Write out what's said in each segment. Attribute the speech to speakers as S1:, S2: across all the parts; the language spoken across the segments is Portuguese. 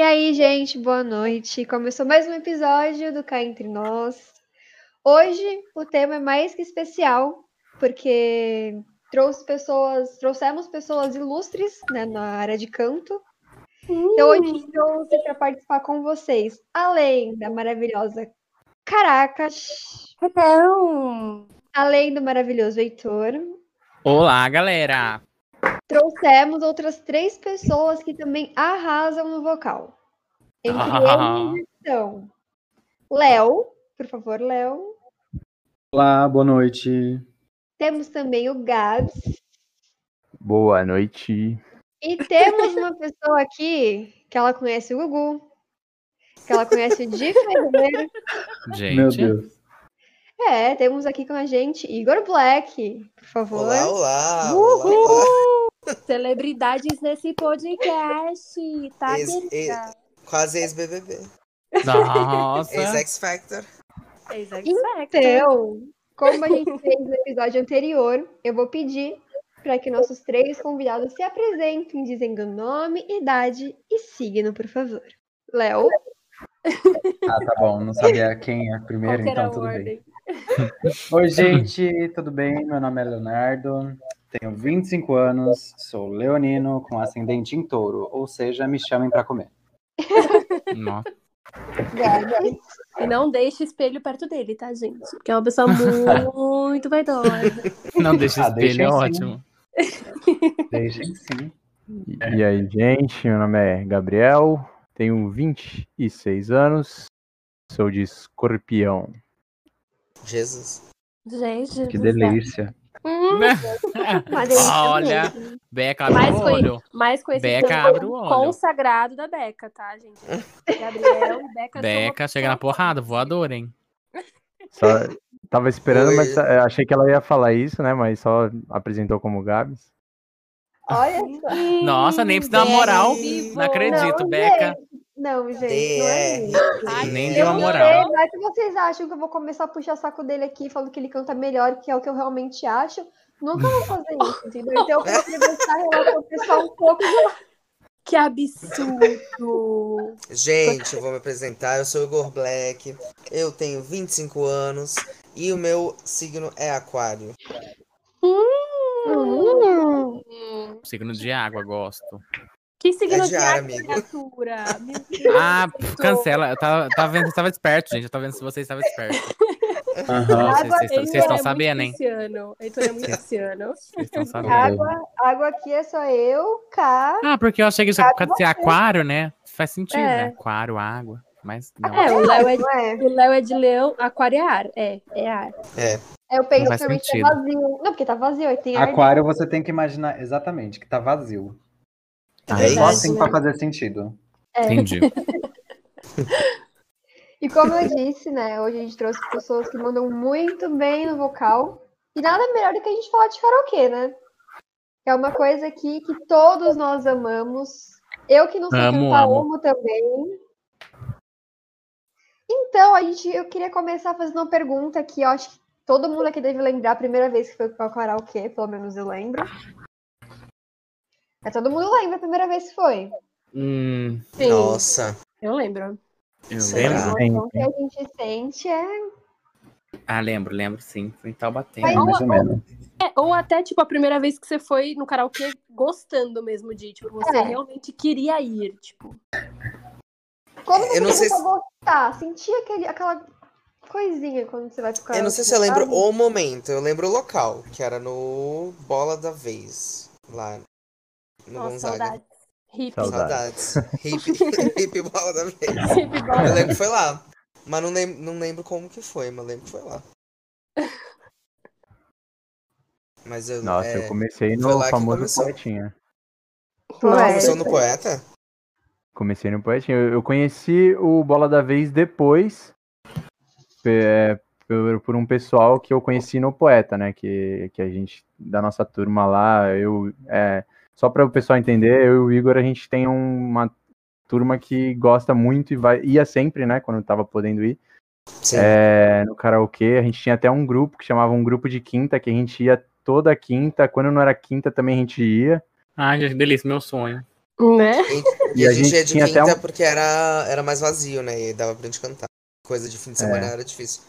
S1: aí, gente, boa noite. Começou mais um episódio do Cá Entre Nós. Hoje o tema é mais que especial, porque trouxe pessoas, trouxemos pessoas ilustres né, na área de canto. Então hoje trouxe para participar com vocês, além da maravilhosa Caracas,
S2: Então,
S1: além do maravilhoso Heitor,
S3: Olá, galera!
S1: trouxemos outras três pessoas que também arrasam no vocal. Entre
S3: Ah.
S1: eles estão Léo, por favor, Léo.
S4: Olá, boa noite.
S1: Temos também o Gabs.
S5: Boa noite.
S1: E temos uma pessoa aqui que ela conhece o Gugu, que ela conhece o Di Ferreira.
S3: Gente,
S4: Meu Deus.
S1: É, temos aqui com a gente Igor Black, por favor.
S6: Olá, olá!
S1: Uhul!
S6: olá, olá.
S2: celebridades nesse podcast, tá?
S6: Ex-
S2: querida?
S6: Quase ex-BBB.
S3: nossa!
S6: Ex-X Factor.
S2: Vocês expectam.
S1: Então, como a gente fez no episódio anterior, eu vou pedir para que nossos três convidados se apresentem, dizendo nome, idade e signo, por favor. Léo,
S4: Ah, tá bom, não sabia quem é
S2: Qual
S4: primeiro,
S2: que era
S4: então
S2: a
S4: tudo bem.
S2: ordem?
S4: Oi, gente, tudo bem? Meu nome é Leonardo, tenho 25 anos, sou leonino com ascendente em touro, ou seja, me chamem pra comer.
S3: nossa.
S1: Gabs,
S2: E não deixe espelho perto dele, tá, gente? Porque é uma pessoa muito vaidosa.
S3: Não deixa
S4: Ah,
S3: espelho,
S4: deixa
S3: é
S4: assim.
S3: ótimo.
S4: Deixem sim.
S5: E- E aí, gente, meu nome é Gabriel, tenho 26 anos, sou de escorpião.
S6: Jesus.
S2: Gente,
S4: Que
S2: do céu.
S4: delícia.
S7: Ah,
S1: uma delícia
S3: Olha,
S1: mesmo.
S3: Beca abre
S2: Mas
S3: o
S2: foi-
S3: olho.
S2: Mais conhecido
S3: Beca
S2: como
S3: abre o olho.
S2: consagrado da Beca, tá, gente? Gabriel e Beca. são
S3: Beca
S2: uma-
S3: chega na porrada, voadora, hein?
S5: Só, tava esperando,
S6: Oi.
S5: mas é, achei que ela ia falar isso, né? Mas só apresentou como Gabs.
S1: Olha só.
S2: Hum,
S3: Nossa, nem precisa dar
S2: Beca
S3: moral.
S2: ao vivo.
S3: Não acredito,
S1: Não,
S3: Beca.
S1: Não, gente, não é
S6: DR.
S1: isso.
S2: Ai,
S3: Nem
S2: eu
S3: deu a
S2: não
S3: moral.
S1: Mas que vocês acham que eu vou começar a puxar saco dele aqui, falando que ele canta melhor, que é o que eu realmente acho? Nunca vou fazer isso, entendeu? Então eu vou atravessar a relação pessoal um pouco.
S2: Que absurdo.
S6: Gente, eu vou me apresentar. Eu sou o Igor Black. Eu tenho 25 anos. E o meu signo é aquário.
S1: Hum,
S3: Signo de água, gosto.
S2: Que signo
S6: É
S2: de
S6: de
S2: ar,
S6: ar, amigo.
S2: criatura? Meu Deus.
S3: Ah, pff, cancela. Eu tava, tava vendo que você tava esperto, gente. Eu tava vendo se você estava esperto.
S4: Aham.
S3: Vocês- vocês-
S2: Heitor
S3: Vocês estão
S2: é
S3: sabendo,
S2: muito
S3: hein?
S2: Luciano. Heitor é muito Luciano.
S3: Vocês estão
S7: É.
S2: Ah,
S3: sabendo.
S1: água, água aqui é só eu, K.
S3: Ah, porque eu achei que isso
S1: Água
S3: ia ser aquário, né? Faz sentido,
S2: É.
S3: né? Aquário, água. Mas não.
S2: É, o Léo é de,
S1: Não é?
S2: o Léo é de leão, aquário é ar. É, é ar.
S1: Eu penso
S3: Não faz
S1: realmente que é
S3: sentido.
S1: vazio. Não, porque tá vazio, aí tem ar.
S4: Aquário você tem que imaginar exatamente que tá vazio.
S3: Ah,
S6: É
S4: Só
S6: isso.
S4: assim pra fazer sentido.
S1: É.
S3: Entendi.
S1: E como eu disse, né? Hoje a gente trouxe pessoas que mandam muito bem no vocal. E nada melhor do que a gente falar de karaokê, né? É uma coisa aqui que todos nós amamos. Eu que não sei
S3: Amo,
S1: cantar,
S3: amo.
S1: amo também. Então, a gente, eu queria começar fazendo uma pergunta que eu acho que todo mundo aqui deve lembrar a primeira vez que foi para karaokê, pelo menos eu lembro. Mas todo mundo lembra a primeira vez que foi.
S3: Hum,
S2: Sim,
S6: Nossa.
S2: eu lembro. Então,
S3: eu
S6: Será?
S3: lembro.
S1: A
S5: Sim.
S1: emoção que a gente sente é
S3: Ah, lembro, lembro sim. Foi em Taubaté.
S1: Mas-
S4: Mais ou menos.
S2: É, ou até, tipo, a primeira vez que você foi no karaokê gostando mesmo de, tipo, você
S1: É.
S2: realmente queria ir, tipo.
S1: Como
S6: Eu não sei
S1: você começou a gostar? Senti aquele, aquela coisinha quando você vai ficar.
S6: Eu não sei se eu lembro
S1: sabe?
S6: o momento. Eu lembro o local, que era no Bola da Vez. Lá no
S2: Nossa,
S6: Gonzaga.
S2: saudades. Hip.
S5: Saudades.
S6: Saudades. Hip, hip Bola da Vez.
S2: Hip bola.
S6: Eu lembro que foi lá. Mas não lembro, não lembro como que foi, mas lembro que foi lá. Mas eu.
S5: Nossa,
S6: é...
S5: eu comecei
S6: foi
S5: no
S6: lá que
S5: famoso
S6: começou.
S5: poetinha.
S6: Você
S1: Ué,
S6: começou no Poeta?
S5: Comecei no poetinha. Eu eu conheci o Bola da Vez depois, é, por, por um pessoal que eu conheci no Poeta, né? Que, que a gente, da nossa turma lá, eu. é, só para o pessoal entender, eu e o Igor, a gente tem uma turma que gosta muito e vai, ia sempre, né? Quando tava podendo ir.
S6: Sim.
S5: É, no karaokê, a gente tinha até um grupo que chamava um grupo de quinta, que a gente ia toda quinta. Quando não era quinta, também a gente ia.
S3: Ai, gente, que delícia, meu sonho.
S2: Né?
S6: E,
S5: E
S6: a,
S5: a
S6: gente,
S5: gente
S6: ia de
S5: tinha até
S6: quinta
S5: um-
S6: porque era, era mais vazio, né? E dava pra gente cantar. Coisa de fim
S5: É.
S6: de semana era difícil.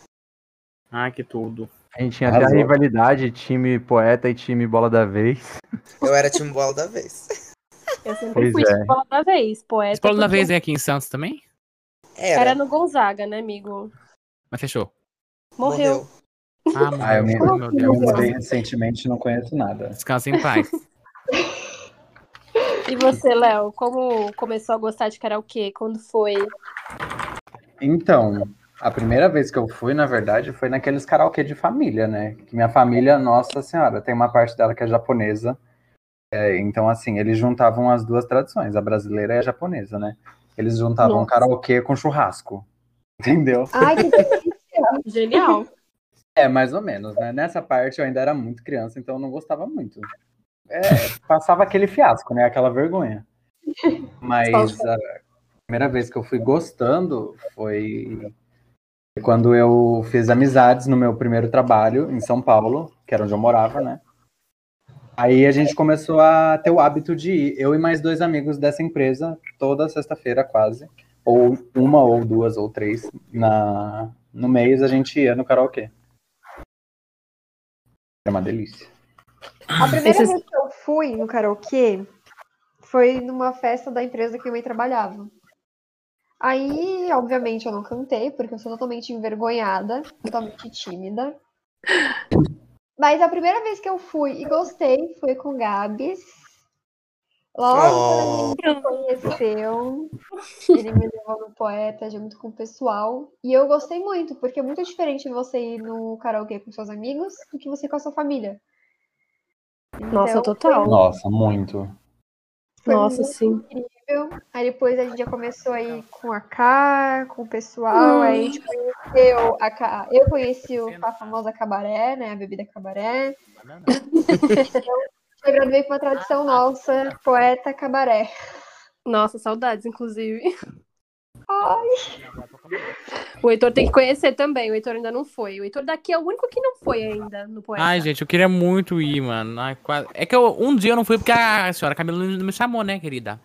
S3: Ah, que tudo.
S5: A gente tinha até
S4: Arrasou.
S5: a rivalidade, time poeta e time bola da vez.
S6: Eu era time bola da vez.
S2: Eu sempre
S5: Pois
S2: fui
S5: é.
S2: de bola da vez, poeta.
S7: Escola da
S2: porque
S7: vez, hein, aqui em Santos também?
S6: Era.
S2: Era no Gonzaga, né, amigo?
S7: Mas fechou.
S2: Morreu.
S7: Ah, mano,
S4: Ah, eu me-
S7: oh, meu
S4: Eu
S7: Deus.
S4: mudei recentemente e não conheço nada.
S7: Descansa em paz.
S2: E você, Léo, como começou a gostar de karaokê? Quando foi?
S4: Então, a primeira vez que eu fui, na verdade, foi naqueles karaokê de família, né? Que minha família, nossa senhora, tem uma parte dela que é japonesa. É, então, assim, eles juntavam as duas tradições, a brasileira e a japonesa, né? Eles juntavam
S2: Nossa.
S4: karaokê com churrasco. Entendeu?
S1: Ai, que
S2: Genial.
S4: É, mais ou menos, né? Nessa parte eu ainda era muito criança, então eu não gostava muito. É, passava aquele fiasco, né? Aquela vergonha. Mas a primeira vez que eu fui gostando foi quando eu fiz amizades no meu primeiro trabalho em São Paulo, que era onde eu morava, né? Aí a gente começou a ter o hábito de ir, eu e mais dois amigos dessa empresa, toda sexta-feira quase, ou uma ou duas ou três na no mês a gente ia no karaokê. É uma delícia.
S1: A primeira
S2: Esses-
S1: vez que eu fui no karaokê foi numa festa da empresa que minha mãe trabalhava. Aí, obviamente, eu não cantei, porque eu sou totalmente envergonhada, totalmente tímida. Mas a primeira vez que eu fui e gostei foi com Gabs. Logo que
S6: Oh.
S1: ele me conheceu, ele me levou no poeta junto com o pessoal. E eu gostei muito, porque é muito diferente você ir no karaokê com seus amigos do que você ir com a sua família.
S2: Nossa,
S1: Então,
S2: total.
S4: Nossa, muito.
S1: foi
S2: Nossa,
S1: muito
S2: sim.
S1: incrível. Aí depois a gente já começou aí com a K, com o pessoal,
S2: Hum.
S1: aí a gente conheceu a K, eu conheci o- a famosa cabaré, né, a bebida cabaré. Eu graduei com uma tradição nossa, poeta cabaré.
S2: Nossa, saudades, inclusive.
S1: Ai,
S2: O Heitor tem que conhecer também. O Heitor ainda não foi. O Heitor daqui é o único que não foi ainda no poeta.
S7: Ai, gente, eu queria muito ir, mano. Ai, quase- É que eu, um dia eu não fui porque a senhora Camila não me chamou, né, querida?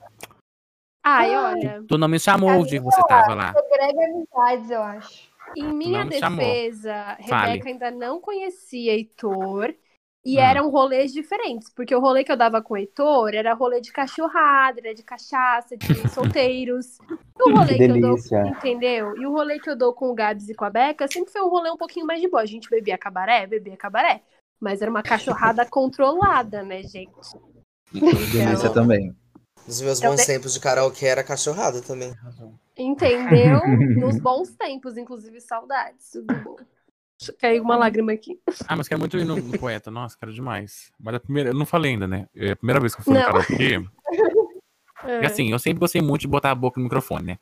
S2: Ai, olha.
S7: Tu não me chamou o dia que você tava lá.
S1: agrega amizades, eu acho.
S2: Em minha
S7: Não me chamou.
S2: defesa,
S7: Fale.
S2: Rebeca ainda não conhecia Heitor. E
S7: Hum.
S2: eram rolês diferentes, porque o rolê que eu dava com o Heitor era rolê de cachorrada, era de cachaça, de solteiros. E o rolê
S4: Que
S2: que eu dou
S4: delícia.
S2: Entendeu? E o rolê que eu dou com o Gabs e com a Beca sempre foi um rolê um pouquinho mais de boa. A gente bebia cabaré, bebia cabaré. Mas era uma cachorrada controlada, né, gente?
S4: É.
S8: Delícia também.
S6: Nos meus
S2: Eu
S6: bons
S2: te-
S6: tempos de karaokê era cachorrada também.
S2: Então, Entendeu? Nos bons tempos, inclusive, saudades. Tudo bom. Caiu uma lágrima aqui.
S7: Ah, mas quero muito ir no, no poeta. Nossa, quero demais. Mas é a primeira, eu não falei ainda, né? É a primeira vez que eu fui
S2: Não.
S7: no karaokê.
S2: É.
S7: E assim, eu sempre gostei muito de botar a boca no microfone, né?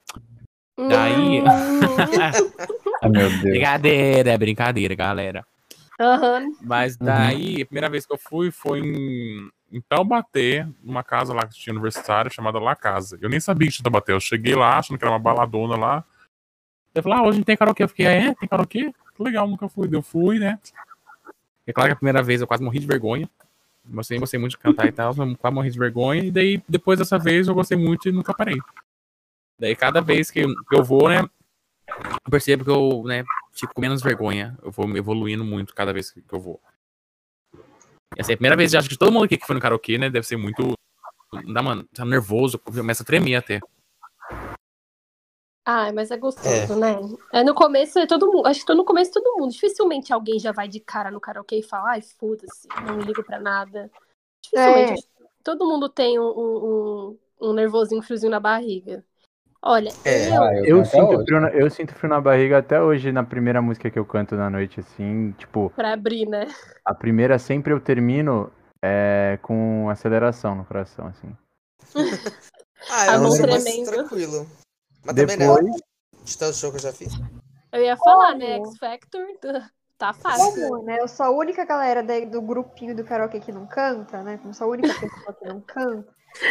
S2: Hum.
S7: daí-
S5: Ah, meu Deus.
S7: brincadeira, brincadeira, galera.
S2: Aham.
S7: Mas daí, a primeira vez que eu fui foi em, em Taubaté, numa casa lá que tinha universitário, chamada La Casa. Eu nem sabia que tinha Taubaté. Eu cheguei lá, achando que era uma baladona lá. Eu falei, ah, hoje não tem karaokê. Eu fiquei, ah, é? Tem karaokê? Que legal, nunca fui. Daí Eu fui, né? É claro que a primeira vez eu quase morri de vergonha. Mas eu gostei muito de cantar e tal, mas eu quase morri de vergonha. E daí, depois dessa vez, eu gostei muito e nunca parei. Daí, cada vez que que eu vou, né? Eu percebo que eu, né, tipo, com menos vergonha. Eu vou evoluindo muito cada vez que que eu vou. E assim, a primeira vez, acho que todo mundo aqui que foi no karaokê, né, deve ser muito. Dá, mano, tá nervoso, começa a tremer até.
S2: Ai, mas é gostoso, né? É, no começo é todo mundo. Acho que no começo todo mundo. Dificilmente alguém já vai de cara no karaokê e fala, ai, foda-se, não ligo pra nada. Dificilmente.
S1: É.
S2: acho que Todo mundo tem um, um, um- um nervosinho, um friozinho na barriga. Olha,
S6: É.
S2: eu,
S4: Ah,
S5: Eu
S4: até
S5: sinto,
S4: hoje.
S5: frio na, eu sinto frio na barriga até hoje na primeira música que eu canto na noite, assim. Tipo,
S2: pra abrir, né?
S5: a primeira sempre eu termino é, com aceleração no coração, assim.
S6: Ah,
S2: A
S6: eu
S2: mão
S6: sou mais
S2: tremendo.
S6: tranquilo. Mas também
S5: Depois,
S6: não. De tanto show que eu já fiz.
S2: Eu ia falar,
S1: Olha.
S2: né? X Factor, tá fácil.
S1: Como, né? Eu sou a única galera daí do grupinho do karaokê que não canta, né? Como sou a única pessoa que não canta.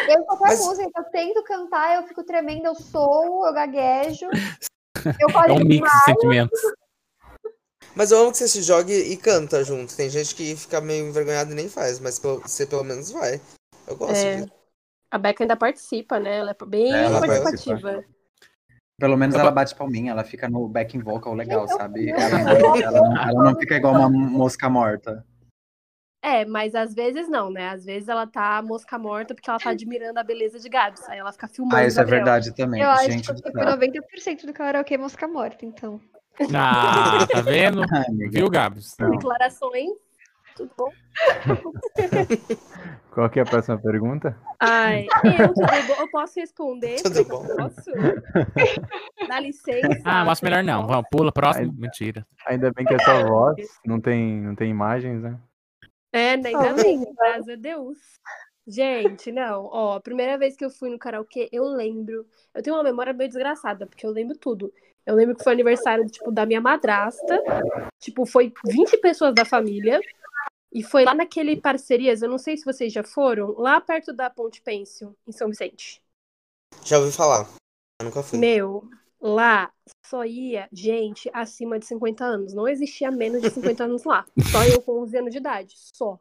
S1: Eu, qualquer
S6: Mas-
S1: música que eu tento cantar, eu fico tremendo, eu sou, eu gaguejo. Eu
S7: É
S1: quase
S7: um mix de sentimentos.
S6: Mas eu amo que você se jogue e canta junto. Tem gente que fica meio envergonhada e nem faz, mas pelo- você pelo menos vai. Eu gosto
S2: É.
S6: disso.
S2: A Beca ainda participa, né? Ela é bem
S4: É, ela
S2: participativa.
S4: Pelo menos ela bate palminha, ela fica no backing vocal legal,
S1: Então,
S4: sabe? Ela, não- ela não- ela não fica igual uma mosca morta.
S2: É, mas às vezes não, né? Às vezes ela tá mosca morta porque ela tá admirando a beleza de Gabs. Aí ela fica filmando.
S4: Ah, isso é
S2: Gabriel.
S4: verdade também.
S1: Eu acho que
S4: Gente,
S1: eu
S4: do
S1: fui
S4: céu.
S1: 90% do karaokê mosca morta, então.
S7: Ah, tá vendo?
S4: Ai, amiga.
S7: Viu, Gabs?
S2: Declarações. Tudo bom?
S5: Qual que é a próxima pergunta?
S2: Ai, eu, tudo bom? Eu posso responder?
S6: Tudo bom.
S2: Posso? Dá licença.
S3: Ah, mas
S7: é
S3: melhor não. Vamos, pula, próximo. Mentira.
S5: Ainda bem que é só voz, não tem, não tem imagens, né?
S2: É, né? ainda bem, graças a Deus. Gente, não, ó, a primeira vez que eu fui no karaokê, eu lembro. Eu tenho uma memória meio desgraçada, porque eu lembro tudo. Eu lembro que foi aniversário, tipo, da minha madrasta. Tipo, foi 20 pessoas da família. E foi lá naquele Parcerias, eu não sei se vocês já foram, lá perto da Ponte Pêncil, em São Vicente.
S6: Já ouvi falar. Eu nunca fui.
S2: Meu, lá só ia gente acima de 50 anos. Não existia menos de 50 anos lá. Só eu com 11 anos de idade, só.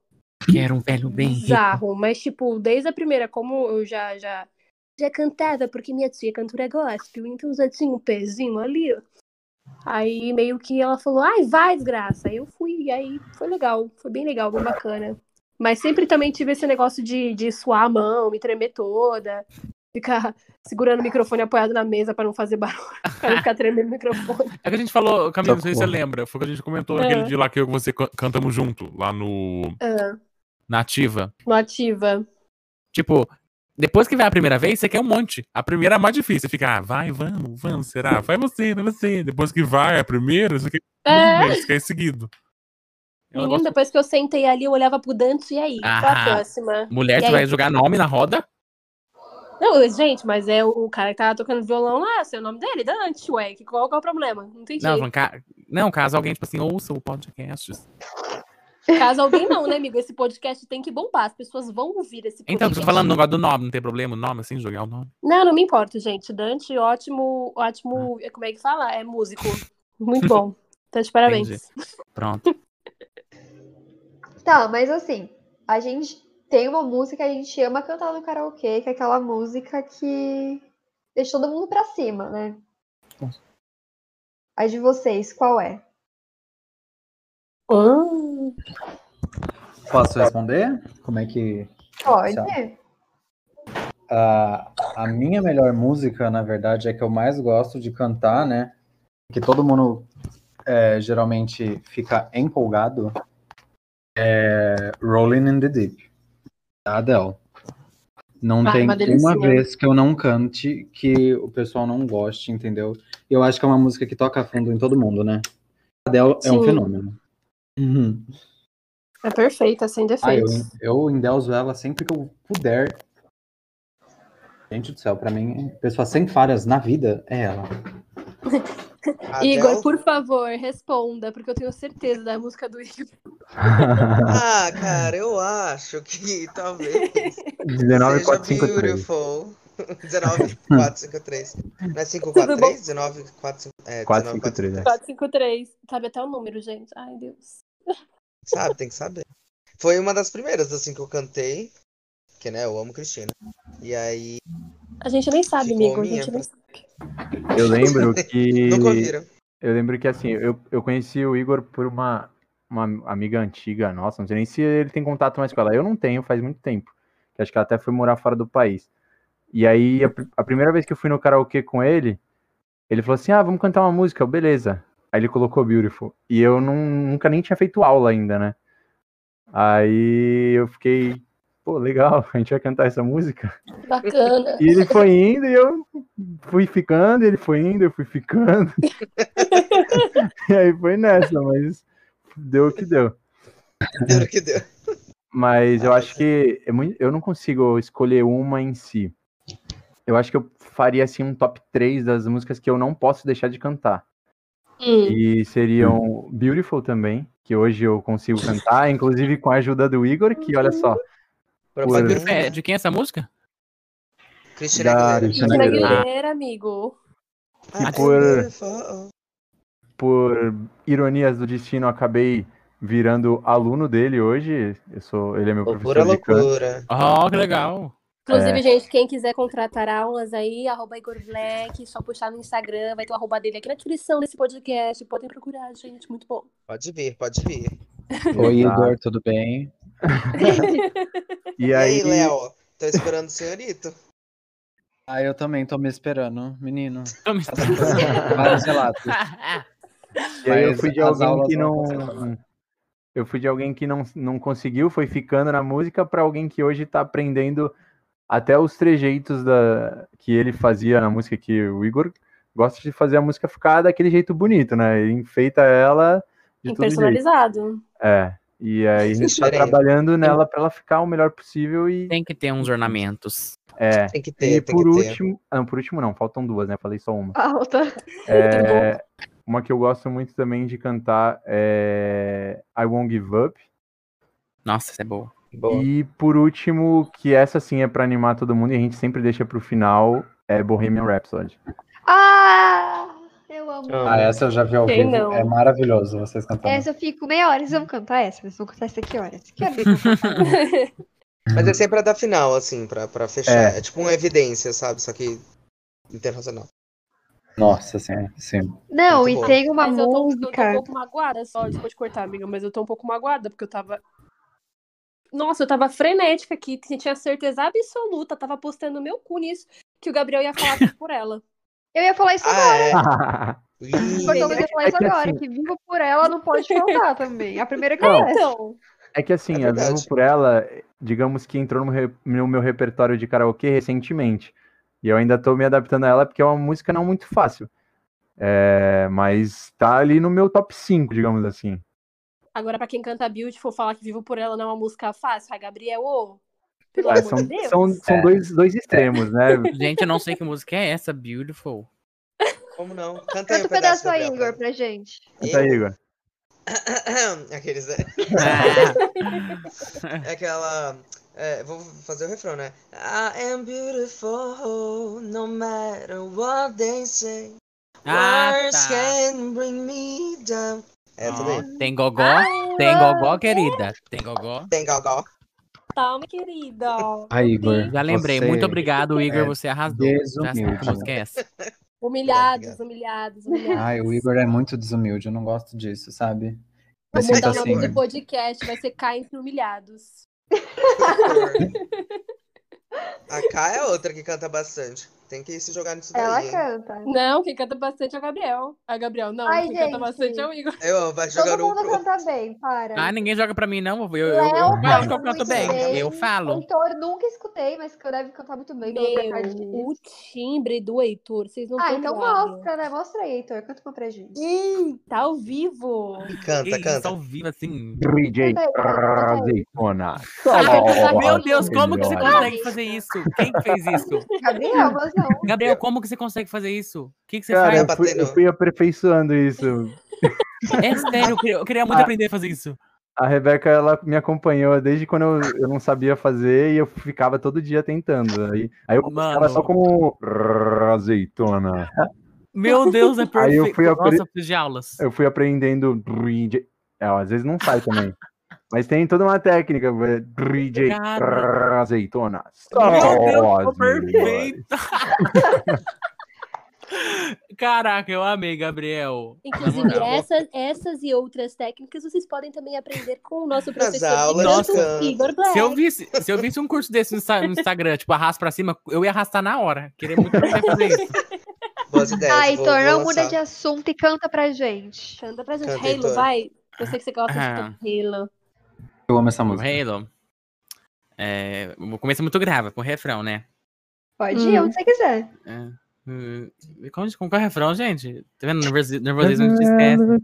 S3: Que era um velho bem rico.
S2: bizarro, mas tipo, desde a primeira, como eu já já já cantava, porque minha tia é cantora gospel, então já tinha um pezinho ali. ó. Aí meio que ela falou: "Ai, vai, desgraça". Aí eu fui e aí foi legal, foi bem legal, bem bacana. Mas sempre também tive esse negócio de, de suar a mão, me tremer toda, ficar segurando o microfone apoiado na mesa pra não fazer barulho, pra não ficar tremendo o microfone.
S7: É que a gente falou, Camila, não sei se você
S5: Socorro.
S7: lembra. Foi o que a gente comentou
S2: É.
S7: naquele dia lá que eu e você can- cantamos junto, lá no
S2: Ah,
S7: Nativa.
S2: no ativa.
S3: Tipo,
S7: Depois que vai a primeira vez, você quer um monte. A primeira é a mais difícil. Você fica, ah, vai, vamos, vamos, será? Vai você, vai você. Depois que vai a primeira, você quer
S2: É.
S7: um mês, quer em seguido. É um
S2: Menino,
S7: negócio-
S2: depois que eu sentei ali, eu olhava pro Dante e aí, qual a
S3: Aham.
S2: próxima?
S3: mulher
S2: E
S3: que
S2: aí?
S3: vai jogar nome na roda.
S2: Não, eu- gente, mas é o cara que tava tocando violão lá, sei o nome dele, Dante, ué, que, qual que é o problema? Não entendi.
S3: Não, falando ca- não, caso alguém, tipo assim, ouça o podcast.
S2: Caso alguém não, né, amigo? Esse podcast tem que bombar, as pessoas vão ouvir esse
S3: Então,
S2: podcast.
S3: tô falando no negócio do nome, não tem problema o nome, assim, jogar o nome.
S2: Não, não me importo, gente. Dante, ótimo, ótimo, como é que fala? É músico. Muito bom. Tá de parabéns.
S3: Entendi. Pronto.
S1: Tá, mas assim, a gente tem uma música que a gente ama cantar no karaokê, que é aquela música que deixa todo mundo pra cima, né? A de vocês, qual é?
S2: Hum.
S4: Posso responder? Como é que.
S1: Pode.
S4: Tchau. A, a minha melhor música, na verdade, é que eu mais gosto de cantar, né? Que todo mundo é, geralmente fica empolgado. É Rolling in the Deep, da Adele. Não
S2: Ah, é
S4: tem
S2: uma
S4: uma
S2: delícia.
S4: vez que eu não cante que o pessoal não goste, entendeu? E eu acho que é uma música que toca fundo em todo mundo, né? Adele é um
S2: Sim.
S4: fenômeno. Uhum.
S2: É perfeita, sem
S4: Ah, eu,
S2: defeitos.
S4: eu endeuso ela sempre que eu puder. Gente do céu, pra mim, pessoa sem falhas na vida é ela.
S2: Igor,
S6: Adele?
S2: por favor, responda, porque eu tenho certeza da música do Igor.
S6: Ah, cara, eu acho que talvez seja
S5: 19453.
S6: Beautiful. 19453. Não é 543? 19453. É,
S5: 453, né?
S2: 453. Sabe até o número, gente. Ai, Deus.
S6: Sabe, tem que saber. Foi uma das primeiras, assim, que eu cantei. Que, né, eu amo Cristina. E aí,
S2: A gente nem sabe,
S6: Ficou
S2: amigo. A
S6: minha né?
S2: gente nem sabe.
S5: Eu lembro que.
S6: nunca ouviram.
S5: Eu lembro que assim, eu, eu conheci o Igor por uma, uma amiga antiga nossa, não sei nem se ele tem contato mais com ela. Eu não tenho, faz muito tempo. Que acho que ela até foi morar fora do país. E aí, a, pri- a primeira vez que eu fui no karaokê com ele, ele falou assim: ah, vamos cantar uma música, Eu, beleza. Aí ele colocou Beautiful. E eu não, nunca nem tinha feito aula ainda, né? Aí eu fiquei, pô, legal, a gente vai cantar essa música.
S2: Bacana.
S5: E ele foi indo e eu fui ficando, ele foi indo, eu fui ficando. e aí foi nessa, mas deu o que deu.
S6: Deu no que deu.
S5: Mas eu
S6: Ah,
S5: acho que é muito- eu não consigo escolher uma em si. Eu acho que eu faria assim um top 3 das músicas que eu não posso deixar de cantar.
S2: Hum.
S5: E seriam Beautiful também, que hoje eu consigo cantar, inclusive com a ajuda do Igor, que olha só,
S6: Propaganda.
S5: Por-
S3: É, de quem é essa música?
S6: Cristina
S5: Da-
S6: Aguilera.
S5: Cristina
S2: Cristina
S5: Aguilera.
S2: Aguilera, é amigo.
S6: Ah,
S5: por-
S6: beautiful.
S5: por ironias do destino, eu acabei virando aluno dele hoje. Eu sou, ele é meu
S6: Pô,
S5: professor
S6: Pura
S5: de canto.
S6: loucura.
S3: Oh, que legal.
S5: É.
S2: Inclusive, gente, quem quiser contratar aulas aí, arroba Igor Black, só puxar no Instagram, vai ter o arroba dele aqui na descrição desse podcast. Podem procurar, gente, muito bom.
S6: Pode vir, pode vir.
S4: Oi,
S5: Exato.
S4: Igor, tudo bem?
S5: E
S6: E aí,
S5: aí,
S6: Léo? Tô esperando o senhorito.
S4: Ah, eu também tô me esperando, menino.
S9: Tô me
S4: Vários relatos.
S5: e aí eu
S4: Mas
S5: fui de
S4: as
S5: alguém
S4: aulas
S5: que
S4: vão continuar.
S5: não. Eu fui de alguém que não, não conseguiu, foi ficando na música, pra alguém que hoje tá aprendendo até os trejeitos da, que ele fazia na música, que o Igor gosta de fazer a música ficar daquele jeito bonito, né? Ele enfeita ela de
S2: E
S5: todo jeito.
S2: personalizado.
S5: É. E aí a
S6: Isso
S5: gente tá
S6: é diferente.
S5: trabalhando nela pra ela ficar o melhor possível e.
S9: Tem que ter uns ornamentos.
S5: É.
S6: Tem que
S5: E
S6: ter, tem
S5: por
S6: que ter.
S5: último. Ah, por último não, faltam duas, né? Falei só uma.
S1: Alta.
S5: É, uma que eu gosto muito também de cantar é I Won't Give Up.
S9: Nossa, essa é boa.
S6: Boa.
S5: E por último, que essa sim é pra animar todo mundo e a gente sempre deixa pro final, é Bohemian Rhapsody.
S1: Ah! Eu amo.
S10: Ah,
S6: é.
S10: essa eu já vi ao
S2: Quem
S10: vivo.
S2: não?
S10: É maravilhoso vocês cantando.
S1: Essa eu fico meia hora. Eles vão cantar essa, eles vão cantar essa que horas? Que horas eles vão cantar?
S6: Mas é sempre a da final, assim, pra, pra fechar. É. tipo uma evidência, sabe? Só que internacional.
S4: é-
S10: Nossa, sim, sim.
S1: Não,
S6: Muito
S1: e
S6: bom.
S1: tem uma
S2: mas eu tô, eu tô um
S1: música.
S2: pouco magoada só, desculpa te cortar, amiga, mas eu tô um pouco magoada, porque eu tava. Nossa, eu tava frenética aqui, tinha certeza absoluta, tava postando meu cu nisso, que o Gabriel ia falar tudo por ela.
S1: Eu ia falar isso agora.
S6: Ah, é? né? Ih,
S1: Porque eu ia falar isso
S5: É que
S1: agora,
S5: assim-
S1: que vivo por ela não pode faltar também. A primeira que
S5: Não.
S1: é essa.
S2: Então,
S5: É que assim,
S6: É
S5: a Vivo
S6: verdade.
S5: por Ela, digamos que entrou no, re- no meu repertório de karaokê recentemente. E eu ainda tô me adaptando a ela porque é uma música não muito fácil. É, mas tá ali no meu top 5, digamos assim.
S2: agora pra quem canta Beautiful, falar que Vivo por Ela não é uma música fácil, a Gabriel, ô, pelo
S5: É,
S2: amor
S5: são
S2: de Deus.
S5: são, são
S10: É.
S5: dois, dois extremos, né?
S9: Gente, eu não sei que música é essa, Beautiful.
S6: como não? Canta aí
S1: Canta
S6: um
S1: um pedaço aí,
S6: Gabriel,
S1: Igor,
S6: pra
S1: pra gente.
S6: mim.
S5: Canta tá aí, Igor.
S6: Aqueles, né?
S9: Ah,
S6: É aquela. é, vou fazer o refrão, né? I am beautiful, no matter what they say.
S9: ah,
S6: Words
S9: tá.
S6: can bring me down. É, tudo aí.
S9: Tem gogó? Tem gogó, querida? Tem gogó?
S6: Tem Galgal.
S2: Calma, querida.
S4: Aí, Ah, Igor.
S9: Já lembrei.
S4: você-
S9: Muito obrigado, Igor.
S4: é
S9: Você arrasou. Já sei que
S4: desumilde.
S9: música é essa.
S2: Humilhados, humilhados, humilhados.
S4: Ai, o Igor é muito desumilde, eu não gosto disso, sabe?
S2: Vou
S4: Eu sinto
S2: mudar o
S4: assim.
S2: nome do podcast, vai ser Cá Entre Humilhados.
S6: A K é outra que canta bastante. Tem que se jogar nisso daí.
S1: Ela
S6: hein?
S1: canta.
S2: Não, quem canta bastante é o Gabriel. A Gabriel, não.
S1: Ai,
S2: quem
S1: gente.
S2: canta bastante é o Igor.
S6: Eu amo, vai jogar um
S1: Todo
S6: no.
S1: mundo canta bem, para.
S9: Ah, ninguém joga pra mim, não. Eu, eu, eu,
S1: Léo
S9: eu acho que eu canto
S1: canta muito
S9: bem. Eu falo.
S1: Heitor, nunca escutei, mas que eu deve cantar muito bem. pelo
S2: Meu,
S1: trocadilho.
S2: o timbre do Heitor, vocês não
S1: Ah,
S2: tão
S1: então
S2: ligados.
S1: mostra, né? Mostra aí, Heitor. Canta uma pra gente.
S2: Ih, tá ao vivo.
S9: Que
S6: Canta,
S9: isso,
S6: canta.
S9: ao vivo, assim.
S5: DJ
S1: Canta aí, canta aí.
S5: Azeitona.
S9: Meu Deus, como que você
S5: melhor.
S9: consegue fazer isso? Quem que fez isso?
S1: Gabriel, mas não.
S9: Gabriel, como que você consegue fazer isso? O que, que você
S5: Cara, eu
S6: Vai
S5: fui,
S6: batendo.
S5: eu fui aperfeiçoando isso.
S9: faz? É sério, eu queria, eu queria muito
S5: Ah.
S9: aprender a fazer isso.
S5: A Rebeca, ela me acompanhou desde quando eu, eu não sabia fazer e eu ficava todo dia tentando. Aí, aí eu
S9: Mano.
S5: começava só como azeitona.
S9: Meu Deus, é perfeito.
S5: Aí eu fui apre-
S9: Nossa, eu preciso de aulas.
S5: Eu fui aprendendo DJ. É, às vezes não sai também. Mas tem toda uma técnica. é, DJ
S9: Cara.
S5: azeitona.
S9: Meu Deus,
S5: Só
S9: ficou
S5: as melhores.
S9: perfeito. Caraca, eu amei, Gabriel.
S2: Inclusive,
S9: moral.
S2: essas, essas e outras técnicas vocês podem também aprender com o nosso professor
S6: aulas,
S2: de canto,
S6: nossa.
S2: Igor Black.
S9: Se eu, visse, se eu visse um curso desse no Insta- no Instagram, tipo, arrasta pra cima, eu ia arrastar na hora. Queria muito aprender a fazer isso.
S6: Boas ideias.
S1: Ah,
S6: vou-
S1: Heitor,
S6: vou
S1: não muda
S6: lançar.
S1: de assunto e canta pra gente.
S2: Canta pra gente.
S6: Canta,
S2: Halo,
S6: Heitor.
S2: vai. Eu sei que você gosta de
S9: Ah.
S2: cantar Halo.
S4: Eu amo essa
S9: O
S4: música.
S9: Halo. É, o começo é muito grave, com o refrão, né?
S1: Pode
S2: Hum.
S1: ir onde você quiser.
S9: É. Hum, e Como, como que é o refrão, gente? Tá vendo? Nervosi- Nervosismo te esquece.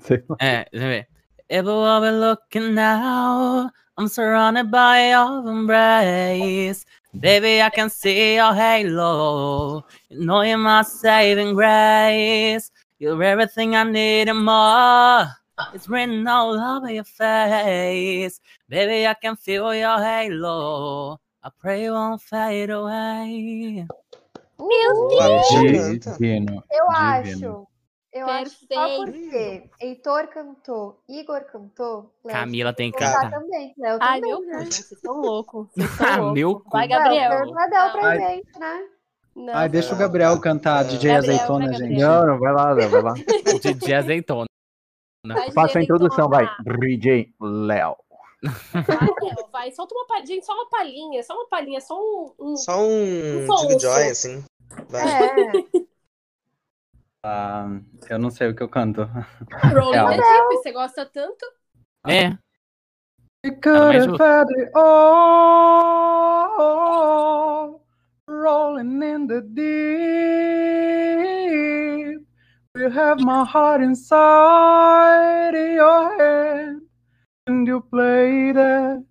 S5: Sei lá.
S9: É, deixa eu ver. Everyone we're looking now, I'm surrounded by your embrace. Baby, I can see your halo. You know you're my saving grace. You're everything I need and more. It's written all over your face. Baby, I can feel your halo. I pray it won't fade away.
S1: Meu
S6: Vai,
S4: Di-
S6: canta.
S4: É Divino.
S1: Uh, Eu
S4: Divino.
S1: acho Eu acho que só porque Heitor cantou, Igor cantou, Léo
S9: Camila tem que
S1: tem que cantar
S9: cantar.
S1: também. Léo
S2: Ai,
S1: também,
S2: meu
S1: né?
S2: cu, vocês tão loucos. Vocês tão
S9: Ah,
S2: loucos.
S9: meu cu.
S2: Vai,
S1: Léo,
S2: Gabriel.
S1: Léo já deu pra
S4: Ai.
S1: gente, né?
S2: Não,
S4: Ai, deixa o Gabriel cantar, DJ
S2: Gabriel,
S4: Azeitona,
S2: vai,
S4: gente.
S2: Gabriel.
S5: Não, não, vai lá, Léo, vai lá.
S9: DJ Azeitona.
S2: vai,
S5: Faça a
S2: gente,
S5: introdução,
S2: toma-
S5: vai. DJ Léo.
S2: Vai, Léo, vai. Solta uma palhinha, só uma palhinha, só uma palhinha, só um. um-
S6: Só um
S2: Só
S6: Didi
S2: um
S6: Joy,
S2: som.
S6: assim. Vai.
S1: É.
S10: Ah, eu não sei o que eu canto.
S2: Rolling
S10: Não.
S2: the Deep, né? Tipo, você gosta tanto?
S9: É.
S10: Cara,
S9: mas eu-
S10: febre, oh, oh, rolling in the deep. You have my heart inside your hand, and you play that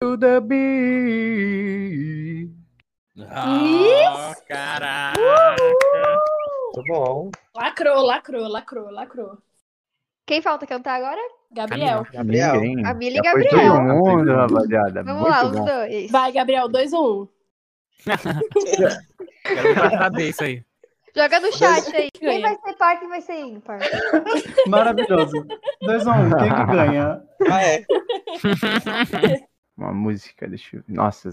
S10: to the beat.
S7: Ah, caraca!
S6: Muito bom.
S2: Lacrou, lacrou, lacrou, lacrou.
S1: Quem falta cantar agora?
S2: Gabriel.
S6: Gabriel.
S5: Ninguém.
S1: A Mili e
S5: Já foi
S1: Gabriel.
S5: Todo mundo, rapaziada.
S1: Vamos
S5: Muito
S1: lá,
S5: bom.
S1: os dois.
S2: Vai, Gabriel, 2 ou 1. Um.
S9: Quero ver saber isso aí.
S1: Joga no chat aí. Quem vai
S2: Ganha.
S1: ser par, quem vai ser ímpar?
S4: Maravilhoso. 2x1, um, quem que ganha?
S6: Ah, é.
S5: Uma música, deixa eu. Nossa.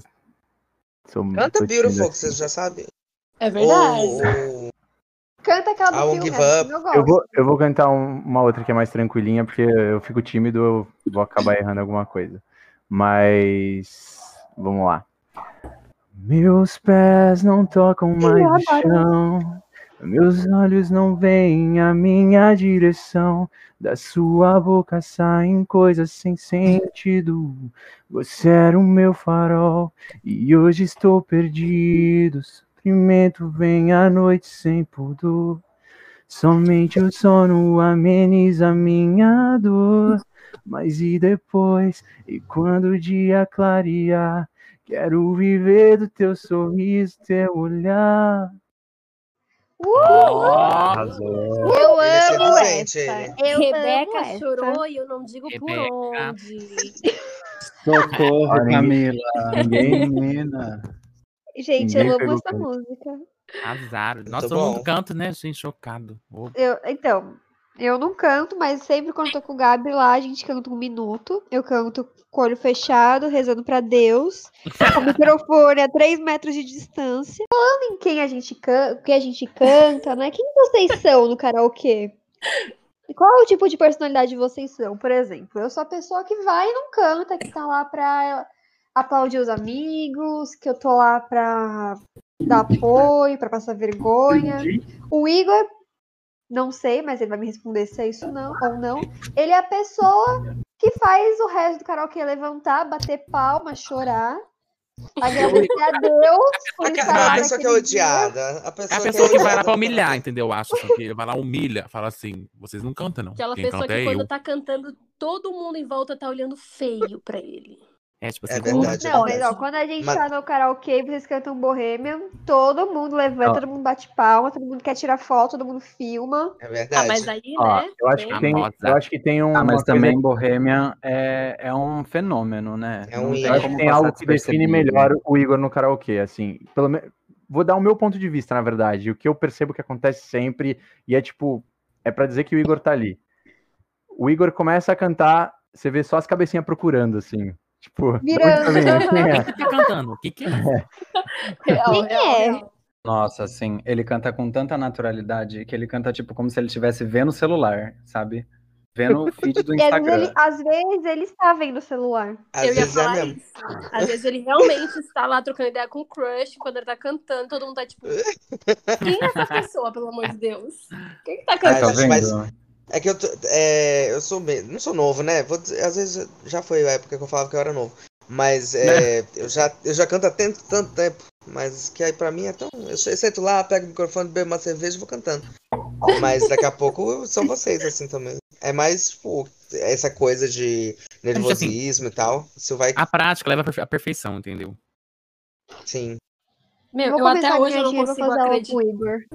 S5: Sou
S6: Canta
S5: tô tímido
S6: Beautiful, que
S5: assim.
S6: vocês já sabem.
S2: É verdade.
S6: Ou, ou
S1: Canta aquela do
S6: I won't
S1: filme,
S6: give
S1: essa
S6: up.
S1: eu gosto.
S5: Eu vou, eu vou cantar um- uma outra que é mais tranquilinha, porque eu fico tímido, eu vou acabar errando alguma coisa. Mas vamos lá. Meus pés não tocam mais o chão, meus olhos não veem a minha direção, da sua boca saem coisas sem sentido. Você era o meu farol e hoje estou perdido. Sofrimento vem à noite sem pudor. Somente o sono ameniza minha dor. Mas e depois? E quando o dia clarear? Quero viver do teu sorriso, teu olhar.
S1: Uh, eu
S6: Ele é
S1: amo
S6: seduzente,
S1: essa.
S6: ele.
S1: Eu
S2: Rebeca
S1: amo essa.
S2: chorou e eu não digo
S9: Rebeca.
S2: por onde.
S4: Socorro,
S5: Olha,
S4: Camila.
S5: ninguém-
S4: Menina.
S1: Gente, eu
S5: Ninguém
S1: amo
S5: pegou
S1: essa
S5: o ponto.
S1: música.
S9: Azar. Nossa,
S6: Muito
S9: todo mundo
S6: bom.
S9: canta, né, gente? Chocado. Ô,
S1: Eu, então, eu não canto, mas sempre quando tô com o Gabi lá, a gente canta um minuto. Eu canto com o olho fechado, rezando pra Deus, com o microfone a 3 metros de distância. Falando em quem a gente canta, que a gente canta, né? Quem vocês são no karaokê? E Qual é o tipo de personalidade vocês são? Por exemplo, eu sou a pessoa que vai e não canta, que tá lá pra aplaudir os amigos, que eu tô lá pra dar apoio, pra passar vergonha. O Igor não sei, mas ele vai me responder se é isso não, ou não. Ele é a pessoa que faz o resto do karaokê levantar, bater palma, chorar, agradecer a Deus por
S6: A,
S1: estar
S6: ca- a
S1: lá
S6: pessoa que é
S1: naquele dia.
S6: odiada. A
S9: É
S6: pessoa,
S9: a pessoa que vai lá
S6: odiada
S9: pra humilhar, entendeu? Eu acho assim, que ele vai lá, humilha, fala assim: vocês não cantam, não.
S2: Aquela
S9: Quem
S2: pessoa
S9: canta
S2: que
S9: é
S2: quando
S9: eu.
S2: tá cantando, todo mundo em volta tá olhando feio pra ele.
S9: É tipo
S6: É
S9: assim, como?
S6: verdade.
S1: Não,
S6: é
S1: mas ó, quando a gente
S6: Mas-
S1: tá no karaokê e vocês cantam Bohemian, todo mundo levanta,
S5: Ó.
S1: todo mundo bate palma, todo mundo quer tirar foto, todo mundo filma.
S6: É
S2: Ah,
S6: verdade.
S2: mas aí,
S5: Ó,
S2: né?
S5: eu acho que tem,
S9: Famosa.
S5: eu acho que tem um.
S10: Ah, mas
S5: uma coisa-
S10: também Bohemian é, é um fenômeno, né?
S6: É um
S10: Não tem
S5: eu acho que
S10: como
S5: tem
S10: passar
S5: algo que define
S10: despercebido.
S5: melhor o Igor no karaokê, assim. Pelo me... Vou dar o meu ponto de vista, na verdade. O que eu percebo que acontece sempre, e é tipo, é pra dizer que o Igor tá ali. O Igor começa a cantar, você vê só as cabecinhas procurando, assim. Tipo, de
S1: Mirando.
S5: onde tá vindo? Quem é?
S9: Quem tá cantando? O que, que é?
S2: Real,
S1: Quem
S2: real,
S1: é?
S2: real.
S10: Nossa, assim, ele canta com tanta naturalidade que ele canta, tipo, como se ele estivesse vendo o celular, sabe? Vendo o feed do
S1: E às vezes,
S10: Instagram.
S1: ele, às vezes ele está vendo o celular.
S6: Às
S2: eu ia
S6: vezes é
S2: falar
S6: mesmo.
S2: isso. Às vezes ele realmente está lá trocando ideia com o crush, quando ele tá cantando, todo mundo tá tipo. Quem é essa pessoa, pelo amor de Deus? Quem que tá
S10: Ah, tá
S2: cantando?
S10: vendo?
S6: Mas- É que eu, tô- é, eu sou meio, não sou novo, né? Vou dizer- às vezes já foi a época que eu falava que eu era novo. Mas é,
S9: Né?
S6: eu, já, eu já canto há tanto, tanto tempo. Mas que aí pra mim é tão. Eu che- sento lá, pego o microfone, bebo uma cerveja e vou cantando. Mas daqui a pouco são vocês, assim também. É mais, tipo, essa coisa de nervosismo e tal. Isso
S9: É,
S6: vai.
S9: tipo assim, A prática leva à perfe- à perfeição, entendeu?
S6: Sim.
S2: Meu,
S1: vou
S2: eu até
S1: começar a
S2: hoje
S1: ganhar
S2: eu
S1: dinheiro,
S2: não
S1: vou
S2: consigo
S1: fazer algo com
S2: acreditar.
S1: o Igor.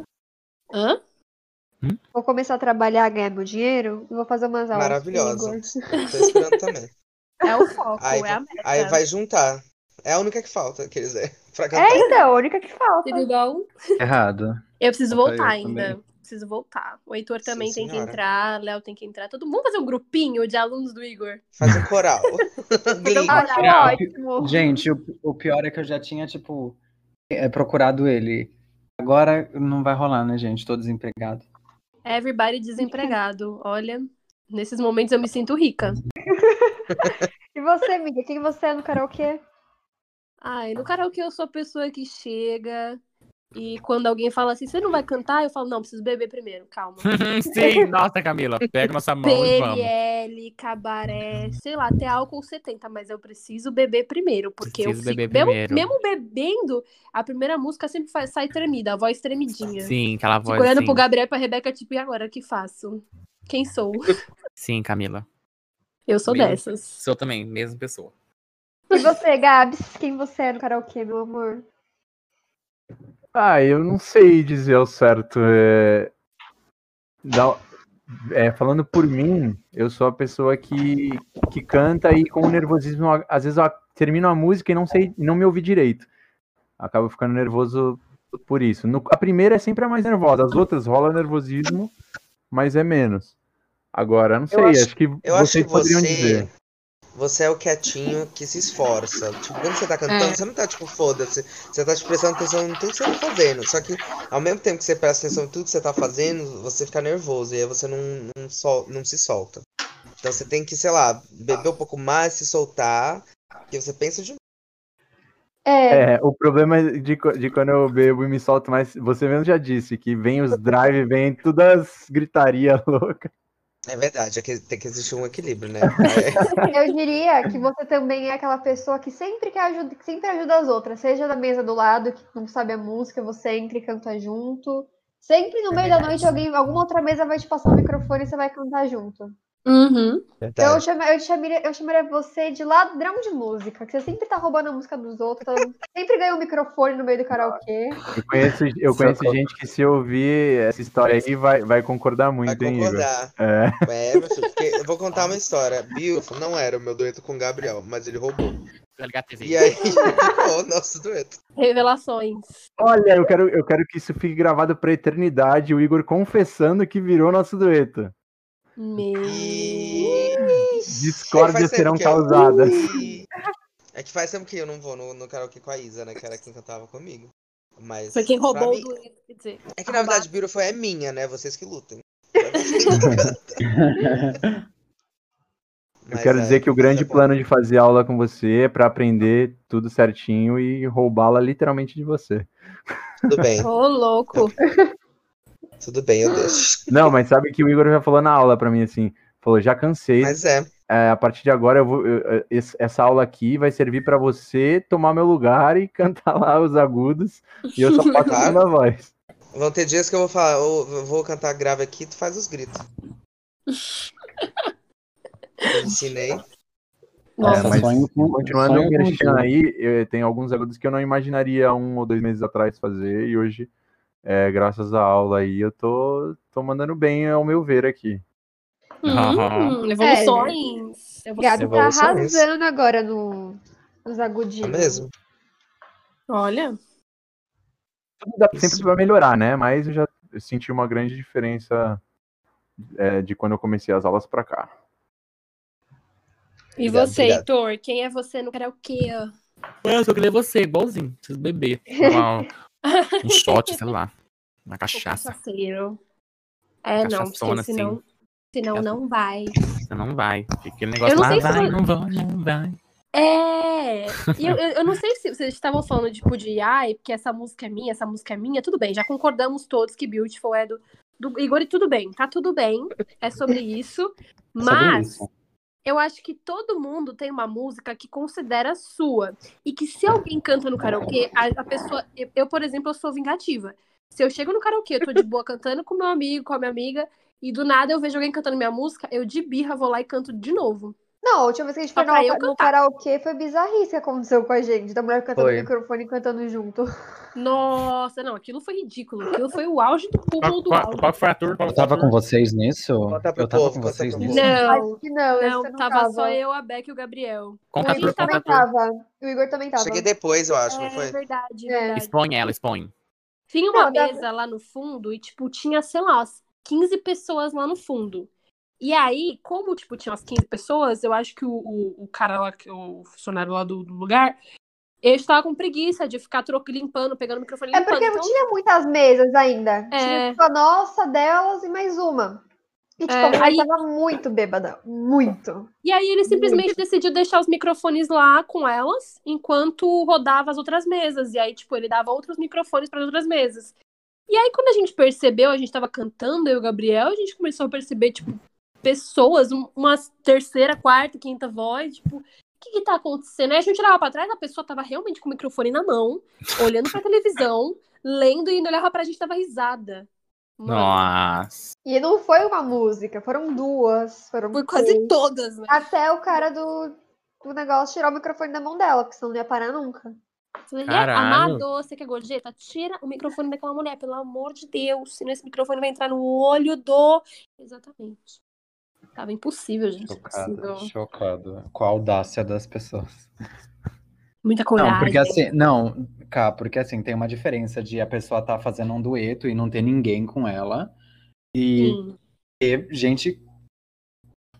S2: Hã?
S1: Vou começar a trabalhar, ganhar meu dinheiro e vou fazer umas aulas. com o
S6: Maravilhosa.
S1: Igor.
S6: Tô esperando também.
S2: É o foco,
S6: Aí
S2: é a meta.
S6: Aí vai juntar. É a única que falta, quer dizer, pra cantar.
S1: É, então, a única que falta.
S2: Entendeu?
S10: Errado.
S2: Eu preciso
S10: Falta eu
S2: voltar ainda. preciso voltar. O Heitor também
S6: Sim,
S2: tem que
S6: senhora.
S2: entrar, Léo tem que entrar. Todo mundo fazer um grupinho de alunos do Igor.
S6: Faz um coral. Glee.
S1: Ah,
S10: Tchau.
S1: tá ótimo.
S4: Gente, o, o pior é que eu já tinha, tipo, é, procurado ele. Agora não vai rolar, né, gente? Tô desempregado.
S2: Everybody desempregado. Olha, nesses momentos eu me sinto rica.
S1: E você, amiga, quem você é no karaokê?
S2: Ai,
S7: Ah.
S2: no karaokê eu sou a pessoa que chega e quando alguém fala assim, você não vai cantar? Eu falo, não, preciso beber primeiro, calma.
S7: Hum, Sim, nossa, Camila, pega nossa mão e vamos.
S2: PL, cabaré, sei lá, até álcool 70, mas eu preciso beber primeiro, porque
S7: Preciso
S2: eu fico,
S7: beber
S2: mesmo,
S7: primeiro.
S2: mesmo bebendo, a primeira música sempre faz- sai tremida, a voz tremidinha.
S7: Sim, aquela
S2: Fico
S7: voz.
S2: olhando
S7: Sim.
S2: É. pro Gabriel e pra Rebeca, tipo, e agora, o que faço? Quem sou?
S7: sim, Camila.
S2: Eu sou
S7: Meu.
S2: dessas.
S9: Sou também, mesma pessoa.
S1: E você, Gabs, quem você é no karaokê, meu amor?
S5: Ah, eu não sei dizer ao certo. É... da- é, falando por mim, eu sou a pessoa que, que canta e com o nervosismo, a- às vezes eu a- termino a música e não sei, não me ouvi direito. Acabo ficando nervoso por isso. No- a primeira é sempre a mais nervosa, as outras rola nervosismo, mas é menos. Agora, não sei,
S6: acho-
S5: acho, que
S6: Eu
S5: vocês
S6: acho que
S5: poderiam dizer.
S6: você. Você é o quietinho que se esforça. Tipo, quando você tá cantando,
S2: É.
S6: você não tá tipo, foda-se. Você tá tipo, prestando atenção em tudo que você tá fazendo. Só que ao mesmo tempo que você presta atenção em tudo que você tá fazendo, você fica nervoso. E aí você não, não, sol, não se solta. Então você tem que, sei lá, beber um pouco mais, se soltar. Porque você pensa de
S1: É,
S5: É, o problema de, co- de quando eu bebo e me solto mais, você mesmo já disse que vem os drive, vem todas as gritaria louca.
S6: É verdade, é que tem que existir um equilíbrio, né?
S1: eu diria que você também é aquela pessoa que sempre que ajuda, que sempre ajuda as outras, seja na mesa do lado, que não sabe a música, você entra e canta junto. Sempre no meio da noite, alguém, alguma outra mesa vai te passar o microfone e você vai cantar junto.
S2: Uhum.
S1: Então eu,
S6: Verdade.
S1: chama- eu te chamaria, eu chamaria você de ladrão de música, que você sempre tá roubando a música dos outros, tá- sempre ganha o microfone no meio do karaokê.
S5: Eu conheço, eu conheço gente que se ouvir essa história aí vai, vai concordar
S6: Vai
S5: muito, hein, Igor?
S6: concordar.
S5: É,
S6: É, meu filho, porque eu vou contar uma história. Beautiful não era o meu dueto com o Gabriel, mas ele roubou. E é- aí, roubou o nosso dueto.
S2: Revelações.
S5: olha, eu quero, eu quero que isso fique gravado pra eternidade, o Igor confessando que virou nosso dueto.
S2: Meu.
S6: E...
S5: Discórdias
S6: Faz tempo
S5: serão
S6: é que eu-
S5: causadas.
S6: E- É que faz tempo que eu não vou no, no karaokê com a Isa, né? Que era quem cantava comigo. Mas.
S2: Foi quem
S6: pra
S2: roubou
S6: mim-
S2: o do quer dizer.
S6: É que na verdade Beautiful é minha, né? Vocês que lutem.
S5: Eu
S6: é,
S5: quero dizer que o grande plano de fazer aula com você é pra aprender tudo certinho e roubá-la literalmente de você.
S6: Tudo bem,
S2: Ô, louco.
S6: tudo bem, eu deixo.
S5: Não, mas sabe que o Igor já falou na aula pra mim assim, falou, já cansei,
S6: Mas é.
S5: é, a partir de agora eu vou, eu- eu- esse- essa aula aqui vai servir pra você tomar meu lugar e cantar lá os agudos e eu só faço a
S6: Claro.
S5: segunda voz.
S6: Vão ter dias que eu vou falar, "Ô, eu vou cantar grave aqui, tu faz os gritos. Eu ensinei.
S2: Nossa,
S5: É, mas
S4: sonho com-
S5: continuando
S4: sonho
S5: o
S4: com
S5: merchan
S4: Deus.
S5: aí, eu- tem alguns agudos que eu não imaginaria um ou dois meses atrás fazer e hoje, é, graças à aula aí, eu tô, tô mandando bem ao meu ver aqui.
S7: Aham.
S2: Hum, evoluções.
S1: Gabi tá
S6: Evolução é isso.
S1: arrasando agora no, nos
S6: É
S1: agudinhos.
S6: mesmo?
S2: Olha,
S5: Tudo dá sempre
S6: Isso.
S5: pra melhorar, né? Mas eu já eu senti uma grande diferença é, de quando eu comecei as aulas pra cá.
S2: e
S6: Obrigado,
S2: você,
S6: obrigado.
S2: Heitor? Quem é você no karaokê?
S9: Eu só queria você, igualzinho. Preciso beber.
S2: é.
S9: Sei lá, um- um shot, sei lá. Uma
S2: O
S9: cachaça.
S2: cachaceiro. É, não,
S9: Cachaçona,
S2: porque senão,
S9: assim.
S2: senão não vai.
S9: Você não vai. Fica aquele
S2: Eu
S9: negócio
S2: não
S9: lá,
S2: sei se
S9: vai,
S2: eu-
S9: não vai, não vai.
S2: É! E eu, eu, eu não sei se vocês estavam falando, tipo, de ai, porque essa música é minha, essa música é minha. Tudo bem, já concordamos todos que Beautiful é do, do Igor e tudo bem, tá tudo bem. É sobre isso. Mas
S3: isso.
S2: eu acho que todo mundo tem uma música que considera sua. E que se alguém canta no karaokê, a, a pessoa. Eu, eu, por exemplo, eu sou vingativa. Se eu chego no karaokê, eu tô de boa cantando com meu amigo, com a minha amiga, e do nada eu vejo alguém cantando minha música, eu de birra vou lá e canto de novo.
S1: Não, a última vez que a gente
S2: Só
S1: foi no,
S2: pra eu
S1: no
S2: cantar.
S1: karaokê foi bizarrice que aconteceu com a gente, da mulher cantando no
S10: Foi.
S1: microfone e cantando junto.
S2: Nossa, não, aquilo foi ridículo. Aquilo foi o auge do cúmulo
S7: Qual,
S2: do
S7: qual,
S2: auge.
S7: qual foi a tour? Qual
S4: Eu tava com vocês nisso?
S6: Conta pro
S4: Eu tava
S6: povo,
S4: com
S6: conta
S4: vocês
S6: pro
S4: nisso?
S6: povo.
S2: Não,
S1: Acho que não, esse você
S2: não,
S1: não
S2: tava só eu, a Beck e o Gabriel.
S1: O
S7: Conta a
S2: Ele
S1: Igor
S7: tour,
S2: tava-
S7: conta a
S1: também
S7: tour.
S1: tava. O Igor também tava.
S6: Cheguei depois, eu acho, não
S2: Tá É
S6: foi?
S2: verdade,
S1: É.
S2: verdade.
S9: Expõe ela, expõe.
S2: Tinha uma
S1: Não, dá-
S2: mesa lá no fundo e, tipo, tinha, sei lá, umas 15 pessoas lá no fundo. E aí, como, tipo, tinha umas 15 pessoas, eu acho que o, o, o cara lá, que- o funcionário lá do, do lugar, ele estava com preguiça de ficar troca, limpando, pegando o microfone e
S1: É
S2: limpando.
S1: porque não
S2: Então,
S1: tinha muitas mesas ainda.
S2: É.
S1: Tinha tipo, a nossa, delas e mais uma. E tipo,
S2: É,
S1: a mulher
S2: aí-
S1: tava muito bêbada. Muito.
S2: E aí ele simplesmente decidiu deixar os microfones lá com elas, enquanto rodava as outras mesas. E aí, tipo, ele dava outros microfones para outras mesas. E aí, quando a gente percebeu, a gente tava cantando, eu e o Gabriel, a gente começou a perceber, tipo, pessoas, um- uma terceira, quarta, quinta voz, tipo, o que que tá acontecendo? Aí a gente olhava pra trás, a pessoa tava realmente com o microfone na mão, olhando pra televisão, lendo e ainda olhava pra gente, tava risada. Mano,
S3: Nossa.
S1: E não foi uma música, foram duas. Foram
S2: Foi quase
S1: três.
S2: todas, né?
S1: Até o cara do, do negócio tirar o microfone da mão dela, porque senão não ia parar nunca.
S2: Falei, "É,
S3: Caralho.
S2: amado, você que é gorjeta, tira o microfone daquela mulher, pelo amor de Deus. Senão esse microfone vai entrar no olho do. Exatamente. Tava impossível, gente.
S10: Chocado,
S2: impossível.
S10: chocado. Com a audácia das pessoas.
S2: Muita coragem.
S10: Não,
S4: Porque assim, não, cá, porque assim, tem uma diferença de a pessoa tá fazendo um dueto e não ter ninguém com ela e
S2: Sim.
S4: ter gente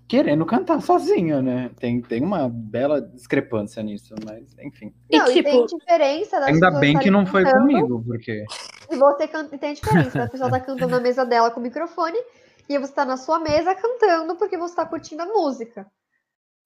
S4: querendo cantar sozinha, né? Tem, tem uma bela discrepância nisso, mas enfim.
S2: E
S1: não, e tem
S2: tipo,
S1: diferença das
S4: Ainda
S1: pessoas
S4: bem que
S1: estarem
S4: não foi
S1: cantando,
S4: comigo, porque
S1: E você canta, e tem diferença. A pessoa tá cantando na mesa dela com o microfone e você tá na sua mesa cantando porque você tá curtindo a música.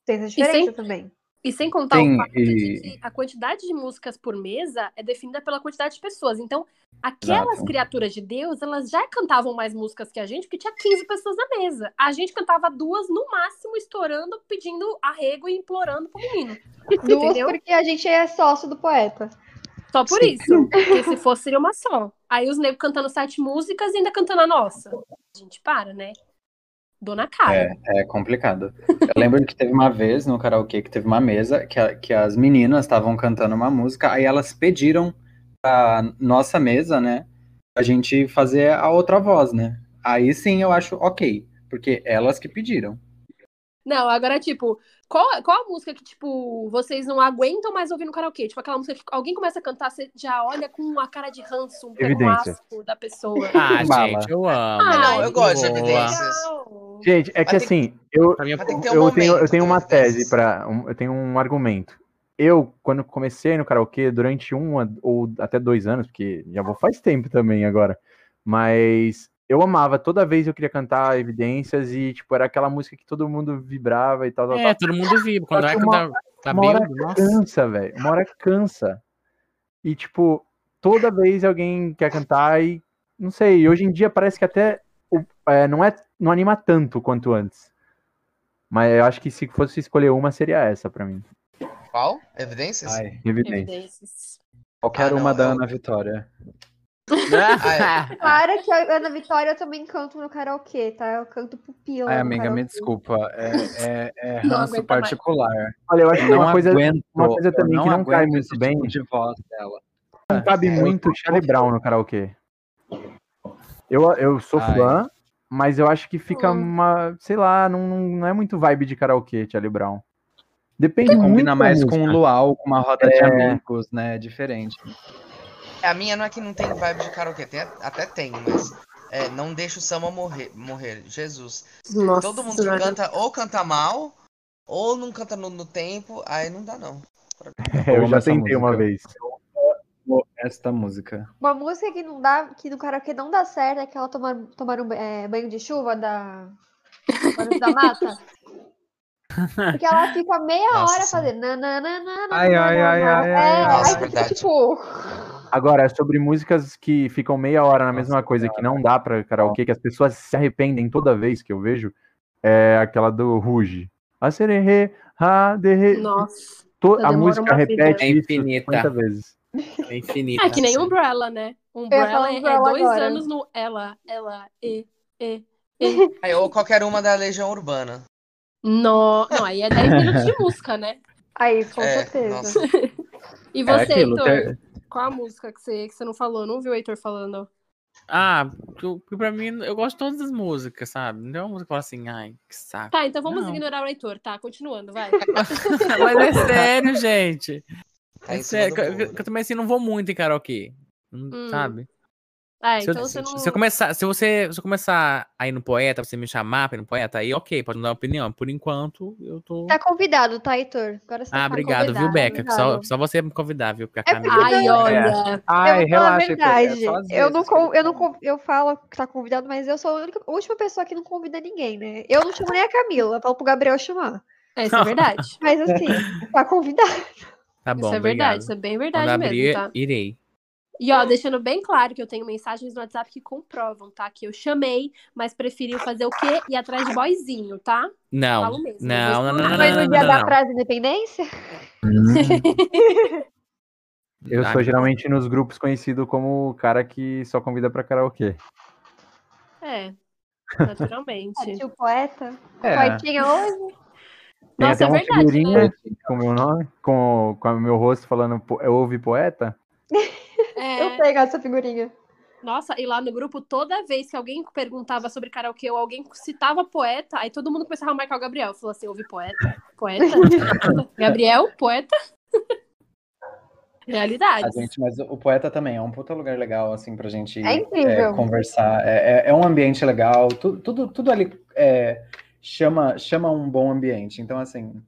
S1: Tem essa
S2: sem-
S1: diferença também.
S2: e sem contar
S4: Sim,
S2: o fato de
S4: e-
S2: que a quantidade de músicas por mesa é definida pela quantidade de pessoas. Então, aquelas
S4: Exato.
S2: criaturas de Deus, elas já cantavam mais músicas que a gente, porque tinha 15 pessoas na mesa. A gente cantava duas, no máximo, estourando, pedindo arrego e implorando pro menino.
S1: Duas
S2: Entendeu?
S1: porque a gente é sócio do poeta.
S2: Só por
S4: Sim.
S2: isso. Porque se fosse, seria uma só. Aí os negros cantando sete músicas e ainda cantando a nossa. Gente, para, né? Dona cara.
S4: é complicado. Eu lembro que teve uma vez no karaokê que teve uma mesa que, a- que as meninas estavam cantando uma música, aí elas pediram pra nossa mesa, né, a gente fazer a outra voz, né? Aí sim eu acho ok, porque elas que pediram.
S2: Não, agora, tipo, qual, qual a música que, tipo, vocês não aguentam mais ouvir no karaokê? Tipo, aquela música que alguém começa a cantar, você já olha com uma cara de ranço, um
S5: Evidências.
S2: asco da pessoa.
S3: Ah,
S4: Bala.
S3: gente, eu amo.
S2: Ah, não, eu
S6: gosto de
S3: Boa.
S6: evidência.
S2: Legal.
S5: Gente, é que
S6: Mas tem-
S5: assim, eu,
S3: Pra mim,
S6: Mas tem que ter um
S5: eu,
S6: momento.
S5: tenho, eu tenho uma
S6: né?
S5: tese para, eu tenho um argumento. Eu, quando comecei no karaokê, durante um a- ou até dois anos, porque já vou faz tempo também agora, mas eu amava, toda vez eu queria cantar evidências e, tipo, era aquela música que todo mundo vibrava e tal, tal,
S3: É,
S5: tal.
S3: todo mundo vive. Quando
S5: Só
S3: é
S5: que
S3: que
S5: uma-
S3: tá, tá
S5: Uma hora
S9: né?
S3: bêbado, nossa.
S5: cansa, velho, uma hora cansa. E, tipo, toda vez alguém quer cantar e, não sei, hoje em dia parece que até o- é, não, é, não anima tanto quanto antes. Mas eu acho que se fosse escolher uma, seria essa pra mim.
S6: Qual? Evidências?
S4: Ai,
S5: Evidente.
S2: Evidências.
S4: qualquer
S6: Ah, não,
S4: uma da
S6: eu-
S4: Ana Vitória.
S6: Ah,
S1: Para que a Ana Vitória eu também canto no karaokê, tá? Eu canto pupila.
S4: Ai,
S1: no
S4: amiga, me
S1: karaokê.
S4: desculpa. É, é, é
S2: Não
S4: ranço
S2: aguenta mais.
S4: particular.
S5: Olha, eu acho que é
S4: Não
S5: uma coisa
S4: aguento.
S5: uma coisa
S4: eu
S5: também que não cai
S4: aguento
S5: muito
S4: esse
S5: bem.
S4: Tipo de voz dela.
S5: que não cabe
S6: É,
S5: muito Charlie Brown no karaokê. Eu, eu sou
S4: Ai.
S5: fã, mas eu acho que fica
S2: Hum.
S5: uma. Sei lá, não, não não é muito vibe de karaokê, Charlie Brown. Depende muito.
S4: Combina
S5: da
S4: mais com o
S5: É música.
S4: luau, com uma roda de
S5: É.
S4: amigos, né? É diferente.
S6: A minha não é que não tem vibe de karaokê. Tem, até tem, mas. É, não deixa o samba morrer. morrer. Jesus.
S2: Nossa,
S6: Todo mundo que
S2: Senhora.
S6: canta ou canta mal, ou não canta no, no tempo, aí não dá não.
S5: É, eu
S4: Amo
S5: já
S4: essa
S5: tentei uma
S4: música.
S5: vez.
S4: Pô, Esta música.
S1: Uma música que não dá, que no karaokê não dá certo é aquela tomar, tomar um eh, banho de chuva da Barulho da Mata. Porque ela fica meia
S6: Nossa
S1: hora
S6: Senhora.
S1: fazendo. nananana,
S4: Ai, ai, ai, ai,
S1: É,
S4: ai, ai.
S1: aí
S6: Nossa,
S1: fica,
S6: verdade.
S1: tipo.
S5: Agora, sobre músicas que ficam meia hora na
S4: Nossa,
S5: mesma coisa, que não dá pra karaokê, que as pessoas se arrependem toda vez que eu vejo, é aquela do Ruge. A sererê, a derê.
S2: Nossa.
S5: To-
S2: eu
S5: a
S2: demoro
S5: música
S2: uma vida.
S5: repete
S3: É
S5: isso
S3: infinita.
S5: 50 vezes.
S3: É infinita.
S2: É que nem Umbrella, né? Umbrella,
S1: falar
S2: é- é
S1: Umbrella
S2: dois
S1: agora.
S2: anos no ela, ela, e, e.
S6: Aí, ou qualquer uma da Legião Urbana.
S2: No... Não, aí é 10 minutos de música, né?
S1: Aí, com
S6: É,
S1: certeza.
S6: nossa.
S2: E
S4: É
S2: você,
S4: aquilo.
S2: Heitor?
S4: ter-
S2: Qual a música que você, que você não falou? Não viu o Heitor falando?
S3: Ah, porque eu- porque pra mim, eu gosto de todas as músicas, sabe? Não tem uma música que fala assim, ai, que saco.
S2: Tá, então vamos
S3: Não.
S2: ignorar o Heitor, tá? Continuando, vai.
S3: Mas é sério, gente.
S6: Tá
S3: É
S6: em cima
S3: sério.
S6: do
S3: que- que-
S6: muro.
S3: que Eu também assim, não vou muito em karaokê. não-
S2: Hum.
S3: Sabe?
S2: Ah,
S3: Se, eu-
S2: então
S3: se,
S2: você não.
S3: se eu começar, se você se eu começar a ir no poeta, você me chamar pra ir no poeta, aí ok, pode me dar uma opinião. Por enquanto, eu tô.
S1: Tá convidado, tá, Heitor? Agora você
S3: ah,
S1: tá
S3: obrigado, viu,
S1: convidado.
S3: Beca? Só,
S2: obrigado.
S3: só você me convidar, viu? Porque a
S1: É
S3: Camila.
S1: porque-
S2: Ai, olha.
S1: eu
S4: Ai,
S1: vou falar a
S4: relaxa, Heitor, é
S1: verdade.
S4: só às
S1: eu não,
S4: vezes
S1: con-
S4: que
S1: eu não con- eu falo que tá convidado, mas eu sou a, única- a última pessoa que não convida ninguém, né? Eu não chamo nem a Camila, eu falo pro Gabriel chamar.
S2: É, Isso é verdade.
S1: Mas assim, tá convidado.
S3: Tá bom,
S2: isso é
S3: obrigado.
S2: verdade. Isso é bem
S3: Quando
S2: verdade
S3: abrir,
S2: mesmo, tá?
S3: irei.
S2: E ó, deixando bem claro que eu tenho mensagens no WhatsApp que comprovam, tá? Que eu chamei, mas preferiu fazer o quê? Ir atrás de boizinho, tá?
S3: Não,
S2: Falo mesmo,
S3: não, não,
S2: eu vou
S3: não, não,
S2: explorar.
S1: Foi
S3: não,
S1: no
S3: não,
S1: dia da
S3: não.
S1: frase independência?
S5: Eu
S3: Ah,
S5: sou geralmente nos grupos conhecido como o cara que só convida pra karaokê.
S2: É.
S1: Ah,
S2: Naturalmente.
S1: Tio poeta?
S5: É.
S1: Poetinha hoje?
S5: Tem
S2: Nossa,
S5: até
S2: é
S5: uma
S2: verdade,
S5: figurinha
S2: né?
S5: com o meu nome, com, com o meu rosto falando, "Po- eu ouvi poeta?
S2: É.
S1: Eu pego essa figurinha.
S2: Nossa, e lá no grupo, toda vez que alguém perguntava sobre karaokê ou alguém citava poeta, aí todo mundo começava a marcar o Gabriel. Falou assim: ouve poeta? Poeta? Gabriel, poeta? Realidade.
S4: A gente, mas o poeta também é um puta lugar legal, assim, pra gente
S1: É incrível.
S4: é, conversar. É, é- é um ambiente legal, tu- tudo, tudo ali é, chama, chama um bom ambiente. Então, assim,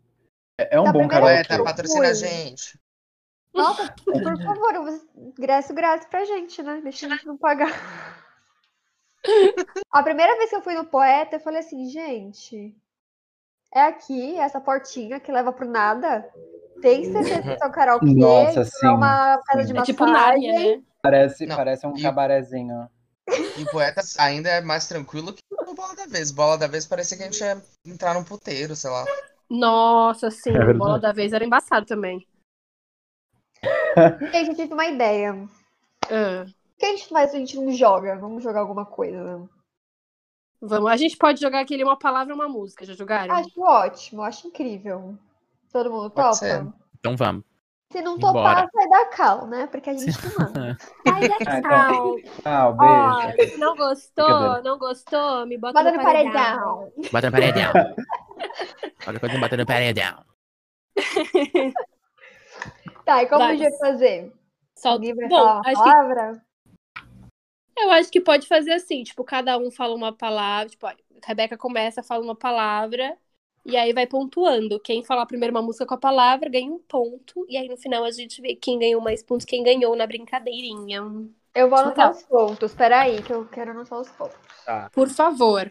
S4: é, é um
S1: Tá
S4: bom
S1: primeiro
S4: karaokê.
S1: que
S6: Poeta,
S1: eu
S6: patrocina a
S1: fui.
S6: gente.
S1: Nossa, por favor, um ingresso grátis pra gente, né? Deixa a gente não pagar. A primeira vez que eu fui no poeta, eu falei assim, gente, é aqui, essa portinha que leva pro nada. Tem certeza que isso é um karaokê,
S4: Nossa,
S1: isso é uma casa de
S2: É
S1: massagem.
S2: tipo Nárnia, né?
S4: Parece,
S6: Não,
S4: parece um
S6: e-
S4: cabarezinho.
S6: E poeta ainda é mais tranquilo que o Bola da Vez. Bola da Vez parecia que a gente ia entrar num puteiro, sei lá.
S2: Nossa, sim,
S5: É verdade.
S2: bola da vez era embaçado também.
S1: Gente, eu tive uma ideia. Por
S2: Ah,
S1: que a gente faz se a gente não joga? Vamos jogar alguma coisa.
S2: vamos, a gente pode jogar aquele uma palavra e uma música. Já jogaram?
S1: Acho ótimo, acho incrível. Todo mundo
S6: Pode
S1: topa?
S6: ser.
S3: Então vamos.
S1: Se não
S3: Bora.
S1: topar, sai da cal, né? Porque a gente que manda.
S2: Ai,
S4: Ah,
S2: legal.
S4: Ah, o beijo.
S2: Ó, se não gostou,
S4: Brincadeira.
S2: não gostou, me bota
S1: Bota
S2: no
S1: no
S2: paredão.
S1: paredão.
S3: Bota no paredão. Qualquer coisa, bota no paredão.
S1: Tá, e como
S2: Vai.
S1: a gente vai fazer?
S2: Solta-
S1: Alguém vai
S2: Bom,
S1: falar
S2: acho
S1: a
S2: que
S1: palavra?
S2: Eu acho que pode fazer assim, tipo, cada um fala uma palavra, tipo, a Rebeca começa, fala uma palavra, e aí vai pontuando. Quem falar primeiro uma música com a palavra ganha um ponto, e aí no final a gente vê quem ganhou mais pontos, quem ganhou na brincadeirinha.
S1: Eu vou
S2: Acho
S1: anotar os
S2: legal.
S1: pontos. Peraí, que eu quero anotar os pontos.
S2: Por favor.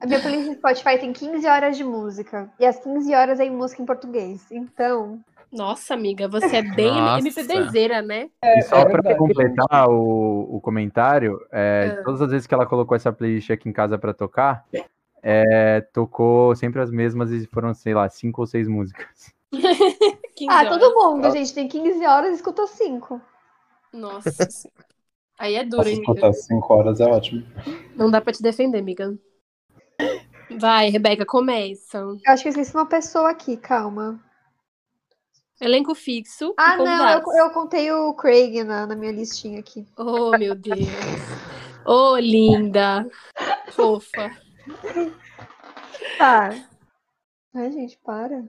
S1: A minha playlist do Spotify tem 15 horas de música. E as 15 horas é em música em português. Então,
S2: Nossa, amiga, você é bem
S3: Nossa.
S2: MPBzeira, né?
S5: e só pra
S4: verdade.
S5: completar o, o comentário, é, todas as vezes que ela colocou essa playlist aqui em casa pra tocar, é, tocou sempre as mesmas e foram, sei lá, cinco ou seis músicas.
S2: 15
S1: ah,
S2: horas.
S1: todo mundo, gente, tem 15 horas e escuta 5.
S2: Nossa. senhora. Aí é duro,
S4: Nossa,
S2: hein,
S4: escutar
S2: amiga?
S4: cinco horas é ótimo.
S2: Não dá pra te defender, amiga. Vai, Rebeca, começa.
S1: Eu acho que eu esqueci uma pessoa aqui, calma.
S2: Elenco fixo. e
S1: Ah, não,
S2: convidados.
S1: eu, eu contei o Craig na, na minha listinha aqui.
S2: Oh, meu Deus. Oh, linda. Fofa.
S1: Tá. Ai, gente, para.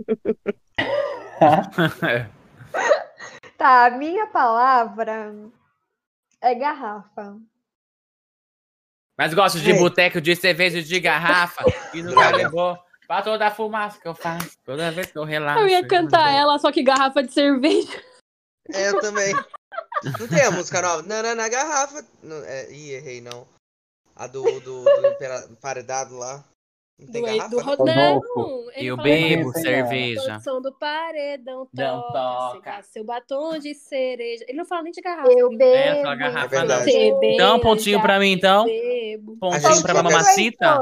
S1: Tá, a minha palavra é garrafa.
S3: Mas gosto de
S1: Ei.
S3: boteco, de cerveja, de garrafa. E nunca levou pra toda a fumaça que eu faço. Toda vez que eu relaxo.
S2: Eu ia cantar ela, só que garrafa de cerveja.
S6: É, Eu também. Não tem a música nova? Nanã na garrafa. Não, é, ih, errei, não. A do, do, do impera- emparedado lá. Não tem
S2: Do,
S6: garrafa? né?
S2: do
S6: não?
S2: Rodão. Ele
S3: Eu
S2: falou,
S3: bebo
S4: Sim,
S3: cerveja.
S2: O som do paredão
S3: Não
S2: toca,
S3: toca.
S2: seca seu batom de cereja. Ele não fala nem de garrafa.
S1: Eu
S2: ele
S1: bebo.
S3: fala É, garrafa,
S6: não.
S2: Cerveja,
S3: Então, pontinho pra mim, então.
S2: Bebo.
S3: Pontinho
S1: um
S3: pra mamacita.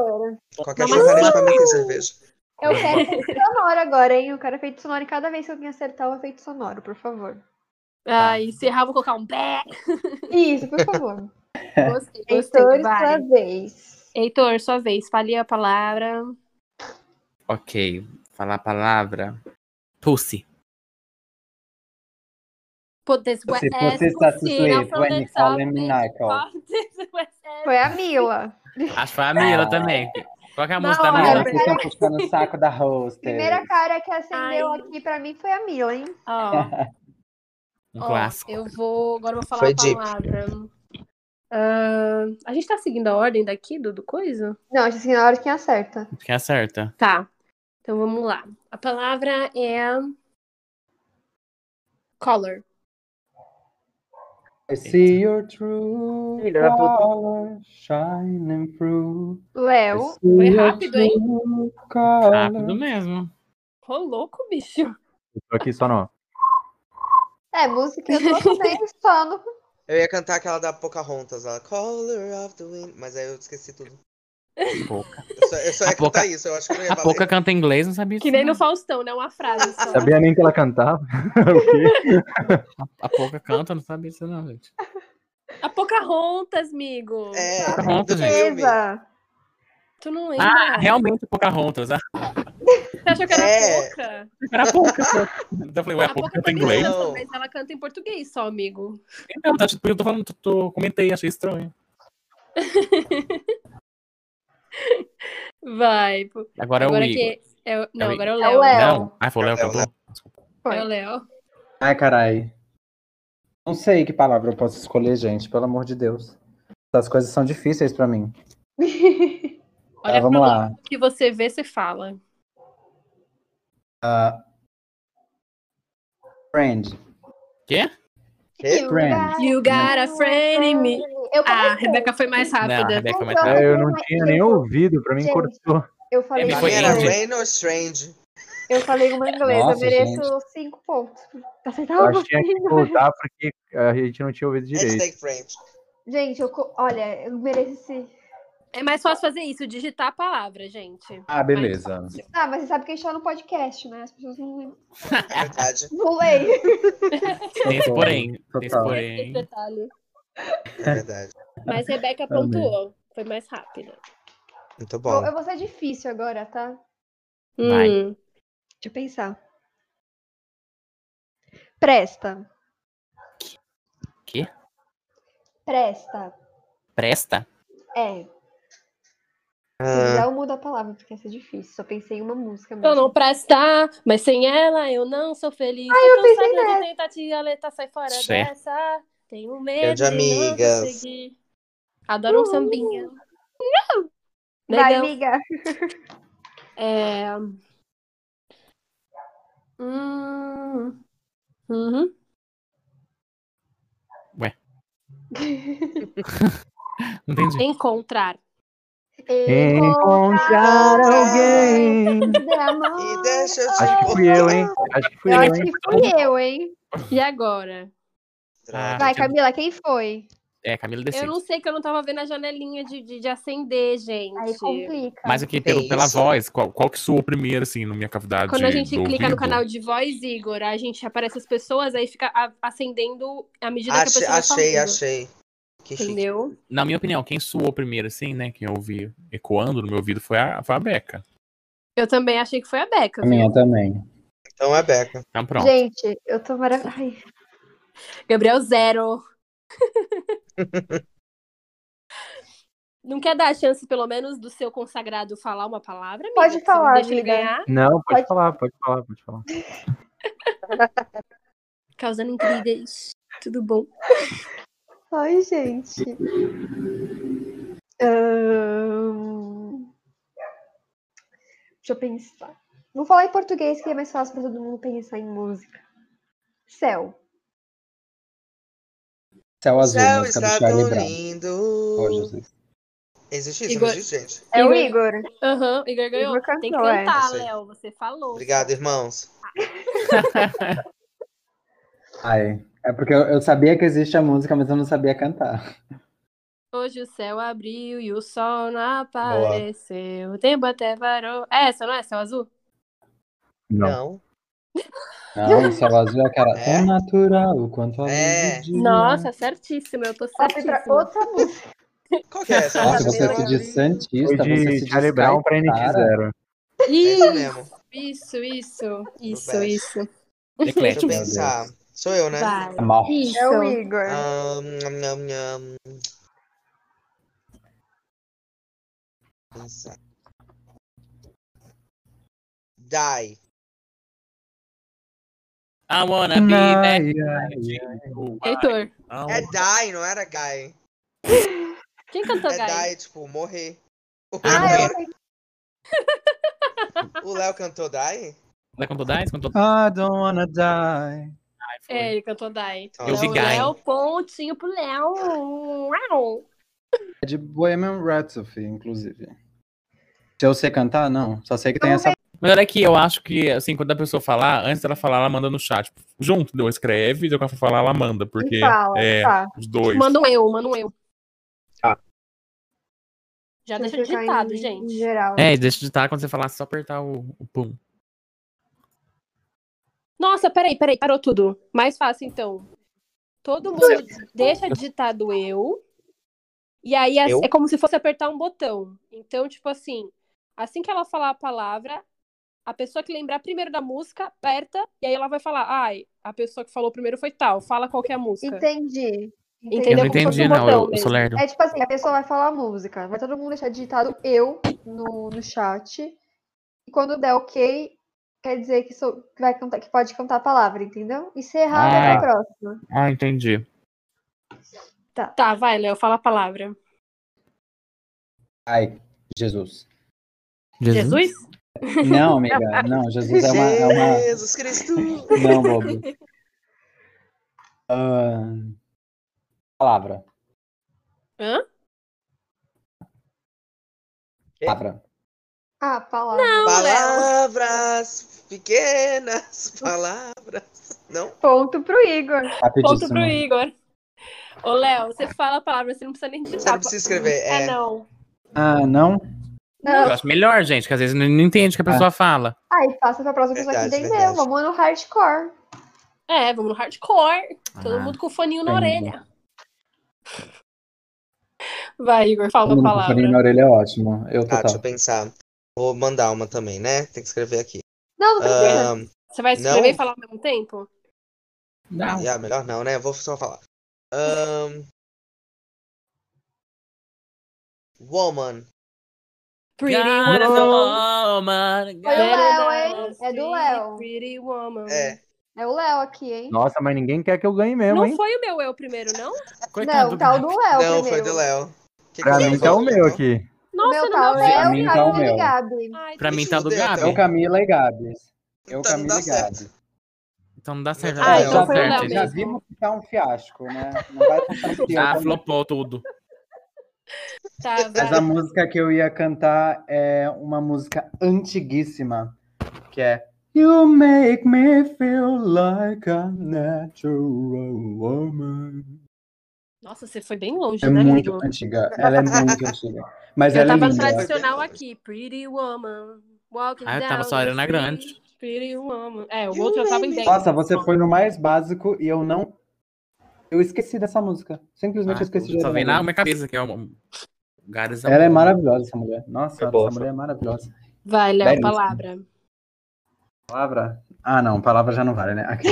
S6: Qualquer
S2: Mamacita.
S6: chocarete pra mim tem cerveja.
S1: Eu quero efeito sonoro agora, hein? Eu quero efeito sonoro. E cada vez que alguém acertar o efeito sonoro, por favor.
S2: Ai, se errar, vou colocar um bé.
S1: Isso, por favor.
S2: Gostei, gostei.
S1: Heitor,
S2: Vai.
S1: sua vez.
S2: Heitor, sua vez. Fale a palavra.
S3: Ok. Falar a palavra. Pussy.
S2: Put this
S4: Pussy,
S2: wet ass
S4: pussy starts to
S2: pussy
S4: sleep
S2: down from
S4: when
S2: the
S4: you call
S2: top,
S4: him
S2: bitch.
S4: Michael.
S2: Put this wet ass-
S1: Foi a Mila.
S3: Acho que foi a
S6: Ah.
S3: Mila também. Qual que é a
S2: Não,
S3: música da
S1: olha,
S3: Mila?
S4: Agora vocês estão puxando o saco da host.
S1: Primeira cara que acendeu
S2: Ai.
S1: aqui pra mim foi a Mila, hein?
S2: Ó,
S3: Um
S2: Ó,
S3: clássico.
S2: eu vou. Agora eu vou falar
S6: Foi
S2: a
S6: deep.
S2: palavra. Ah, a gente tá seguindo a ordem daqui do, do coisa?
S1: Não, acho assim, na hora quem acerta.
S3: Quem acerta?
S2: Tá. Então vamos lá. A palavra é. Color.
S4: I see your true
S10: Ele era pro-
S4: color shining through. I
S1: Léo,
S4: see
S2: Foi
S3: Uhum.
S4: your
S2: rápido, hein?
S4: true color.
S3: Rápido
S6: Tá
S3: mesmo.
S2: Ô, louco, bicho.
S5: Eu tô aqui só não.
S1: é música, eu tô também falando.
S6: Eu ia cantar aquela da Pocahontas lá, Color of the Wind, mas aí eu esqueci tudo.
S3: Pouca.
S6: Eu só, eu só ia
S3: A Poca-
S6: cantar isso, eu acho que eu não ia
S3: A
S6: valer.
S3: pouca canta inglês, não sabia
S2: Que
S3: disso,
S2: nem no
S3: não.
S2: Faustão, né? Uma frase só.
S5: Sabia nem que ela cantava. o quê?
S3: A pouca canta, não sabia disso, não, gente.
S2: A Pocahontas, amigo.
S6: É,
S3: Pocahontas,
S6: do filme.
S1: Beleza.
S2: Tu não lembra?
S3: Ah, realmente Pocahontas. Ah,
S2: Você achou que era
S6: É.
S2: pouca?
S3: era pouca. Então eu falei, ué, a pouca
S2: pouca
S3: canta
S2: também
S3: inglês?
S2: canta, mas ela canta em português só, amigo.
S7: Então,
S3: Não, tá, tipo, eu tô falando, tô, tô- comentei, achei estranho.
S2: Vai. pô.
S3: Agora, é o
S2: agora
S3: Igor.
S2: que é o- Não,
S3: o
S2: agora é o
S1: É o
S2: Léo.
S1: Léo.
S3: Não, ah, foi o Léo que
S6: É o Léo.
S3: falou.
S2: É o Léo.
S4: Ai, carai. Não sei que palavra eu posso escolher, gente, pelo amor de Deus. Essas coisas são difíceis pra mim.
S2: Olha
S4: Tá, vamos
S2: pra
S4: lá.
S2: O que você vê, você fala.
S4: Ah. Friend.
S3: Quê?
S1: You got-
S2: You got a friend in me.
S1: Eu
S2: Ah, a
S1: comecei.
S2: Rebeca foi mais
S3: Não,
S2: rápida.
S3: Rebeca, mas
S1: Então,
S3: tá.
S5: É, eu não tinha nem ouvido, pra mim
S1: Gente.
S5: cortou.
S1: Eu falei,
S3: É,
S6: A
S3: foi
S6: minha era
S3: indie.
S6: Rain or Strange. É
S1: eu falei uma em inglês, eu
S4: Nossa,
S1: mereço cinco pontos. Tá
S5: Eu
S1: acertado?
S5: acho que tinha que voltar porque a gente não tinha ouvido direito.
S6: Hashtag French.
S1: Gente, eu, co- olha, eu mereço esse.
S2: É mais fácil fazer isso, digitar a palavra, gente.
S4: Ah, beleza.
S1: Ah, mas você sabe que a gente tá no podcast, né? As pessoas não lembram.
S6: É verdade.
S1: Não leem.
S3: Tem esse
S4: Total.
S3: porém. Tem esse
S4: Total.
S2: Esse
S3: porém.
S2: detalhe.
S6: É verdade.
S2: Mas Rebeca
S4: Amei.
S2: pontuou. Foi mais rápida.
S6: Muito bom.
S1: Eu, eu vou ser difícil agora, tá?
S3: Vai.
S2: Hum,
S1: Deixa eu pensar. Presta.
S3: Quê?
S1: Presta.
S3: Presta?
S1: É.
S6: Ah,
S1: Já eu mudo a palavra, porque essa é difícil. Só pensei em uma música mesmo.
S2: Eu não prestar, mas sem ela eu não sou feliz. Então, Ai,
S1: eu pensei
S2: de tentar te alertar, tá, sai fora
S3: Certo.
S2: dessa. Tenho medo
S6: Grande
S2: de não
S6: amigas.
S2: conseguir. Adoro um sambinha. Não!
S1: Uh! Vai,
S2: Negão.
S1: amiga.
S2: É... Hum. Uhum.
S3: Não entendi.
S2: Encontrar.
S5: Encontrar alguém.
S1: De amor.
S6: E deixa eu
S5: Acho que
S6: te
S5: fui eu, hein? Acho que fui
S1: Eu
S5: eu,
S1: acho
S5: hein?
S1: que fui eu, hein?
S2: E agora?
S5: Ah.
S6: Droga.
S1: Vai,
S3: Tira.
S1: Camila, quem foi?
S3: É, Camila
S2: Eu
S3: decide.
S2: não sei que eu não tava vendo a janelinha de, de, de acender, gente.
S1: Aí complica.
S3: Mas aqui, pelo,
S6: Tem
S3: pela
S6: isso.
S3: voz, qual, qual que soou primeiro, assim, na minha cavidade
S2: Quando a gente
S3: do
S2: clica no
S3: ouvido?
S2: canal de voz, Igor, a gente aparece as pessoas, aí fica a- acendendo à medida que
S6: Achei,
S2: a pessoa
S6: achei,
S2: tá falando.
S6: achei. Que chique.
S2: Entendeu?
S3: Na minha opinião, quem suou primeiro, assim, né? Quem eu ouvi ecoando no meu ouvido foi a, foi a Beca.
S2: Eu também achei que foi a Beca.
S4: A
S2: viu?
S4: minha também.
S6: Então é Beca.
S3: Então pronto.
S1: Gente, eu tô maravilhosa.
S2: Gabriel zero. Não quer dar a chance, pelo menos, do seu consagrado falar uma palavra? amiga?
S1: Pode
S2: Que você
S1: falar,
S2: não deixa ele
S1: amiga.
S2: ganhar,
S5: Não, pode,
S1: Pode-
S5: falar, pode falar, pode falar.
S2: causando incríveis. Tudo bom.
S1: Ai, gente. Ahn, Deixa eu pensar. Vou falar em português que é mais fácil pra todo mundo pensar em música. Céu.
S4: Céu
S6: O
S4: azul,
S6: céu
S4: música do
S6: está tão
S4: Charlie Brown.
S6: lindo.
S4: Oh, Jesus.
S6: Existe isso,
S2: Igor-
S6: não existe, gente?
S1: É o Igor.
S2: Igor. Aham, Igor ganhou.
S1: Igor cantou,
S2: Tem que
S1: é.
S2: cantar,
S6: Isso aí.
S2: Léo. Você falou.
S6: Obrigado, irmãos.
S4: Ai, é porque eu, eu sabia que existe a música, mas eu não sabia cantar.
S2: Hoje o céu abriu e o sol não apareceu. O tempo até parou. É essa, não é? Céu azul?
S5: Não.
S6: Não.
S4: Não, céu azul é aquela
S6: É?
S4: tão natural quanto a luz
S6: É.
S4: do dia.
S2: Nossa, certíssimo. Eu tô
S1: Passa
S2: certíssima.
S1: pra outra música.
S6: Qual que é essa?
S4: Nossa,
S6: Céu
S5: tá
S4: você se
S6: abriu.
S4: diz
S5: Foi
S4: Santista, você
S5: de
S4: se diz
S5: Charlie Brown pra NX0.
S6: É isso
S2: Isso,
S6: mesmo.
S2: isso, isso. Isso,
S6: best.
S2: isso.
S6: Deixa eu
S3: Eclético.
S4: Meu
S6: pensar. Sou eu, né?
S2: Vai.
S4: Mal.
S2: Isso.
S1: É o Igor.
S6: Ah, nham, nham, nham. Pensar. Die.
S9: I wanna be back.
S2: Heitor,
S6: É die, não era guy.
S2: quem cantou
S6: É
S2: Gaia?
S6: die, tipo, morrer. O
S1: Ah, eu
S6: Léo- o Léo cantou die?
S3: Não é quando dá? Isso Quando dá?
S4: I don't wanna die.
S3: foi.
S2: É, ele cantou Dai.
S6: Eu
S3: vi Gaia.
S2: Léo, pontinho pro Léo. Uau.
S4: É de Bohemian Rhapsody, inclusive. Se eu sei cantar, não. é. Só sei que tem essa.
S3: Mas olha aqui, eu acho é que, assim, quando a pessoa falar, antes dela falar, ela manda no chat. Tipo, junto, deu, escreve, deu pra falar, ela manda, porque
S1: fala,
S3: é,
S1: tá.
S3: os dois.
S2: Então, Manda um eu, manda um eu.
S10: Tá.
S2: Já deixa
S1: ficar em-
S2: digitado,
S1: Em
S2: gente.
S1: geral.
S3: É, deixa de estar quando você falar, só apertar o, o pum.
S2: Nossa, peraí, peraí, parou tudo. Mais fácil, então. Todo mundo deixa digitado eu. E aí as-
S6: Eu?
S2: é como se fosse apertar um botão. Então, tipo assim, assim que ela falar a palavra, a pessoa que lembrar primeiro da música, aperta, e aí ela vai falar, ai, a pessoa que falou primeiro foi tal, fala qual que é a música.
S1: Entendi.
S2: Entendeu?
S3: Eu não
S2: Como se fosse
S3: entendi,
S2: um
S3: não,
S2: botão
S3: eu, eu
S2: mesmo.
S3: sou lerdo.
S1: É tipo assim, a pessoa vai falar a música, vai todo mundo deixar digitado eu no, no chat. E quando der ok, quer dizer que, sou- que vai cantar, que pode cantar a palavra, entendeu? E se errar, vai pra próxima.
S3: Ah, entendi.
S2: Tá, vai, Léo, fala a palavra.
S4: Ai, Jesus.
S2: Jesus?
S4: Não, amiga. Não, Jesus é uma. É uma...
S6: Jesus Cristo!
S4: Não, bobo. Ahn, Palavra.
S2: Hã?
S4: Palavra.
S1: Ah, palavra.
S6: Palavras pequenas, palavras. Não?
S1: Ponto pro Igor.
S2: Ponto pro
S4: Rapidíssimo.
S2: Igor. Ô, Léo, você fala a palavra, você não precisa nem digitar.
S6: Você não precisa escrever.
S2: É,
S6: É.
S2: não.
S4: Ah, não?
S3: Eu
S1: Não.
S3: acho melhor, gente, que às vezes não não entende o que a pessoa fala.
S1: Aí passa pra próxima pessoa que
S6: Verdade,
S1: entendeu.
S6: verdade.
S1: Vamos no hardcore.
S2: É, vamos no hardcore. Todo
S3: Ah,
S2: mundo com o foninho na
S4: entendi.
S2: orelha. Vai, Igor, fala
S4: Todo
S2: uma
S4: mundo com
S2: palavra.
S4: farinha na orelha é ótimo. Eu
S6: Tá, deixa eu
S4: total.
S6: pensar. Vou mandar uma também, né? Tem que escrever aqui.
S1: Não, não precisa.
S6: Ahn,
S2: Você vai escrever
S6: Não.
S2: e falar ao mesmo tempo?
S1: Ah,
S3: não.
S6: yeah, melhor não, né? Vou só falar. Ahn, woman.
S2: Pretty
S6: Ah,
S9: God is a
S2: woman.
S9: woman.
S1: Foi o
S9: God-
S1: Léo, hein? É do Léo.
S2: Pretty woman.
S6: É.
S1: É o Léo aqui, hein?
S5: Nossa, mas ninguém quer que eu ganhe mesmo,
S2: Não
S5: hein?
S2: foi o meu eu primeiro, não?
S1: Não, tá o do Léo
S6: Não, foi
S1: primeiro.
S6: do Léo. Que
S5: Pra
S6: que
S5: mim
S6: você
S5: tá o
S6: falou,
S5: meu
S6: então?
S5: aqui.
S1: O
S2: Nossa,
S1: meu
S2: no
S1: tá o
S2: meu
S1: Léo,
S4: mim tá o
S1: Camila
S4: meu.
S1: e Gabi.
S2: Ai,
S3: Pra mim tá o do
S6: Isso, é
S3: Gabi. Tá
S4: Eu, Camila e Gabs. Eu,
S6: Então não
S4: Camila
S6: dá
S4: e Gabs. É,
S6: certo.
S3: Então não dá certo.
S2: Ah,
S3: não
S2: então
S3: dá
S2: foi o Léo
S3: certo.
S2: mesmo.
S4: já
S3: gente.
S4: vimos que tá um fiasco, né? Não vai contar que eu
S3: Já
S4: também.
S3: flopou tudo.
S2: tá, vai.
S4: Mas a música que eu ia cantar é uma música antiguíssima, que é You make me feel like a natural woman.
S2: Nossa, você foi bem longe,
S4: É
S2: né,
S4: muito
S2: amigo?
S4: antiga, ela é muito antiga. Mas
S2: Eu
S4: ela é
S2: tava
S4: linda.
S2: tradicional aqui. Pretty woman. Walking
S3: Ah, eu tava
S2: down
S3: só
S2: the
S3: Ariana
S2: street,
S3: Grande.
S2: Pretty woman. É, o
S6: You
S2: outro eu tava
S6: made
S2: em
S6: me-
S2: 10.
S4: Nossa, você foi no mais básico e eu não. Eu esqueci dessa música. Simplesmente eu
S3: Ah,
S4: esqueci
S3: só
S4: dela.
S3: vem na minha cabeça que é um. God is a
S4: Ela é
S3: woman.
S4: maravilhosa, essa mulher. Nossa,
S6: É boa,
S4: essa mulher é maravilhosa.
S2: Vai, Léo,
S4: Belíssimo.
S2: palavra.
S4: Palavra? Ah, não, palavra já não vale, né? Aqui.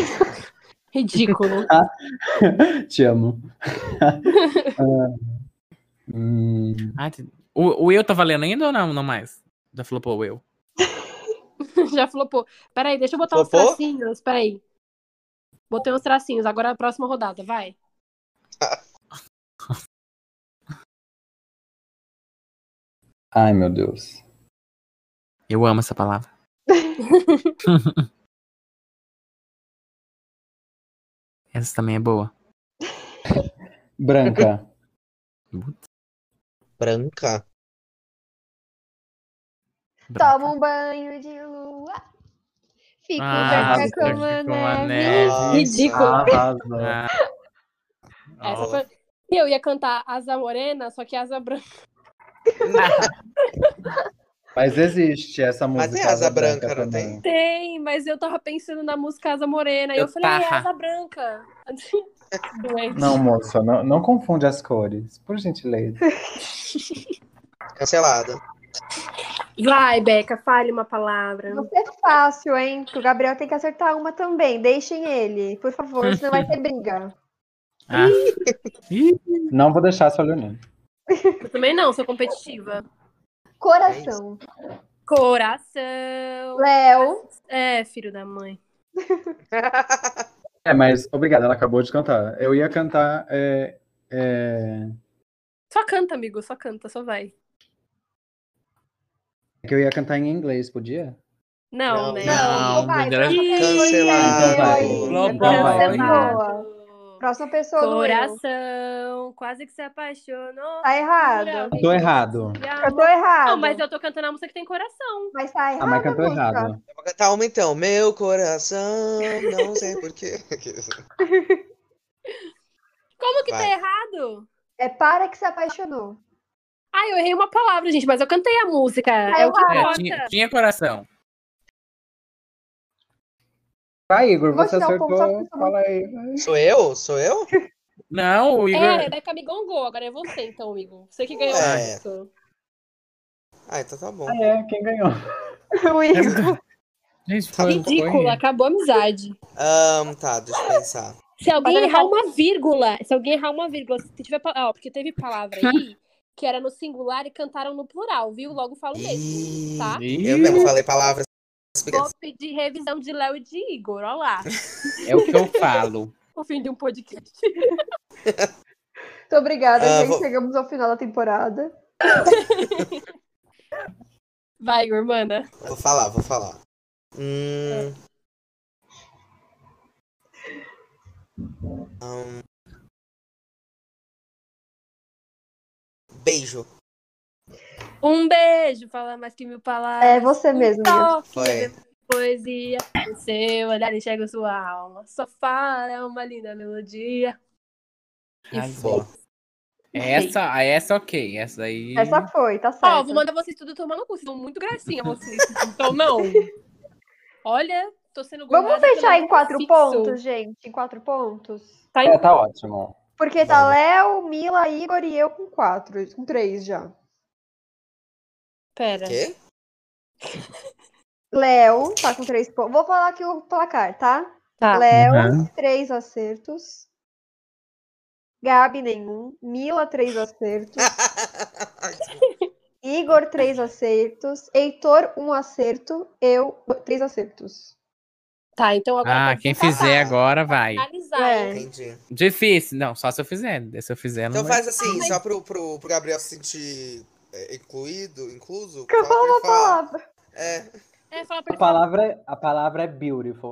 S2: Ridículo.
S6: Ah.
S4: Te amo. Ah, hum,
S3: Ah, entendi. o, o eu tá valendo ainda ou não, não mais? Já flopou o eu.
S2: Já flopou. Peraí, deixa eu botar uns
S6: Flopou?
S2: tracinhos. Peraí. Botei uns tracinhos. Agora é a próxima rodada, vai.
S4: Ai, meu Deus.
S3: Eu amo essa palavra. essa também é boa.
S4: Branca.
S6: Branca.
S1: Toma um banho de lua. Fico
S3: Ah,
S1: branca
S3: fica
S1: como a
S3: com a
S1: neve.
S6: Nossa.
S2: Ridículo.
S4: Arrasou.
S3: Ah,
S2: Essa foi... E Eu ia cantar Asa Morena, só que Asa Branca.
S4: Mas existe essa música.
S6: tem asa branca, não tem?
S4: também.
S2: Tem, mas eu tava pensando na música Asa Morena. E eu,
S3: Eu
S2: falei, "Ah, é
S3: tava.
S2: Asa Branca. Doente.
S4: Não, moça, não, não confunde as cores, por gentileza.
S6: tá Cancelada.
S2: Vai, Beca, fale uma palavra.
S1: Você é fácil, hein? Porque o Gabriel tem que acertar uma também. Deixem ele, por favor, senão vai ter briga.
S3: ah. Ih,
S4: Não vou deixar só Leonino.
S2: Eu também não, sou competitiva.
S1: Coração.
S3: É
S2: Coração.
S1: Léo,
S2: É, filho da mãe.
S4: É, mas obrigado, ela acabou de cantar. Eu ia cantar. É, é,
S2: Só canta, amigo, só canta, só vai.
S4: é que eu ia cantar em inglês, podia?
S2: Não,
S6: Não,
S2: né?
S3: Não,
S1: vai,
S3: André.
S1: próxima pessoa aí,
S6: Cancelado.
S1: Eloy.
S3: Globo.
S2: é
S1: Cancelado. Próxima pessoa do eu.
S2: Coração, quase que se
S1: Tá
S2: apaixonou. por
S1: errado.
S2: alguém
S4: Tô
S2: que
S4: errado.
S2: se
S1: Eu
S2: amou.
S1: tô errado.
S2: Não, mas eu tô cantando a música que tem coração.
S1: Mas tá errado.
S4: Ah, mas cantou errado.
S6: Eu vou cantar uma então. Meu coração, não sei porquê.
S2: Como que tá
S6: Vai.
S2: errado?
S1: É para que se apaixonou.
S2: Ah, eu errei uma palavra, gente, mas eu cantei a música.
S1: Tá
S2: É o que
S1: errado.
S3: É,
S2: importa.
S3: tinha, tinha coração.
S4: Vai, Igor,
S1: Vou
S4: você
S1: te dar um ponto só
S4: acertou.
S1: porque eu
S4: Fala aí.
S6: Sou eu? Sou eu?
S3: Não, o Igor.
S2: É, daí camigongou. Agora é você, então, amigo. Você que ganhou
S6: É.
S2: isso.
S6: Ah, então tá bom.
S4: Ah, é, quem ganhou?
S1: O Igor.
S3: Gente, foi,
S2: Ridículo,
S3: foi-
S2: acabou a amizade.
S6: Tá Ahn, tá, deixa eu pensar.
S2: Se alguém
S1: Mas ele
S2: errar
S1: fala-
S2: uma vírgula, se alguém errar uma vírgula, se tiver, pa- ó, porque teve palavra aí que era no singular e cantaram no plural, viu? Logo falo mesmo, tá?
S6: Eu mesmo falei palavras.
S2: Vou pedir revisão de Léo e de Igor, ó lá.
S3: É o que eu falo.
S2: O fim de um podcast.
S1: Muito obrigada,
S6: Ah,
S1: gente.
S6: vou-
S1: Chegamos ao final da temporada.
S2: Vai, Igor, manda.
S6: Vou falar, vou falar. Hum. Ahn. Beijo.
S2: Um beijo, fala mais que mil palavras. Um
S1: É você mesmo. Igor.
S2: Toque,
S6: Foi.
S2: poesia, o seu olhar enxerga sua alma. Sua fala é uma linda melodia. E
S3: Ai,
S2: foi.
S6: Boa.
S3: Essa, ah, essa ok. Essa daí.
S2: é
S1: Essa foi, tá
S2: Ó,
S1: certo.
S2: vou mandar vocês tudo tomar no cu, vocês são muito gracinha vocês. Então não. Olha, tô sendo
S1: Vamos
S2: gongada
S1: fechar
S2: pelo
S1: em quatro
S2: fixo.
S1: pontos, gente. Em quatro pontos.
S2: Tá em-
S4: É, tá ótimo.
S1: Porque tá Léo, Mila, Igor e eu com quatro. Com três já.
S2: Pera.
S6: Quê?
S1: Léo tá com três pontos. Vou falar aqui o placar, tá?
S2: Tá.
S1: Léo,
S4: Uhum.
S1: três acertos. Gabi, nenhum. Mila, três acertos. Igor, três acertos. Heitor, um acerto. Eu, três acertos.
S2: Tá, então agora.
S3: Ah, quem fizer agora vai.
S2: Analisar.
S1: É.
S2: hein?
S6: Entendi.
S3: Difícil. Não, só se eu fizer. Se eu fizer, não. é
S6: Então
S3: vai.
S6: faz assim, só pro, pro, pro Gabriel se sentir é, incluído, incluso.
S1: Que eu
S6: fala pra ele
S1: vou
S6: falar.
S1: falar.
S6: É.
S2: É, fala pra
S4: A
S2: ele falar.
S4: palavra, a palavra é beautiful.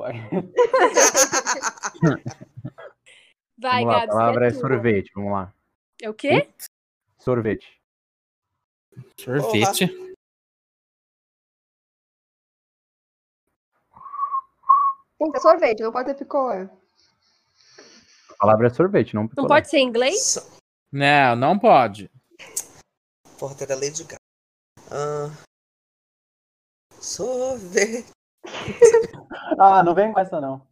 S2: Vai,
S5: vamos lá,
S2: Gabi.
S5: a
S2: você
S5: palavra é
S2: tua.
S5: sorvete, vamos lá.
S2: É o quê?
S5: Sorvete.
S3: Sorvete.
S1: Puta, sorvete, não pode ter picolé.
S5: A palavra é sorvete, não
S2: Não
S5: picolé.
S2: pode ser em inglês?
S6: Só-
S3: Não, Né, não pode.
S6: Porra, até da Lady Gaga. Ah. Sorvete.
S4: ah, não vem com essa, não.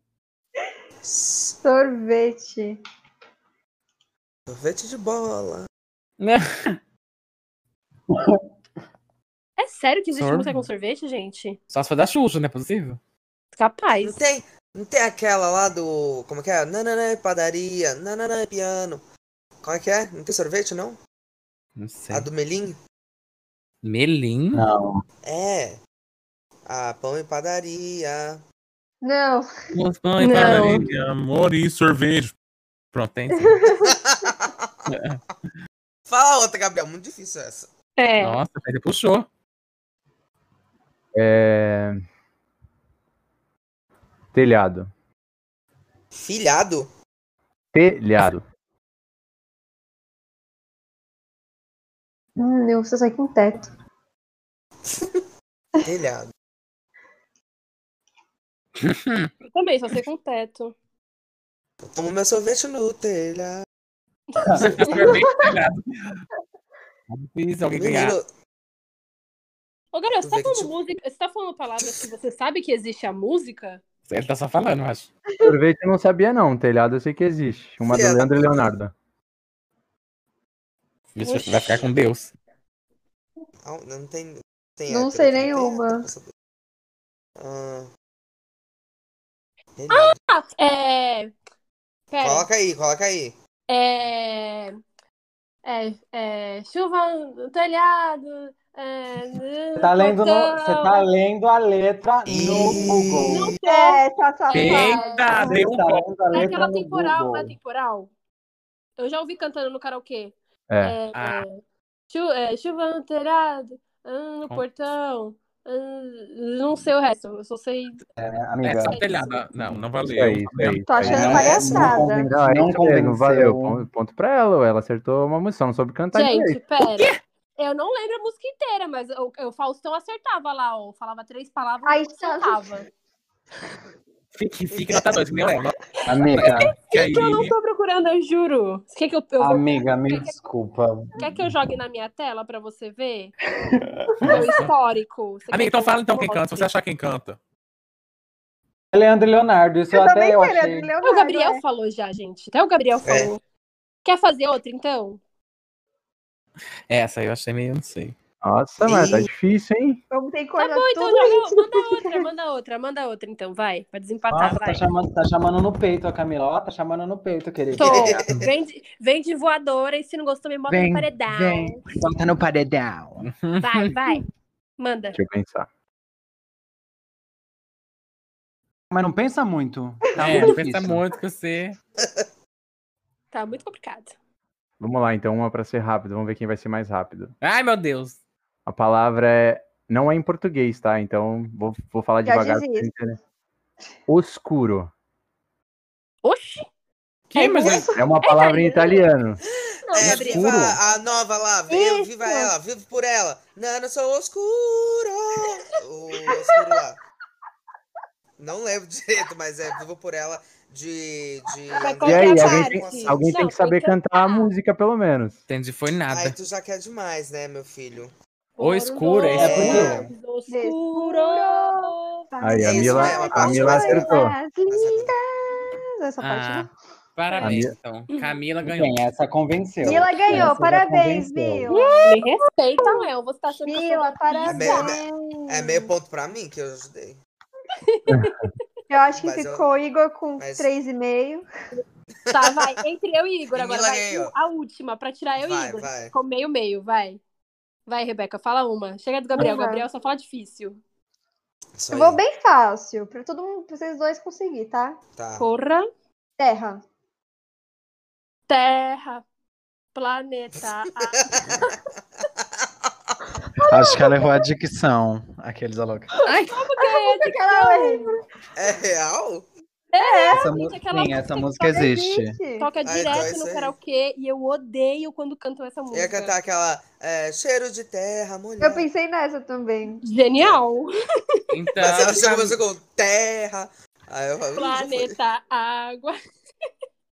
S1: Sorvete.
S6: Sorvete de bola.
S2: É sério que existe
S3: Sorvete.
S2: música com sorvete, gente?
S3: Só se for da Xuxa, não é possível?
S6: Não
S2: Capaz.
S6: tem, não tem aquela lá do. Como é que é? Nananã é padaria, nananã é piano. Como é que é? Não tem sorvete, não?
S3: Não sei.
S6: A do Melim?
S3: Melim?
S4: Não.
S6: É. Ah, pão e padaria.
S1: Não.
S3: Os pães,
S2: Não.
S3: padaria, é Amor e sorvete. Pronto, tem. sim.
S6: Fala outra, Gabriel. Muito difícil essa.
S2: É.
S3: Nossa, ele puxou.
S5: É... Telhado.
S6: Filhado?
S5: Telhado.
S1: Hum, eu preciso sair com teto.
S6: Telhado.
S2: Eu também, só sei com teto.
S6: Eu tomo meu sorvete no telhado.
S3: Sorvete pegado. Difícil alguém ganhar.
S6: Menino,
S2: Ô, Gabriel, você tá
S6: Sorvete.
S2: falando música. Você tá falando palavras que você sabe que existe a música?
S3: Ele tá só falando, eu acho.
S5: Sorvete eu não sabia, não. Telhado eu sei que existe. Uma do
S6: Filha da
S5: Leandro e
S6: puta.
S5: Leonardo.
S3: Isso
S2: Oxi.
S3: vai ficar com Deus.
S6: ah, não tem. tem
S1: Não
S6: hétero,
S1: sei
S6: tem
S1: nenhuma.
S6: hétero pra saber. Ah. Telhado.
S2: Ah, é. Pera.
S6: Coloca aí, coloca aí.
S2: É. É, é, chuva no telhado. é, no
S4: Você tá lendo, no-
S2: portão.
S4: você tá lendo a letra no Google.
S2: Não tô.
S1: É, tá, tá,
S3: Eita,
S4: Você
S3: deu
S4: tá
S3: um
S4: lendo a letra
S2: Naquela
S4: no
S2: temporal,
S4: Google.
S2: na temporal. Eu já ouvi cantando no karaokê.
S5: É.
S2: É,
S3: Ah.
S2: é, chu- é, chuva no telhado, ah, no
S3: Com-
S2: portão, ah, não sei o resto. Eu só sei.
S3: É,
S4: Amiga,
S3: só telhada. Não, não
S5: Isso
S3: valeu.
S5: aí, isso aí, isso
S1: Tô
S5: aí.
S1: achando
S4: É,
S1: palhaçada.
S4: não
S5: Não, é
S4: Não
S5: isso aí, não
S4: convenceu.
S5: valeu. Pon- Ponto pra ela, ué. ela acertou uma música, não soube
S4: Tá
S5: cantar
S2: Gente,
S5: direito.
S2: pera. Eu não lembro a música inteira, mas o, o Faustão acertava lá, ó. Falava três palavras
S1: Ai,
S2: e acertava.
S3: Fique, fique nota 2, que nem o Léo.
S4: amiga,
S3: Que aí,
S2: Que Então, eu não tô procurando, eu juro. Quer que eu, eu vou-
S4: amiga, me desculpa.
S2: quer
S3: Uhum.
S2: que eu jogue na minha tela pra você ver? Meu histórico. Você quer
S3: Amiga,
S2: que
S3: então
S2: eu
S3: fala então quem
S2: volte?
S3: canta, se você achar quem canta.
S4: É Leandro e Leonardo, isso
S1: Eu também
S4: até eu
S1: sei,
S4: achei.
S1: Leandro Leonardo.
S2: O Gabriel
S1: é.
S2: falou já, gente. Até o Gabriel falou. Quer fazer outra, então?
S3: Essa aí eu achei meio, não sei.
S5: Nossa, mas tá difícil, hein?
S1: Vamos ter que
S2: Tá
S1: cortar
S2: bom, então
S1: tudo
S2: joga-
S1: isso.
S2: manda outra, manda outra, manda outra, então, vai. Pra desempatar,
S4: Nossa, tá
S2: vai.
S4: chamando, tá chamando no peito a Camila. Ó, tá chamando no peito, querido.
S2: Tô. Vem de, vem de voadora e se não gostou, me bota
S10: Vem,
S2: no paredão.
S10: Vem, bota no paredão.
S2: Vai, vai. Manda.
S5: Deixa eu pensar.
S4: Mas não pensa muito. Tá
S3: É,
S4: muito
S3: pensa
S4: difícil.
S3: muito que você.
S2: Tá muito complicado.
S5: Vamos lá, então, uma pra ser rápido. Vamos ver quem vai ser mais rápido.
S3: Ai, meu Deus.
S5: A palavra é. Não é em português, tá? Então vou, vou falar
S1: Já
S5: devagar. pra
S1: desisto.
S5: você entender. Oscuro.
S2: Oxi!
S3: Quem, mas
S1: isso?
S5: É uma palavra em italiano.
S2: Não,
S6: É,
S2: Gabriel.
S6: viva a nova lá, viva,
S1: Isso.
S6: viva ela, viva por ela. Nana, sou oscuro. O oscuro lá. Não lembro direito, mas é viva por ela de. de...
S1: Mas qual
S5: E aí,
S1: que é a
S5: alguém
S1: parte?
S5: tem, alguém
S2: Não,
S5: tem que saber
S2: tem que
S5: cantar a música, pelo menos.
S3: entendi, foi
S6: Aí
S3: nada.
S6: tu já quer demais, né, meu filho?
S3: Ou escuro, é
S2: escuro. Escuro.
S5: Aí, a
S6: Isso
S5: Mila,
S6: mesmo,
S5: a Mila
S6: gosto.
S5: acertou.
S1: As lindas. é Essa
S3: Ah,
S1: parte é
S3: parabéns,
S5: Camila-
S3: então. Camila ganhou.
S4: Bem, é essa convenceu.
S1: não. Mila ganhou,
S4: Essa já
S1: parabéns,
S4: convenceu.
S1: Mila.
S2: Me respeita, Léo. Você tá achando que eu sou
S1: Mila,
S2: da
S1: parabéns.
S6: É É meio ponto pra mim que eu ajudei.
S1: Eu acho que
S6: Mas eu-
S1: ficou o Igor com
S6: mas-
S1: 3,5.
S2: Tá, vai. Entre eu e Igor
S6: Menina
S2: agora, vai.
S6: ganhou.
S2: A última, pra tirar eu e
S6: Vai,
S2: Igor.
S6: vai.
S2: Ficou meio-meio, vai. Vai, Rebeca, fala uma. Chega do Gabriel.
S1: Uhum.
S2: Gabriel só fala difícil.
S6: Isso
S1: Eu
S6: aí,
S1: vou bem fácil, pra todo mundo, pra vocês dois conseguir, tá?
S6: Tá.
S2: Porra,
S1: Terra.
S2: terra, planeta. a-
S4: Acho que ela errou a dicção. Aqueles louca.
S1: Ai, como que é esse cara?
S6: É real?
S4: É, Essa, mu-
S2: É, gente, aquela
S4: sim, essa
S2: música que
S4: música é
S2: toca
S4: existe.
S2: Toca
S6: então é
S2: direto
S6: isso
S2: no
S6: aí.
S2: karaokê e eu odeio quando cantam essa
S6: Eu ia
S2: música.
S6: cantar aquela é, cheiro de terra, mulher.
S1: Eu pensei nessa também.
S2: Genial!
S3: Então,
S6: Mas ela
S3: Cam-
S6: chegou você com terra. Aí eu falei,
S2: Planeta Água.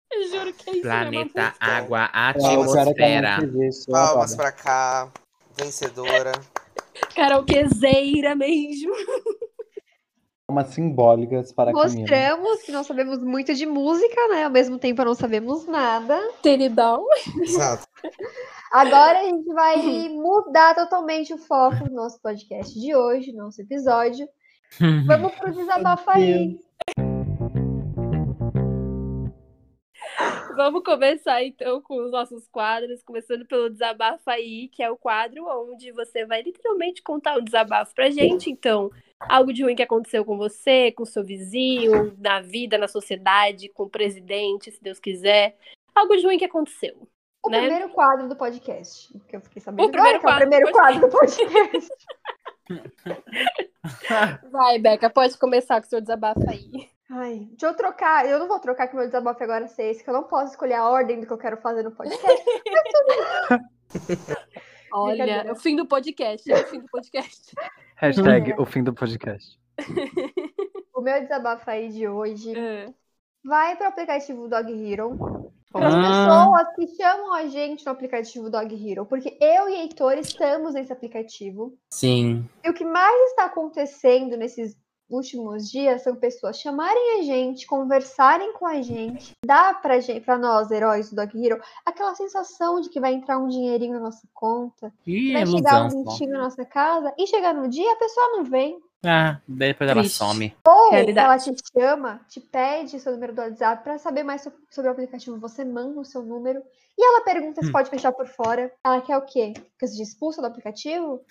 S2: Eu juro que é isso.
S3: Planeta,
S6: música.
S3: água,
S4: Ela era que ela
S3: atmosfera.
S4: não existe, eu
S6: Palmas
S4: adoro.
S6: pra cá. Vencedora.
S2: é Karaokezeira mesmo.
S4: Palmas simbólicas
S5: Tá
S4: para a Camila.
S1: Mostramos que não sabemos muito de música, né? Ao mesmo tempo não sabemos nada.
S2: Teridão.
S6: Exato.
S1: Agora a gente vai mudar totalmente o foco do nosso podcast de hoje, nosso episódio. Vamos pro desabafo aí.
S2: Vamos começar então com os nossos quadros, começando pelo desabafo aí, que é o quadro onde você vai literalmente contar um desabafo pra gente. Então, algo de ruim que aconteceu com você, com seu vizinho, na vida, na sociedade, com o presidente, se Deus quiser. Algo de ruim que aconteceu.
S1: O
S2: Né?
S1: primeiro quadro do podcast. Que eu fiquei sabendo
S2: O primeiro
S1: agora, que é
S2: quadro do
S1: o primeiro quadro do podcast.
S2: Vai, Beca, pode começar com o seu desabafo aí.
S1: Ai, deixa eu trocar. Eu não vou trocar que meu desabafo agora é esse, que eu não posso escolher a ordem do que eu quero fazer no podcast.
S2: Olha,
S1: Brincadeira.
S2: é o fim do podcast, é o fim do podcast.
S4: Hashtag o fim do podcast.
S1: o meu desabafo aí de hoje
S2: É.
S1: vai para o aplicativo Dog Hero. Para
S3: Ah.
S1: as pessoas que chamam a gente no aplicativo Dog Hero, porque eu e Heitor estamos nesse aplicativo.
S3: Sim.
S1: E o que mais está acontecendo nesses últimos dias são pessoas chamarem a gente, conversarem com a gente, dá pra gente, para nós heróis do Dog Hero, aquela sensação de que vai entrar um dinheirinho na nossa conta,
S3: Ih,
S1: vai
S3: é
S1: chegar
S3: ilusão.
S1: um
S3: só.
S1: bichinho na nossa casa e chegar no dia a pessoa não vem.
S3: Ah, depois ela
S2: Triste.
S3: some.
S1: Ou
S2: Realidade.
S1: ela te chama, te pede seu número do WhatsApp para saber mais so- sobre o aplicativo. Você manda o seu número e ela pergunta se
S3: Hum.
S1: pode fechar por fora. Ela quer o quê? Que você te expulsa do aplicativo?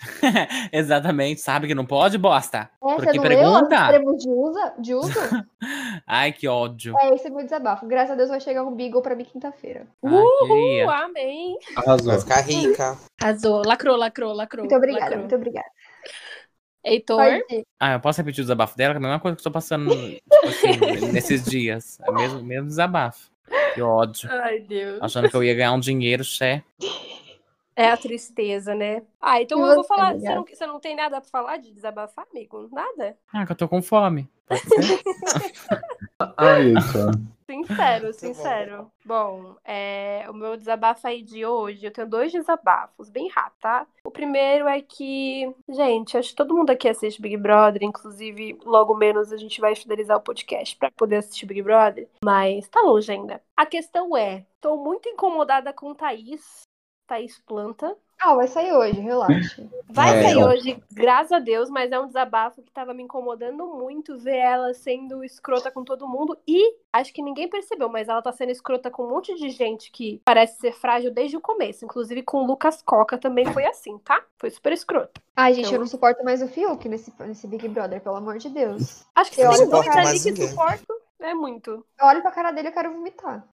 S3: Exatamente, sabe que não pode, bosta?
S1: É,
S3: Porque
S1: você não leu
S3: pergunta?
S1: os termos de, usa, de uso?
S3: Ai, que ódio.
S1: é, esse é meu desabafo. Graças a Deus vai chegar um Beagle para mim quinta-feira.
S3: Ai,
S2: Uhul,
S3: queria.
S2: Uh, amém.
S10: Arrasou.
S6: Vai ficar rica.
S2: Arrasou, lacrou, lacrou, lacrou.
S1: Muito obrigada,
S2: lacrou.
S1: muito obrigada.
S2: Heitor,
S1: Pode ir.
S3: Ah, eu posso repetir o desabafo dela, que é a mesma coisa que eu tô passando tipo assim, nesses dias. É o mesmo, mesmo desabafo. Que ódio.
S2: Ai, Deus.
S3: Achando que eu ia ganhar um dinheiro, ché.
S2: É a tristeza, né? Ah, então
S1: E
S2: eu vou
S1: você,
S2: falar. Você
S1: obrigada.
S2: não, você não tem nada pra falar de desabafar, amigo? Nada?
S3: Ah, que eu tô com fome. Pode ser?
S4: Ai, ah, É isso.
S2: Sincero,
S6: bom.
S2: sincero. Bom, é, o meu desabafo aí de hoje, eu tenho dois desabafos, bem rápido, tá? O primeiro é que, gente, acho que todo mundo aqui assiste Big Brother, inclusive logo menos a gente vai finalizar o podcast pra poder assistir Big Brother, mas tá longe ainda. A questão é, tô muito incomodada com Thaís, Thaís Planta.
S1: Ah, vai sair hoje, relaxa.
S2: Vai
S4: É,
S2: sair
S4: ó.
S2: hoje, graças a Deus, mas é um desabafo que tava me incomodando muito ver ela sendo escrota com todo mundo. E acho que ninguém percebeu, mas ela tá sendo escrota com um monte de gente que parece ser frágil desde o começo. Inclusive com o Lucas Coca também foi assim, tá? Foi super escrota.
S1: Ai, gente, eu
S2: Então-
S1: não suporto mais o Fiuk nesse, nesse Big Brother, pelo amor de Deus.
S2: Acho que
S1: Eu
S2: tem
S1: não
S2: dois
S1: suporto
S2: ali
S6: mais
S2: que
S6: ninguém.
S2: suportam. É muito.
S1: Eu olho pra cara dele e quero vomitar.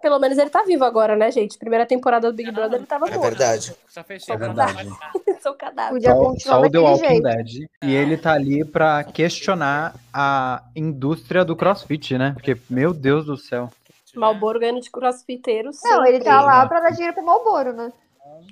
S2: Pelo menos ele tá vivo agora, né, gente? Primeira temporada do
S3: Ah,
S2: Big Brother ele tava né?
S6: É
S2: morto.
S6: verdade.
S3: Só fechei.
S4: É
S3: pra não
S4: verdade.
S3: passar.
S2: Sou cadáver.
S1: Podia
S4: Só,
S1: continuar
S4: só o The
S1: daquele
S4: Walking
S1: jeito.
S4: Dead. E ele tá ali pra questionar a indústria do crossfit, né? Porque, meu Deus do céu.
S3: né?
S2: Malboro ganhando de crossfiteiro.
S1: Não,
S2: sempre.
S1: ele tá lá pra dar dinheiro pro Malboro, né?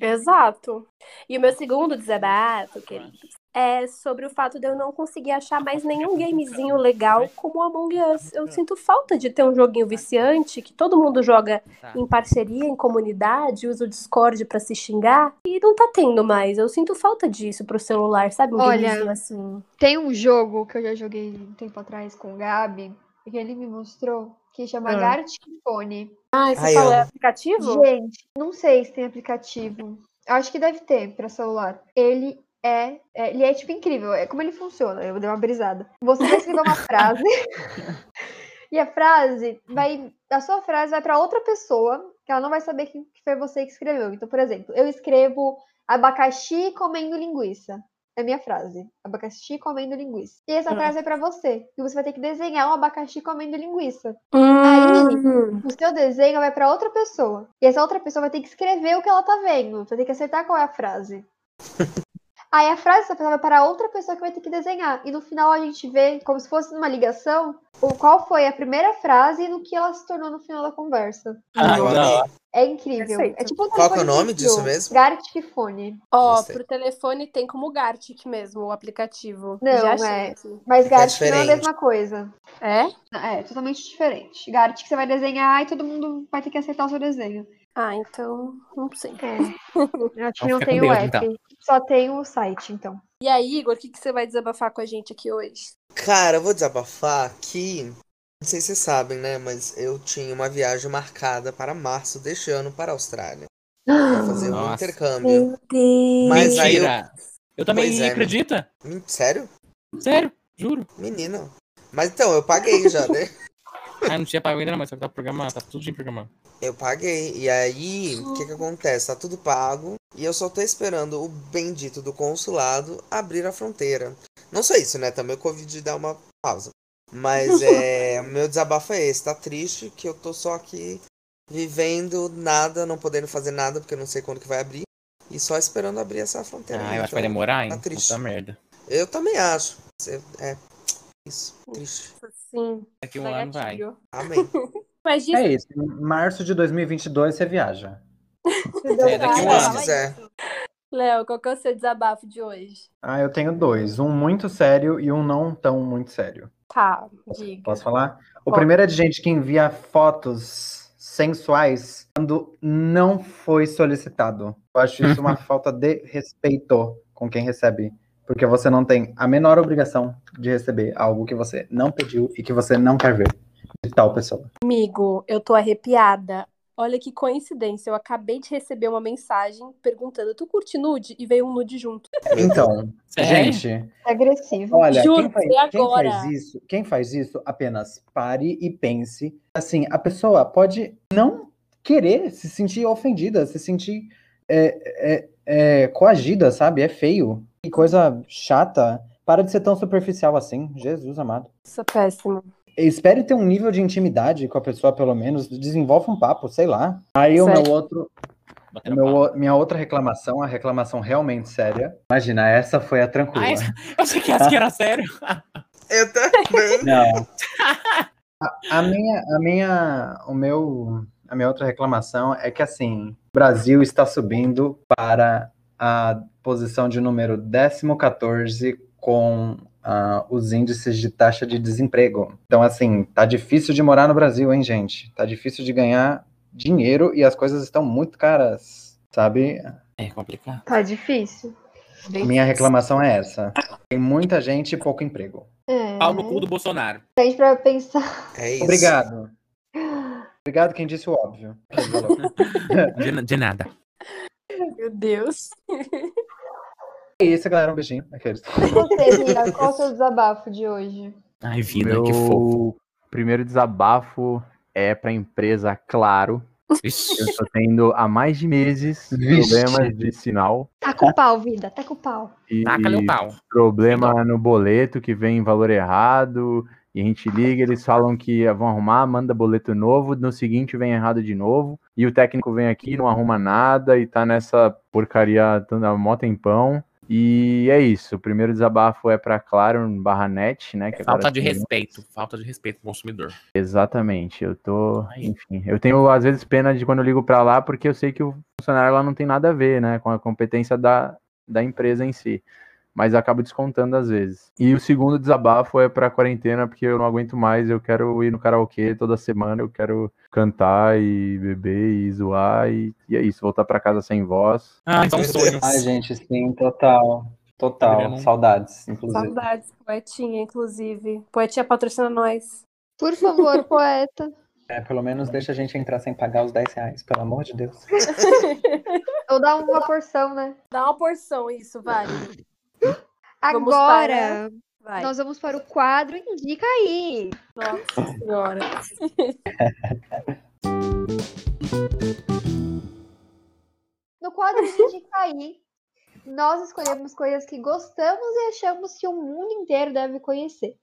S2: Exato. E o meu segundo desabafo, queridos, é sobre o fato de eu não conseguir achar mais nenhum gamezinho legal como o Among Us. Eu sinto falta de ter um joguinho viciante que todo mundo joga
S3: Tá.
S2: em parceria, em comunidade, usa o Discord pra se xingar e não tá tendo mais. Eu sinto falta disso pro celular, sabe? Um
S1: Olha,
S2: gamezinho assim.
S1: Tem um jogo que eu já joguei um tempo atrás com o Gabi, e que ele me mostrou, que chama
S2: Ah.
S1: Gartifone.
S2: Ah, você
S6: Ai,
S2: fala
S6: eu-
S2: aplicativo?
S1: Gente, não sei se tem aplicativo. Eu Acho que deve ter pra celular. Ele é, é- ele é tipo incrível. É como ele funciona. Eu dei uma brisada. Você vai escrever uma frase e a frase vai, a sua frase vai pra outra pessoa que ela não vai saber que que foi você que escreveu. Então, por exemplo, eu escrevo abacaxi comendo linguiça. É a minha frase. Abacaxi comendo linguiça. E essa
S2: Ah.
S1: frase é pra você. E você vai ter que desenhar um abacaxi comendo linguiça.
S2: Hum.
S1: O seu desenho vai pra outra pessoa. E essa outra pessoa vai ter que escrever o que ela tá vendo. Vai ter que acertar qual é a frase. Aí a frase dessa pessoa vai para outra pessoa que vai ter que desenhar. E no final a gente vê, como se fosse numa ligação, o qual foi a primeira frase e no que ela se tornou no final da conversa.
S3: Ah,
S6: Eu
S3: não.
S6: amei.
S1: É incrível.
S2: Perfeito.
S1: É tipo um
S6: Qual que é o
S1: telefone
S6: nome disso
S1: fixo.
S6: mesmo?
S1: Gartic Fone.
S2: Ó,
S6: Gostei.
S2: pro telefone tem como Gartic mesmo o aplicativo.
S1: Não,
S2: Já achei
S1: é.
S2: aqui.
S1: Mas Gartic não é a
S6: diferente.
S1: mesma coisa.
S2: É?
S1: É, totalmente diferente. Gartic você vai desenhar e todo mundo vai ter que acertar o seu desenho.
S2: Ah, então não sei.
S1: É. Eu acho
S3: Então
S1: que não
S3: fica com
S1: tem o
S3: Deus,
S1: app.
S3: então.
S1: Só tem o site, então.
S2: E aí, Igor, o que, que você vai desabafar com a gente aqui hoje?
S6: Cara, eu vou desabafar que. Não sei se vocês sabem, né? Mas eu tinha uma viagem marcada para março deste ano para a Austrália. Pra fazer um
S3: Nossa.
S6: intercâmbio.
S2: Deus.
S6: Mas aí eu-
S3: Mentira. Eu também
S6: Pois é,
S3: acredita.
S6: Hum, Sério?
S3: Sério, juro.
S6: Menina. Mas então, eu paguei já, né?
S3: Ah, não tinha pago ainda, não, mas só que tá programado, tá tudo em programado.
S6: Eu paguei. E aí, o que que acontece? Tá tudo pago e eu só tô esperando o bendito do consulado abrir a fronteira. Não só isso, né? Também o Covid dá uma pausa. Mas é, meu desabafo é esse. Tá triste que eu tô só aqui vivendo nada, não podendo fazer nada, porque eu não sei quando que vai abrir. E só esperando abrir essa fronteira.
S3: Ah, eu
S6: Então,
S3: acho que vai demorar, hein?
S6: tá triste.
S3: Puta merda.
S6: Eu também acho. Eu- É, isso. Triste.
S2: Sim,
S3: Daqui um
S2: dá
S3: ano vai.
S2: gatilho.
S6: Amém.
S2: Mas diz
S4: É isso. Em março de 2022 você viaja.
S3: É, daqui um
S6: Deus
S3: ano.
S6: quiser.
S2: Léo, qual que é o seu desabafo de hoje?
S4: Ah, eu tenho dois. Um muito sério e um não tão muito sério.
S2: Tá, diga.
S4: Posso falar? O
S2: Pode.
S4: primeiro é de gente que envia fotos sensuais quando não foi solicitado. Eu acho isso uma falta de respeito com quem recebe. Porque você não tem a menor obrigação de receber algo que você não pediu e que você não quer ver de tal pessoa.
S2: Amigo, eu tô arrepiada. Olha que coincidência, eu acabei de receber uma mensagem perguntando: tu curte nude? E veio um nude junto.
S4: Então, gente,
S1: É agressivo.
S4: olha,
S2: Juro,
S4: quem faz,
S2: foi
S4: quem
S2: agora.
S4: faz isso, quem faz isso, apenas pare e pense. Assim, a pessoa pode não querer se sentir ofendida, se sentir é, é, é, coagida, sabe? É feio. Que coisa chata. Para de ser tão superficial assim, Jesus amado.
S2: Isso é péssimo.
S4: Espere ter um nível de intimidade com a pessoa, pelo menos. Desenvolve um papo, sei lá. Aí o meu
S2: Certo.
S4: outro,
S7: Batendo
S4: Meu
S7: papo.
S4: o- minha outra reclamação, a reclamação realmente séria. Imagina, essa foi a tranquila.
S7: Ai, eu achei que essa que era sério.
S6: Eu também.
S4: Não. A, a minha, a minha, o meu, a minha outra reclamação é que assim, o Brasil está subindo para a posição de número 14 com ah, os índices de taxa de desemprego. Então assim, tá difícil de morar no Brasil, hein, gente? Tá difícil de ganhar dinheiro e as coisas estão muito caras, sabe?
S7: É complicado.
S1: Tá difícil.
S4: Minha reclamação é essa. Tem muita gente e pouco emprego.
S1: É.
S7: Pau no cu do Bolsonaro.
S1: Gente, pra pensar.
S6: É isso.
S4: Obrigado. Obrigado quem disse o óbvio.
S7: De, na- de nada.
S2: Meu Deus.
S4: É isso, galera. Um beijinho. Aqueles.
S1: E você, Mira, qual é o seu desabafo de hoje?
S7: Ai, vida,
S5: Meu
S7: que fofo.
S5: primeiro desabafo é para empresa, claro.
S7: Ixi,
S5: Eu estou tendo há mais de meses
S4: Vixe.
S5: problemas de sinal
S1: Tá com pau, vida, tá com pau.
S5: e
S7: Taca-lhe o pau.
S5: problema no boleto que vem em valor errado. E a gente liga, eles falam que vão arrumar, manda boleto novo, no seguinte vem errado de novo. E o técnico vem aqui, não arruma nada e tá nessa porcaria tá há mó tempão. E é isso. O primeiro desabafo é para Claro, barra net, né? que agora
S7: É Falta de
S5: tem-
S7: respeito. Falta de respeito pro consumidor.
S5: Exatamente, eu tô,
S7: Aí.
S5: enfim, eu tenho às vezes pena de quando eu ligo pra lá, porque eu sei que o funcionário lá não tem nada a ver, né, com a competência da, da empresa em si, mas eu acabo descontando às vezes. E o segundo desabafo é pra quarentena, porque eu não aguento mais, eu quero ir no karaokê toda semana, eu quero cantar e beber e zoar, e, e é isso, voltar pra casa sem voz.
S3: Ah,
S7: Ai, são
S6: Meu
S3: então
S7: sonhos.
S4: Ai, gente, sim, total.
S7: Poderia
S4: Total.
S7: não-
S4: Saudades, inclusive.
S2: Saudades, poetinha, inclusive. Poetinha patrocina nós.
S1: Por favor, poeta.
S4: É, pelo menos deixa a gente entrar sem pagar os 10 reais, pelo amor de Deus.
S1: Ou dá uma porção, né?
S2: Dá uma porção, isso, vale. Vamos
S1: Agora,
S2: Vai.
S1: nós vamos para o quadro Indica aí.
S2: Nossa senhora.
S1: No quadro Indica aí, nós escolhemos coisas que gostamos e achamos que o mundo inteiro deve conhecer.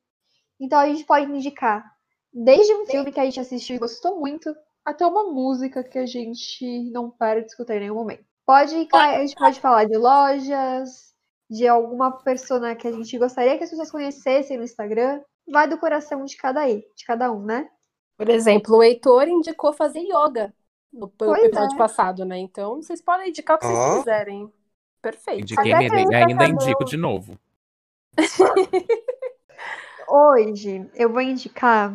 S1: Então a gente pode indicar desde um filme que a gente assistiu e gostou muito, até uma música que a gente não para de escutar em nenhum momento. Pode, ca- a gente pode falar de lojas, de alguma persona que a gente gostaria que as pessoas conhecessem no Instagram. Vai do coração de cada aí, de cada um, né?
S2: Por exemplo, o Heitor indicou fazer yoga no p-
S1: Pois
S2: episódio passado, né? Então, vocês podem indicar o que
S6: Ó.
S2: vocês quiserem. Perfeito.
S7: Indiquei
S1: Até
S7: merda. E
S1: caiu
S7: ainda
S1: pra
S7: indico
S1: cabelo.
S7: de novo.
S1: Hoje eu vou indicar,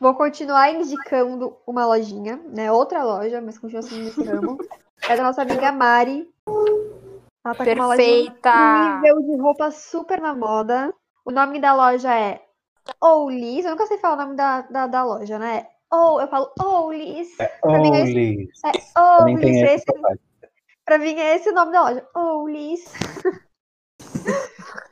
S1: vou continuar indicando uma lojinha, né? Outra loja, mas continua sendo nesse ramo. É da nossa amiga Mari. Ela tá com uma lojinha
S2: Perfeita!
S1: incrível de roupa super na moda. O nome da loja é Oulis. Eu nunca sei falar o nome da, da, da loja, né? Ou eu falo Oulis. Pra mim é
S4: Only.
S1: É Oulis.
S4: Também tem
S1: pra
S4: esse.
S1: esse- Pra mim é esse o nome da loja. Oulis.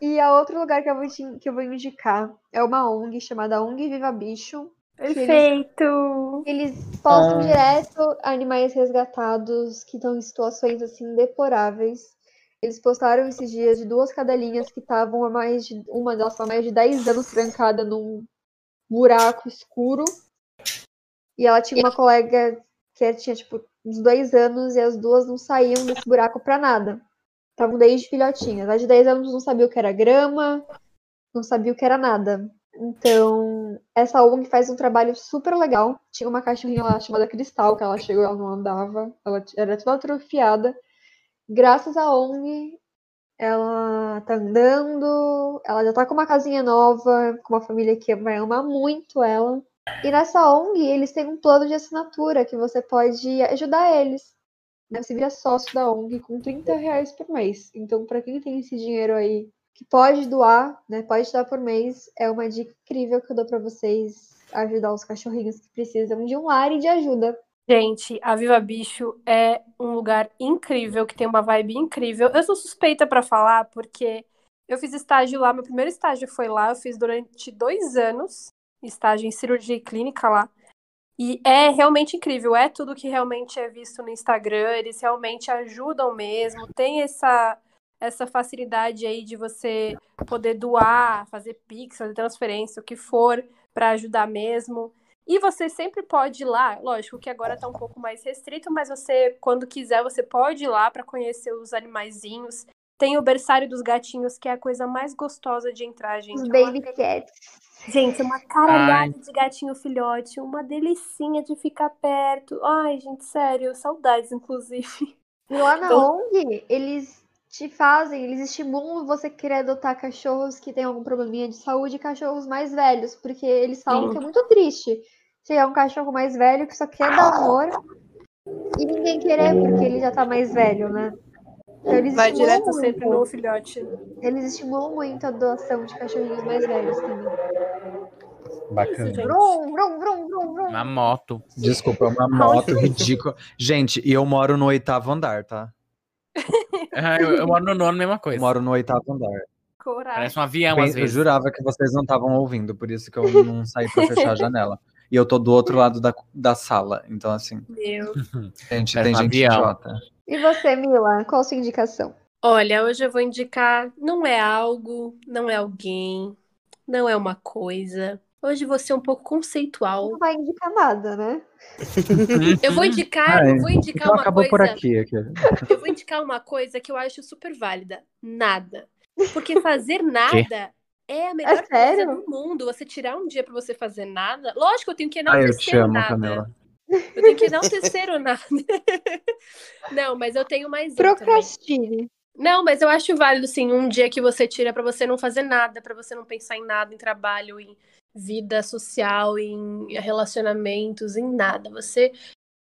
S1: e a outro lugar que eu, vou te- que eu vou indicar é uma ONG chamada ONG Viva Bicho.
S2: Perfeito!
S1: Eles postam
S4: Ah.
S1: direto animais resgatados que estão em situações assim deploráveis. Eles postaram esses dias de duas cadelinhas que estavam há mais de uma delas tava há mais de 10 anos trancada num buraco escuro. E ela tinha uma colega que ela tinha tipo uns dois anos e as duas não saíam desse buraco pra nada. Estavam desde filhotinhas. As de 10 anos não sabia o que era grama, não sabia o que era nada. Então, essa ONG faz um trabalho super legal. Tinha uma cachorrinha lá chamada Cristal, que ela chegou, ela não andava, ela t- era toda atrofiada. Graças à ONG, ela tá andando, ela já tá com uma casinha nova, com uma família que vai amar muito ela. E nessa ONG, eles têm um plano de assinatura que você pode ajudar eles. né? Você vira sócio da ONG com 30 reais por mês. Então, pra quem tem esse dinheiro aí que pode doar, né? Pode doar por mês. É uma dica incrível que eu dou pra vocês ajudar os cachorrinhos que precisam de um lar e de ajuda.
S2: Gente, a Viva Bicho é um lugar incrível, que tem uma vibe incrível. Eu sou suspeita pra falar, porque eu fiz estágio lá, meu primeiro estágio foi lá, eu fiz durante dois anos estágio em cirurgia e clínica lá. E é realmente incrível, é tudo que realmente é visto no Instagram, eles realmente ajudam mesmo, tem essa, essa facilidade aí de você poder doar, fazer pix, fazer transferência, o que for, pra ajudar mesmo. E você sempre pode ir lá, lógico que agora tá um pouco mais restrito, mas você, quando quiser, você pode ir lá para conhecer os animaizinhos. Tem o berçário dos gatinhos, que é a coisa mais gostosa de entrar, gente.
S1: Os
S2: É uma
S1: baby cats.
S2: Gente, uma caralhada de gatinho filhote, uma delicinha de ficar perto. Ai, gente, sério, saudades, inclusive.
S1: E lá na
S2: Então-
S1: ONG, eles te fazem, eles estimulam você a querer adotar cachorros que têm algum probleminha de saúde e cachorros mais velhos, porque eles falam
S2: Sim.
S1: que é muito triste chegar um cachorro mais velho que só quer dar amor e ninguém querer, porque ele já tá mais velho, né? Então eles
S2: Vai
S1: estimulam
S2: direto
S1: muito.
S2: sempre no filhote.
S1: Eles estimulam muito a doação de cachorrinhos mais velhos também.
S10: Bacana.
S2: gente.
S1: Vrum, vrum, vrum, vrum, vrum.
S3: Uma moto.
S4: Desculpa, é uma moto ridícula. Gente, e eu moro no oitavo andar, tá?
S3: Ah, eu, eu moro no nono, mesma coisa.
S4: Eu moro no oitavo andar.
S3: Parece
S2: Coragem.
S3: um avião,
S4: Bem,
S3: às
S4: eu
S3: vezes.
S4: jurava que vocês não estavam ouvindo, por isso que eu não saí pra fechar a janela. E eu tô do outro lado da, da sala. Então, assim,
S2: Meu.
S3: Parece
S4: gente, tem
S3: um
S4: gente
S3: avião.
S4: idiota.
S1: E você, Mila, qual a sua indicação?
S2: Olha, hoje eu vou indicar, não é algo, não é alguém, não é uma coisa. Hoje eu vou ser um pouco conceitual.
S1: Não vai indicar nada, né?
S2: Eu vou indicar,
S4: Ah, é.
S2: eu vou indicar
S4: Então
S2: uma
S4: acabou por
S2: coisa.
S4: aqui. aqui.
S2: Eu vou indicar uma coisa que eu acho super válida. Nada. Porque fazer nada é a melhor coisa
S1: sério?
S2: do mundo. Você tirar um dia pra você fazer nada. Lógico, eu tenho que
S4: Ah, eu
S2: enaltecer
S4: te amo,
S2: nada.
S4: Camila.
S2: Eu tenho que enaltecer o nada. Não, mas eu tenho mais um também.
S1: Procrastine.
S2: Não, mas eu acho válido, sim, um dia que você tira pra você não fazer nada, pra você não pensar em nada, em trabalho, em vida social, em relacionamentos, em nada. Você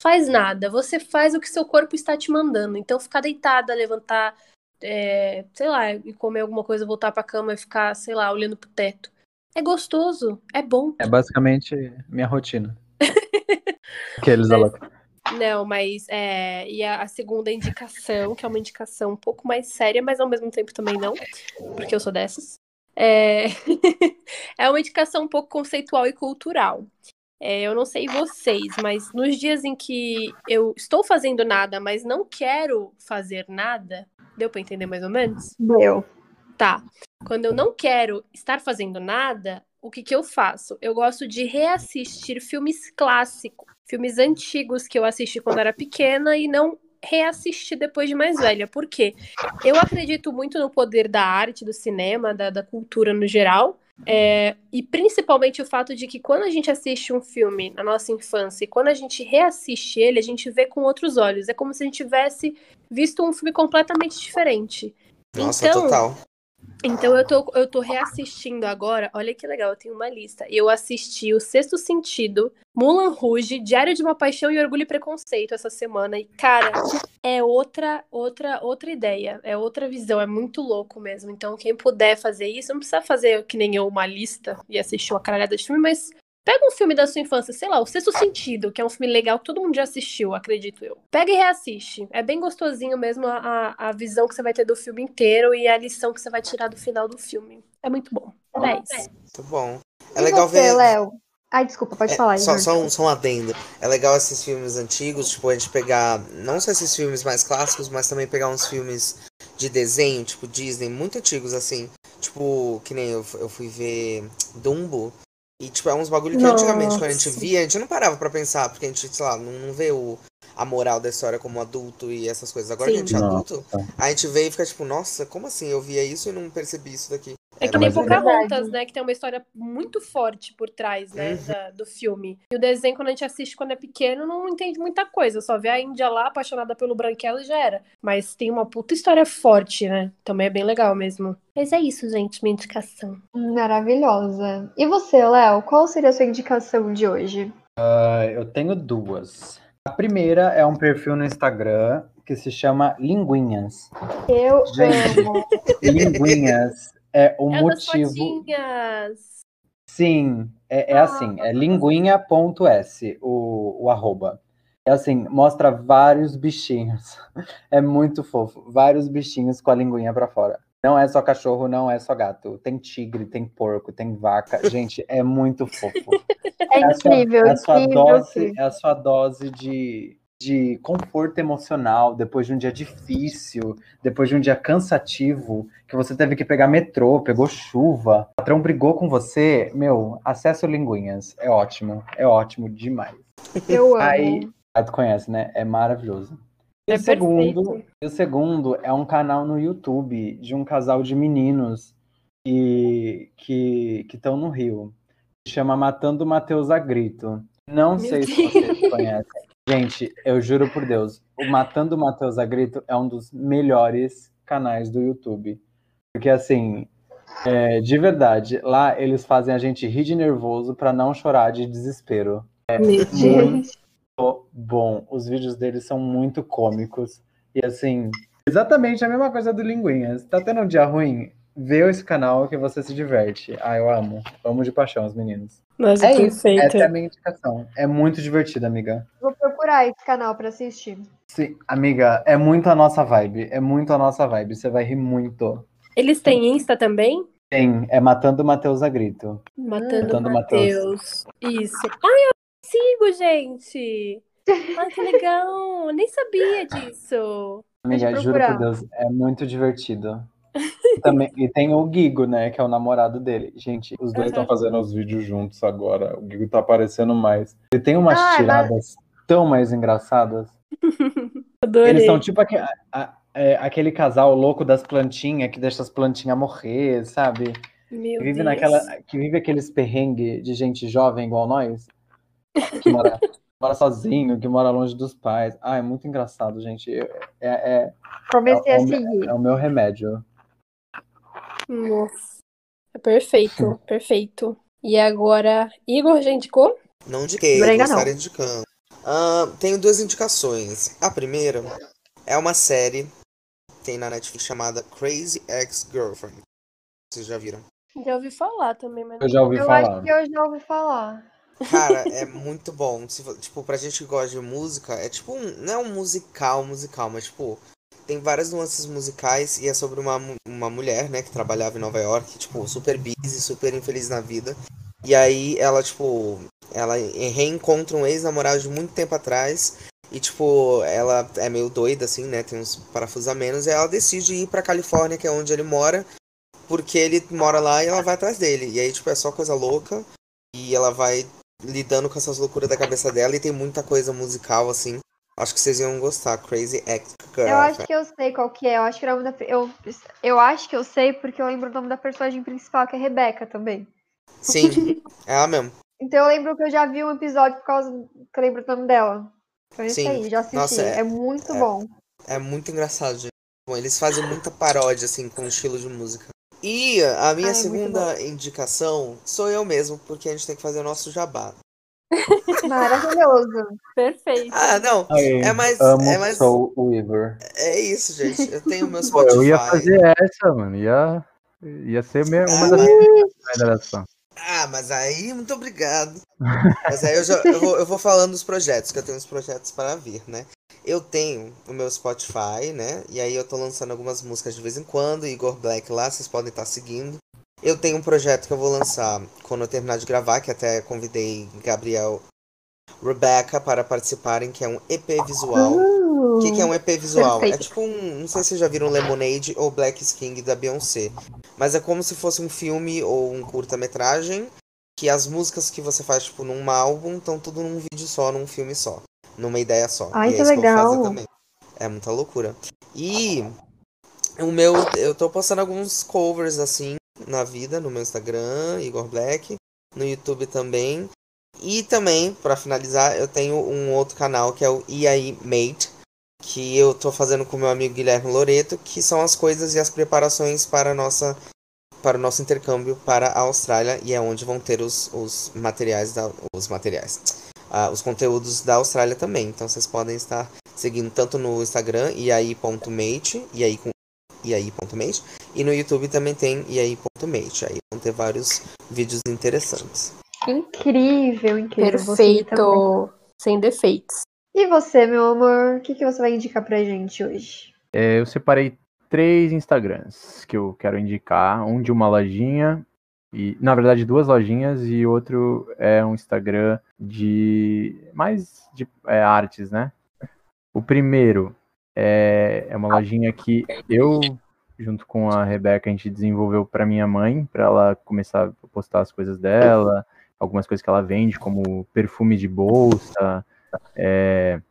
S2: faz nada, você faz o que seu corpo está te mandando. Então, ficar deitada, levantar, é, sei lá, e comer alguma coisa, voltar pra cama e ficar, sei lá, olhando pro teto. É gostoso, é bom.
S4: É basicamente minha rotina. Aqueles
S2: Mas-
S4: ela
S2: Não, mas é, e a, a segunda indicação, que é uma indicação um pouco mais séria, mas ao mesmo tempo também não, porque eu sou dessas. É, é uma indicação um pouco conceitual e cultural. É, eu não sei vocês, mas nos dias em que eu estou fazendo nada, mas não quero fazer nada, deu pra entender mais ou menos?
S1: Meu.
S2: Tá. Quando eu não quero estar fazendo nada, o que que eu faço? Eu gosto de reassistir filmes clássicos, filmes antigos que eu assisti quando era pequena e não reassisti depois de mais velha. Por quê? Eu acredito muito no poder da arte, do cinema, da, da cultura no geral. é, e principalmente o fato de que quando a gente assiste um filme na nossa infância e quando a gente reassiste ele, a gente vê com outros olhos. É como se a gente tivesse visto um filme completamente diferente.
S6: Nossa,
S2: Então,
S6: total.
S2: então eu tô, eu tô reassistindo agora. Olha que legal, eu tenho uma lista. Eu assisti O Sexto Sentido, Mulan Rouge, Diário de uma Paixão e Orgulho e Preconceito essa semana. E, cara, é outra, outra, outra ideia, é outra visão, é muito louco mesmo. Então, quem puder fazer isso, não precisa fazer que nem eu uma lista e assistir uma caralhada de filme, mas pega um filme da sua infância, sei lá, O Sexto Sentido, que é um filme legal que todo mundo já assistiu, acredito eu. Pega e reassiste. É bem gostosinho mesmo a, a, a visão que você vai ter do filme inteiro e a lição que você vai tirar do final do filme. É muito bom. É isso.
S6: Muito bom. É
S1: e
S6: legal
S1: você,
S6: ver.
S1: Léo? Ai, desculpa, pode falar,
S6: É, só,
S1: Igor.
S6: só um, só um adendo. É legal esses filmes antigos, tipo, a gente pegar não só esses filmes mais clássicos, mas também pegar uns filmes de desenho, tipo Disney, muito antigos, assim. Tipo, que nem eu, fu- eu fui ver Dumbo. E, tipo, é uns bagulho que antigamente, quando a gente
S2: Nossa.
S6: via, a gente não parava pra pensar, porque a gente, sei lá, não, não vê o, a moral da história como adulto e essas coisas. Agora que a
S2: Sim.
S6: gente é
S4: Nossa.
S6: adulto, a gente vê e fica tipo, nossa, como assim? Eu via isso e não percebi isso daqui.
S2: É que
S6: Era
S2: nem
S6: mais
S4: mas é
S6: legal.
S2: Pocahontas, né? Que tem uma história muito forte por trás, né?
S6: Uhum.
S2: da- do filme. E o desenho, quando a gente assiste quando é pequeno, não entende muita coisa. Só vê a Índia lá, apaixonada pelo Branquelo e já era. Mas tem uma puta história forte, né? Também é bem legal mesmo. Mas é isso, gente, minha indicação.
S1: Maravilhosa. E você, Léo, qual seria a sua indicação de hoje?
S4: Ah, Eu tenho duas. A primeira é um perfil no Instagram que se chama Linguinhas.
S1: Eu
S4: Gente.
S1: amo.
S4: Linguinhas é o
S2: é das
S4: motivo.
S2: fotinhas!
S4: Sim, é, é assim, é linguinha.s, o, o arroba. E assim, mostra vários bichinhos. É muito fofo. Vários bichinhos com a linguinha pra fora. Não é só cachorro, não é só gato. Tem tigre, tem porco, tem vaca. Gente, é muito fofo.
S1: É
S4: a sua-
S1: incrível,
S4: é a sua
S1: incrível,
S4: dose,
S1: incrível.
S4: é a sua dose de, de conforto emocional depois de um dia difícil, depois de um dia cansativo, que você teve que pegar metrô, pegou chuva, o patrão brigou com você. Meu, acesso linguinhas. É ótimo, é ótimo demais.
S1: Eu amo.
S4: Aí, ah, tu conhece, né? É maravilhoso. E
S2: É
S4: o segundo, e o segundo é um canal no YouTube de um casal de meninos que que que estão no Rio. Chama Matando Mateus a Grito. Não sei se vocês conhecem. Gente, eu juro por Deus, o Matando Mateus a Grito é um dos melhores canais do YouTube. Porque assim, é, de verdade, lá eles fazem a gente rir de nervoso pra não chorar de desespero.
S2: Meu
S4: é Muito bom. Os vídeos deles são muito cômicos. E assim, exatamente a mesma coisa do Linguinhas. Tá tendo um dia ruim? Vê esse canal que você se diverte. Ah, eu amo. Amo de paixão os meninos.
S2: Nossa,
S4: É isso. Essa é a
S2: perfeito.
S4: minha indicação. É muito divertido, amiga.
S1: Vou procurar esse canal pra assistir.
S4: Sim, amiga, é muito a nossa vibe. É muito a nossa vibe. Você vai rir muito.
S2: Eles têm Insta também?
S4: Tem, é Matando o Matheus a Grito.
S2: Matando
S4: Matando
S2: o Matheus. Isso. Ai, eu sigo, gente! Ai, que legal! Nem sabia disso.
S4: Amiga,
S1: Pode
S4: juro por
S1: procurar.
S4: Deus, é muito divertido. Também, e tem o Guigo, né, que é o namorado dele. Gente, os dois estão fazendo os vídeos juntos agora. O Guigo tá aparecendo mais. E tem umas
S1: Ah, é
S4: tiradas tão mais engraçadas. Eles
S2: Adorei.
S4: são tipo aque- a- a- é, aquele casal louco das plantinhas, que deixa as plantinhas morrer, sabe?
S2: Meu
S4: Que vive,
S2: Deus.
S4: naquela, que vive aqueles perrengues de gente jovem igual nós. Que mora, mora sozinho, que mora longe dos pais. Ah, é muito engraçado, gente. Eu- é- é,
S1: Comecei
S4: É
S1: a
S4: o-
S1: seguir.
S4: É o meu remédio.
S2: Nossa. É perfeito, perfeito. E agora, Igor já indicou?
S6: Não indiquei,
S1: Brega
S6: vou
S1: não.
S6: estar indicando. Ah, tenho duas indicações. A primeira é uma série tem na Netflix chamada Crazy Ex-Girlfriend. Vocês já viram?
S2: Já ouvi falar também, mas.
S4: Eu já ouvi
S1: Eu
S4: falar.
S1: acho que eu já ouvi falar.
S6: Cara, é muito bom. Se, fo- tipo, pra gente que gosta de música, é tipo um. Não é um musical, musical, mas tipo. Tem várias nuances musicais e é sobre uma, mu- uma mulher, né, que trabalhava em Nova York, tipo, super busy, super infeliz na vida. E aí ela, tipo. Ela e- reencontra um ex-namorado de muito tempo atrás. E, tipo, ela é meio doida, assim, né? Tem uns parafusamentos. E ela decide ir pra Califórnia, que é onde ele mora. Porque ele mora lá e ela vai atrás dele. E aí, tipo, é só coisa louca. E ela vai lidando com essas loucuras da cabeça dela e tem muita coisa musical, assim. Acho que vocês iam gostar. Crazy Ex Girl.
S1: Eu acho que eu sei qual que é. Eu acho que, era o nome da- eu, eu acho que eu sei porque eu lembro o nome da personagem principal, que é Rebeca também.
S6: Sim, é ela mesmo.
S1: Então eu lembro que eu já vi um episódio por causa que eu lembro o nome dela. Então é
S6: Sim.
S1: isso aí, já assisti.
S6: Nossa, é-
S1: é, muito
S6: é-
S1: bom.
S6: É muito engraçado, gente. Bom, eles fazem muita paródia, assim, com o estilo de música. E a minha
S1: Ah, é muito
S6: segunda indicação sou eu mesmo, porque a gente tem que fazer o nosso jabá.
S1: Maravilhoso.
S4: é.
S2: Perfeito.
S6: Ah, não. É mais.
S4: Amo
S6: É mais.
S4: Soul Weaver.
S6: É isso, gente. Eu tenho meu
S5: Pô,
S6: Spotify.
S5: eu ia fazer essa, mano. Ia, ia ser me- uma das melhores
S6: Ah, mas aí, muito obrigado. Mas aí eu, já, eu, vou, eu vou falando dos projetos, que eu tenho os projetos para vir, né? Eu tenho o meu Spotify, né? E aí eu tô lançando algumas músicas de vez em quando, Igor Black lá, vocês podem estar seguindo. Eu tenho um projeto que eu vou lançar quando eu terminar de gravar, que até convidei Gabriel Rebecca para participarem, que é um EP visual.
S1: Uh!
S6: O que, que é um EP visual? É
S1: Perfeito.
S6: tipo um. Não sei se vocês já viram Lemonade ou Black is King da Beyoncé. Mas é como se fosse um filme ou um curta-metragem. Que as músicas que você faz, tipo, num álbum, estão tudo num vídeo só, num filme só. Numa ideia só.
S1: Ai,
S6: e é
S1: que
S6: isso que eu vou fazer
S1: legal.
S6: também. É muita loucura. E o meu. Eu tô postando alguns covers assim na vida, no meu Instagram, Igor Black, no YouTube também. E também, pra finalizar, eu tenho um outro canal que é o EAI Mate, que eu tô fazendo com meu amigo Guilherme Loreto, que são as coisas e as preparações para a nossa para o nosso intercâmbio para a Austrália e é onde vão ter os, os materiais da, os materiais ah, os conteúdos da Austrália também então vocês podem estar seguindo tanto no Instagram iai.mate e aí com iai.mate e no YouTube também tem iai.mate aí vão ter vários vídeos interessantes
S1: Incrível, incrível. Vou seguir também.
S2: Perfeito. Sem defeitos.
S1: E você, meu amor, o que, que você vai indicar pra gente hoje?
S5: É, eu separei três Instagrams que eu quero indicar. Um de uma lojinha, e na verdade duas lojinhas, e outro é um Instagram de mais de é, artes, né? O primeiro é, é uma lojinha que eu, junto com a Rebeca, a gente desenvolveu para minha mãe, para ela começar a postar as coisas dela, algumas coisas que ela vende, como perfume de bolsa. É,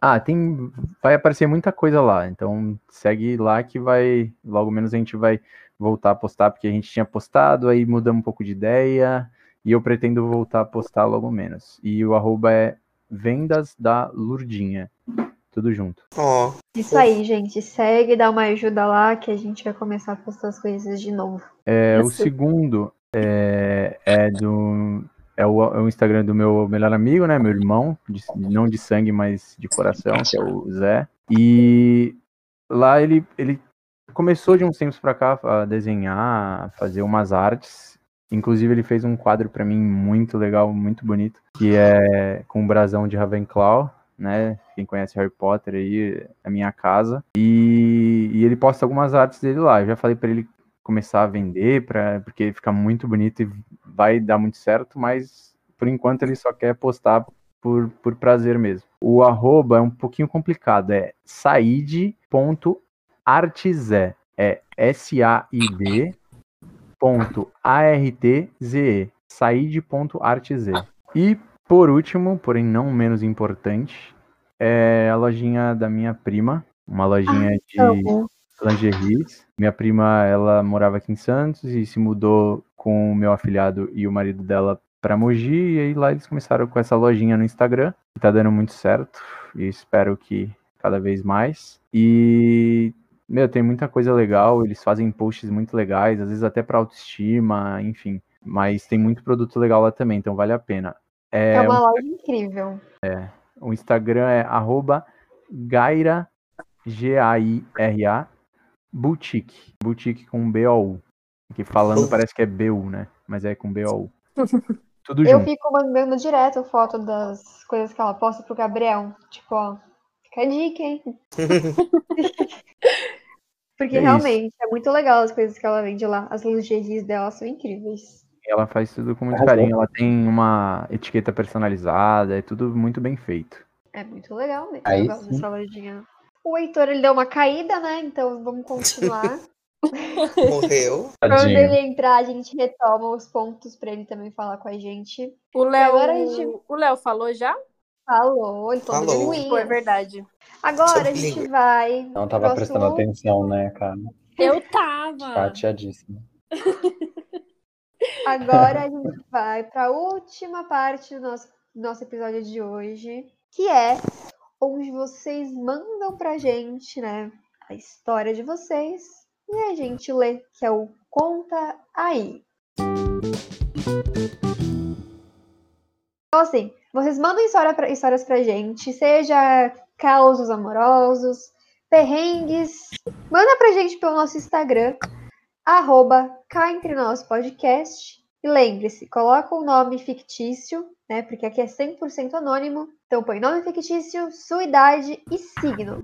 S5: ah, tem. Vai aparecer muita coisa lá. Então segue lá que vai. Logo menos a gente vai voltar a postar, porque a gente tinha postado, aí mudamos um pouco de ideia. E eu pretendo voltar a postar logo menos. E o arroba é Vendas da Lurdinha. Tudo junto.
S6: Ó,
S1: Isso aí, gente. Segue, dá uma ajuda lá que a gente vai começar a postar as coisas de novo.
S5: É, o
S1: Isso.
S5: segundo é, é do. É o, é o Instagram do meu melhor amigo, né? Meu irmão, de- não de sangue, mas de coração, que é o Zé. E lá ele, ele começou de uns tempos pra cá a desenhar, a fazer umas artes. Inclusive, ele fez um quadro pra mim muito legal, muito bonito, que é com um brasão de Ravenclaw, né? Quem conhece Harry Potter aí, é a minha casa. E, e ele posta algumas artes dele lá. Eu já falei pra ele começar a vender, pra, porque fica muito bonito e vai dar muito certo, mas por enquanto ele só quer postar por, por prazer mesmo. O arroba é um pouquinho complicado, é said.artze, é S-A-I-D ponto A-R-T-Z-E, said.artze. E por último, porém não menos importante, é a lojinha da minha prima, uma lojinha de
S1: Amo.
S5: lingeries. Minha prima, ela morava aqui em Santos e se mudou com o meu afilhado e o marido dela pra Mogi. E aí lá eles começaram com essa lojinha no Instagram, que tá dando muito certo. E espero que cada vez mais. E, meu, tem muita coisa legal. Eles fazem posts muito legais, às vezes até pra autoestima, enfim. Mas tem muito produto legal lá também, então vale a pena.
S1: É,
S5: É,
S1: uma loja incrível.
S5: o Instagram é arroba Gaira G-A-I-R-A Boutique. Boutique com B-O-U. Que falando parece que é B-U, né? Mas é com B-O-U. Tudo
S1: Eu
S5: junto.
S1: fico mandando direto foto das coisas que ela posta pro Gabriel. Tipo, ó, fica a dica, hein? Porque
S5: É isso.
S1: realmente é muito legal as coisas que ela vende lá. As lingeries dela são incríveis.
S5: Ela faz tudo com muito
S10: Arrasou.
S5: carinho. Ela tem uma etiqueta personalizada. É tudo muito bem feito.
S1: É muito legal mesmo.
S10: Aí
S1: eu gosto dessa lojinha. O Heitor, ele deu uma caída, né? Então vamos continuar.
S6: morreu.
S1: Quando
S10: Tadinho.
S1: ele entrar, a gente retoma os pontos pra ele também falar com a gente.
S2: O Léo,
S1: Agora a gente-
S2: o Léo falou já?
S1: Falou, então
S6: Falou.
S1: sobre linguiça.
S2: Foi verdade.
S1: Agora a
S6: Sobre
S1: gente
S6: língua.
S1: vai.
S10: Não
S1: Próximo.
S10: tava prestando atenção, né, cara?
S2: Eu
S1: Ah.
S2: tava.
S10: Chateadíssimo.
S1: Agora a gente vai pra última parte do nosso, do nosso episódio de hoje, que é onde vocês mandam pra gente, né? A história de vocês e a gente lê, que é o Conta Aí. Então, assim, vocês mandam história pra, histórias pra gente, seja causos amorosos, perrengues. Manda pra gente pelo nosso Instagram, arroba cá entre nós podcast. E lembre-se, coloca um nome fictício, né? Porque aqui é 100% anônimo. Então põe nome fictício, sua idade e signo.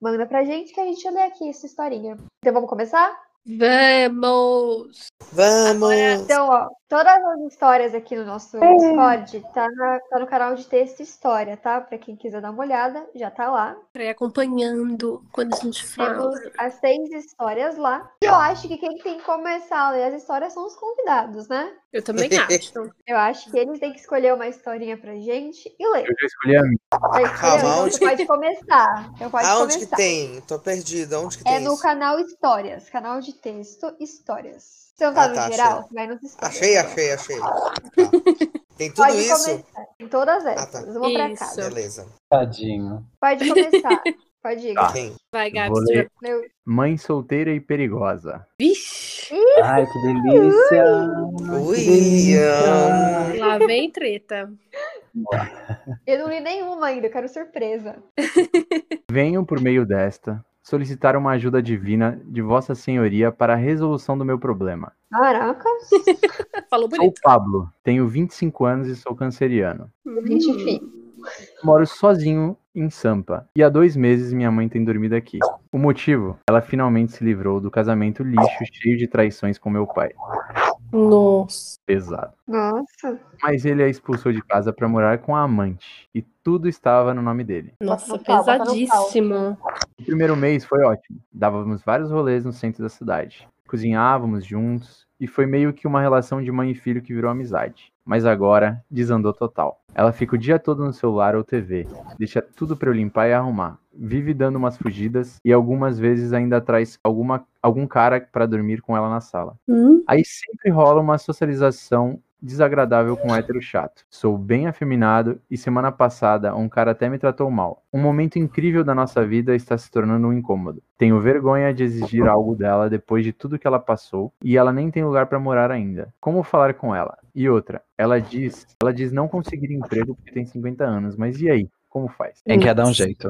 S1: Manda pra gente que a gente lê aqui essa historinha. Então vamos começar?
S2: Vamos!
S6: Vamos!
S1: Então, ó, todas as histórias aqui no nosso Discord tá, na- tá no canal de texto História, tá? Pra quem quiser dar uma olhada, já tá lá.
S2: Pra ir acompanhando quando a gente fala.
S1: Temos as seis histórias lá. E eu acho que quem tem que começar a ler as histórias são os convidados, né?
S2: Eu também acho.
S1: Eu acho que eles têm que escolher uma historinha pra gente e ler.
S5: Eu já escolhi a minha.
S1: Vai, escolher, então
S6: Ah, aonde
S1: Você pode começar. Então pode
S6: Aonde que
S1: começar.
S6: tem? Tô perdido. Aonde que
S1: É
S6: tem
S1: no
S6: isso?
S1: canal Histórias, canal de texto Histórias. Você não tá
S6: Ah,
S1: no
S6: tá,
S1: geral?
S6: achei.
S1: Vai nos histórias.
S6: Achei, achei, achei. Tá. Tem tudo
S1: Pode
S6: isso?
S1: começar. Em todas essas.
S6: tá.
S1: Eu vou pra
S2: Isso.
S1: casa.
S6: Beleza.
S10: Tadinho.
S1: Pode começar. Pode ir.
S5: Tá.
S6: Quem?
S2: Vai, Gabi.
S5: Vou
S2: você
S5: ler.
S2: já-
S1: Meu-
S5: Mãe solteira e perigosa.
S2: Vixe!
S10: Ai, que delícia.
S6: Ui! ah.
S1: Uhum.
S2: Lá vem treta.
S1: Eu não li nenhuma ainda, eu quero surpresa.
S5: Venho por meio desta solicitar uma ajuda divina de Vossa Senhoria para a resolução do meu problema.
S1: Caraca.
S2: Falou
S5: Sou
S1: Ah,
S2: bonito.
S5: Pablo, tenho 25 anos e sou canceriano.
S2: Hum.
S1: Gente, enfim.
S5: Moro sozinho em Sampa. E há dois meses minha mãe tem dormido aqui. O motivo? Ela finalmente se livrou do casamento lixo cheio de traições com meu pai.
S2: Nossa.
S5: Pesado.
S1: Nossa.
S5: Mas ele a expulsou de casa pra morar com a amante. E tudo estava no nome dele.
S2: Nossa,
S11: no pau, bota no pau.
S2: pesadíssima.
S5: O primeiro mês foi ótimo. Dávamos vários rolês no centro da cidade. Cozinhávamos juntos e foi meio que uma relação de mãe e filho que virou amizade. Mas agora desandou total. Ela fica o dia todo no celular ou TV, deixa tudo pra eu limpar e arrumar. Vive dando umas fugidas e algumas vezes ainda traz alguma, algum cara pra dormir com ela na sala.
S2: Hum?
S5: Aí sempre rola uma socialização desagradável com um hétero chato. Sou bem afeminado e semana passada um cara até me tratou mal. Um momento incrível da nossa vida está se tornando um incômodo. Tenho vergonha de exigir algo dela depois de tudo que ela passou e ela nem tem lugar para morar ainda. Como falar com ela? E outra, ela diz, ela diz não conseguir emprego porque tem 50 anos, mas e aí? Como faz?
S4: Tem que ia dar um jeito.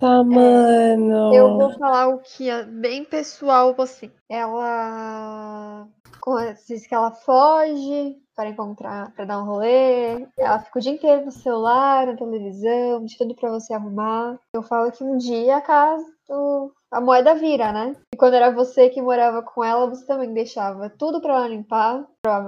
S2: Tá, mano.
S1: É. Eu vou falar o que é bem pessoal, assim. Ela. como- Diz que ela foge para encontrar, para dar um rolê. Ela fica o dia inteiro no celular, na televisão, de tudo para você arrumar. Eu falo que um dia a casa. o- A moeda vira, né? E quando era você que morava com ela, você também deixava tudo pra ela limpar,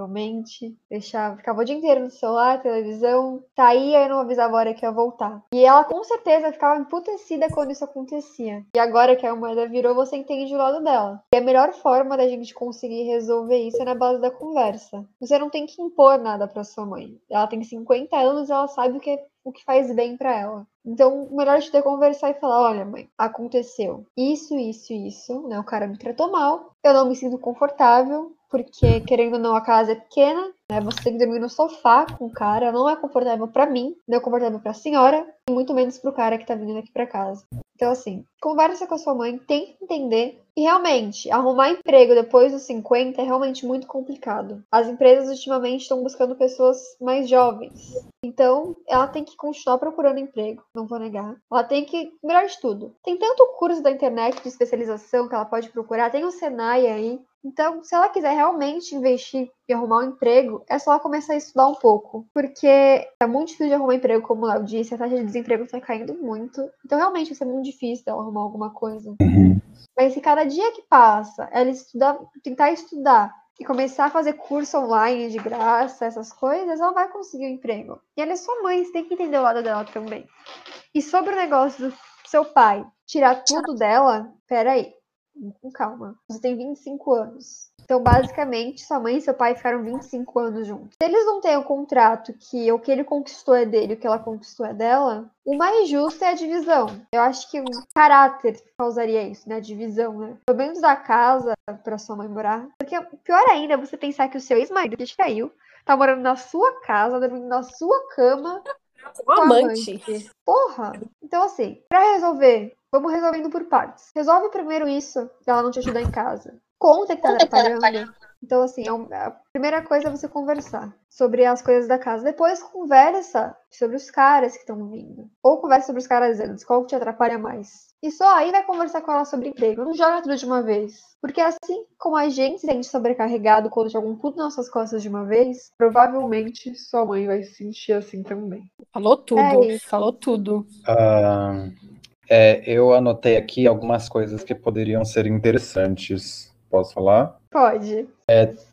S1: provavelmente. Deixava, ficava o dia inteiro no celular, televisão, tá saía e não avisava a hora que ia voltar. E ela com certeza ficava emputecida quando isso acontecia. E agora que a moeda virou, você entende o lado dela. E a melhor forma da gente conseguir resolver isso é na base da conversa. Você não tem que impor nada pra sua mãe. Ela tem 50 anos, ela sabe o que é o que faz bem pra ela. Então, o melhor de ter é conversar e falar: olha, mãe, aconteceu isso, isso, isso, né? O cara me tratou mal, eu não me sinto confortável, porque querendo ou não, a casa é pequena, né? Você tem que dormir no sofá com o cara, não é confortável pra mim, não é confortável pra senhora, e muito menos pro cara que tá vindo aqui pra casa. Então, assim, conversa com a sua mãe, tenta entender. E realmente, arrumar emprego depois dos 50 é realmente muito complicado. As empresas ultimamente estão buscando pessoas mais jovens. Então, ela tem que continuar procurando emprego, não vou negar. Ela tem que, melhor de tudo, tem tanto curso da internet de especialização que ela pode procurar, tem o Senai aí. Então, se ela quiser realmente investir e arrumar um emprego, é só ela começar a estudar um pouco. Porque é muito difícil de arrumar emprego, como o Léo disse, a taxa de desemprego tá caindo muito. Então, realmente, vai ser muito difícil dela arrumar alguma coisa. Mas se cada dia que passa, ela estudar, tentar estudar e começar a fazer curso online de graça, essas coisas, ela vai conseguir um emprego. E ela é sua mãe, você tem que entender o lado dela também. E sobre o negócio do seu pai, tirar tudo dela, peraí, com calma. Você tem 25 anos. Então, basicamente, sua mãe e seu pai ficaram 25 anos juntos. Se eles não têm o contrato que o que ele conquistou é dele e o que ela conquistou é dela, o mais justo é a divisão. Eu acho que o caráter causaria isso, né? A divisão, né? Pelo menos da casa pra sua mãe morar. Porque pior ainda é você pensar que o seu ex-marido que te traiu tá morando na sua casa, dormindo na sua cama,
S2: Um
S1: com
S2: amante.
S1: Tá, Porra! Então, assim, pra resolver, vamos resolvendo por partes. Resolve primeiro isso, dela não te ajudar em casa. Conta que tá atrapalhando. Então, assim, é um- a primeira coisa é você conversar sobre as coisas da casa. Depois, conversa sobre os caras que estão vindo. Ou conversa sobre os caras antes, qual que te atrapalha mais. E só aí vai conversar com ela sobre emprego. Não joga tudo de uma vez. Porque assim como a gente se sente sobrecarregado quando jogam tudo nas nossas costas de uma vez, provavelmente sua mãe vai se sentir assim também.
S2: Falou tudo.
S1: É isso.
S2: falou tudo.
S4: Ah, é, eu anotei aqui algumas coisas que poderiam ser interessantes. Posso falar?
S1: Pode.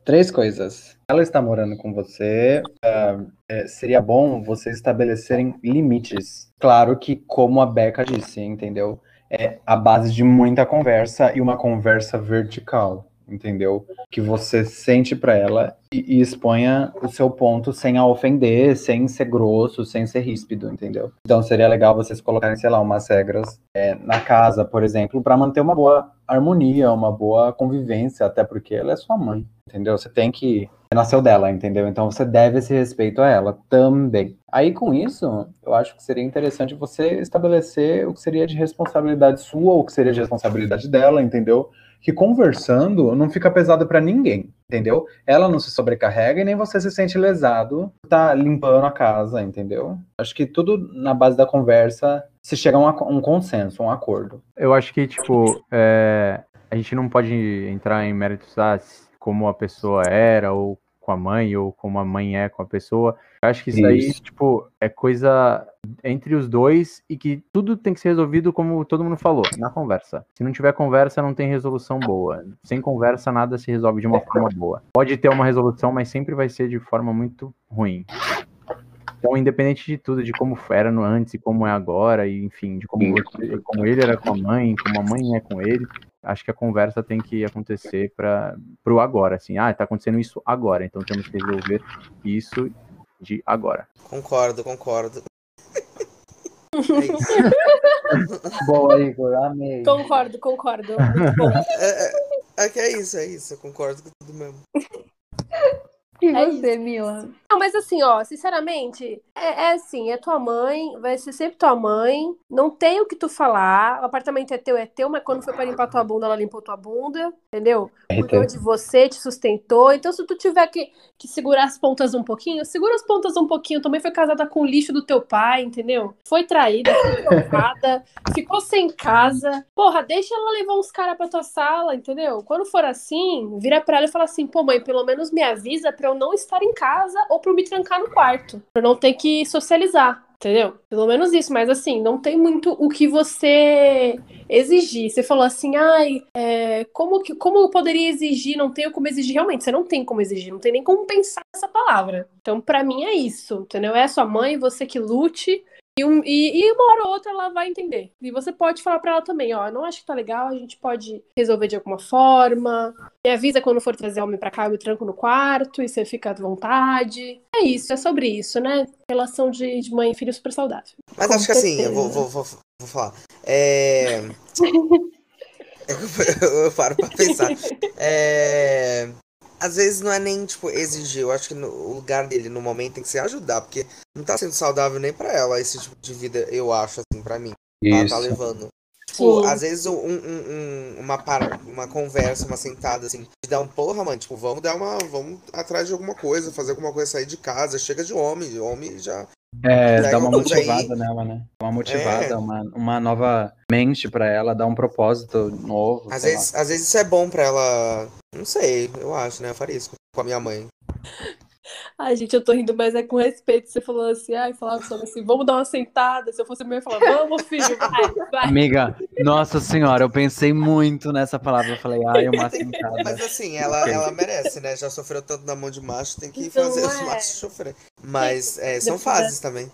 S4: Três coisas. Ela está morando com você. ah, é, seria bom vocês estabelecerem limites. Claro que, como a Beca disse, entendeu? É a base de muita conversa e uma conversa vertical, entendeu? Que você sente para ela e, e exponha o seu ponto sem a ofender, sem ser grosso, sem ser ríspido, entendeu? Então seria legal vocês colocarem, sei lá, umas regras é, na casa, por exemplo, para manter uma boa harmonia, uma boa convivência, até porque ela é sua mãe entendeu? Você tem que. Você nasceu dela, entendeu? Então você deve esse respeito a ela também. Aí com isso, eu acho que seria interessante você estabelecer o que seria de responsabilidade sua ou o que seria de responsabilidade dela, entendeu? Que conversando não fica pesado pra ninguém, entendeu? Ela não se sobrecarrega e nem você se sente lesado por tá limpando a casa, entendeu? Acho que tudo na base da conversa se chega a um ac- um consenso, um acordo.
S5: Eu acho que, tipo, é, a gente não pode entrar em méritos ah, se- como a pessoa era, ou com a mãe, ou como a mãe é com a pessoa. Eu acho que isso, aí,
S4: Isso.
S5: tipo, é coisa entre os dois e que tudo tem que ser resolvido como todo mundo falou, na conversa. Se não tiver conversa, não tem resolução boa. Sem conversa, nada se resolve de uma forma boa. Pode ter uma resolução, mas sempre vai ser de forma muito ruim. Então, independente de tudo, de como era no antes e como é agora, e enfim, de como, você- como ele era com a mãe, como a mãe é com ele, acho que a conversa tem que acontecer para pro agora, assim. Ah, tá acontecendo isso agora, então temos que resolver isso de agora.
S6: Concordo, concordo. É,
S10: Boa, Igor, amei.
S2: Concordo, concordo. Muito bom.
S6: É, é, é que é isso, é isso. Eu concordo com tudo mesmo.
S1: E
S2: É
S1: você, Mila?
S2: Não, mas assim, ó, sinceramente, é, é assim, é tua mãe, vai ser sempre tua mãe, não tem o que tu falar, o apartamento é teu, é teu, mas quando foi pra limpar tua bunda, ela limpou tua bunda, entendeu?
S4: É, então.
S2: Cuidou de você, te sustentou, então se tu tiver que, que segurar as pontas um pouquinho, segura as pontas um pouquinho, também foi casada com o lixo do teu pai, entendeu? Foi traída, foi provada, ficou sem casa, porra, deixa ela levar uns caras pra tua sala, entendeu? Quando for assim, vira pra ela e fala assim, pô mãe, pelo menos me avisa pra eu não estar em casa ou pra eu me trancar no quarto, pra eu não ter que socializar. Entendeu? Pelo menos isso, mas assim, não tem muito o que você exigir. Você falou assim, ai, é, como, que, como eu poderia exigir? Não tenho como exigir. Realmente, você não tem como exigir, não tem nem como pensar essa palavra. Então, pra mim, é isso, entendeu? É sua mãe, você que lute, e, um- e- e uma hora ou outra ela vai entender. E você pode falar pra ela também, ó, eu não acho que tá legal, a gente pode resolver de alguma forma. Me avisa quando for trazer homem pra cá, eu me tranco no quarto e você fica à vontade. É isso, é sobre isso, né? Relação de, de mãe e filho é super saudável.
S6: Mas
S2: Com
S6: acho que assim,
S2: certeza.
S6: eu vou, vou, vou, vou falar. É. eu paro pra pensar. É. Às vezes não é nem, tipo, exigir. Eu acho que no- o lugar dele no momento tem que ser ajudar, porque não tá sendo saudável nem pra ela esse tipo de vida, eu acho, assim, pra mim. Ela tá
S4: Isso.
S6: levando. Tipo,
S2: Sim.
S6: às vezes um, um- um- uma, par- uma conversa, uma sentada, assim, de dar um porra, mano, tipo, vamos dar uma. Vamos atrás de alguma coisa, fazer alguma coisa, sair de casa, chega de homem, de homem já.
S4: É,
S6: Pega
S4: dar uma
S6: tudo aí.
S4: motivada nela, né? Uma motivada,
S6: É.
S4: uma, uma nova mente pra ela, dar um propósito novo.
S6: Às
S4: sei
S6: vezes, às vezes isso é bom pra ela. Não sei, eu acho, né? Eu faria isso com a minha mãe.
S2: Ai, gente, eu tô rindo, mas é com respeito. Você falou assim, ai, falava sobre assim, vamos dar uma sentada. Se eu fosse mãe, eu falava, vamos, filho, vai,
S4: lá.
S2: vai.
S4: Amiga, nossa senhora, eu pensei muito nessa palavra. Eu falei, ai, uma sentada.
S6: Mas assim, ela, ela merece, né? Já sofreu tanto na mão de macho, tem que
S2: Não
S6: fazer os
S2: é.
S6: machos sofrer. Mas é, são fases também.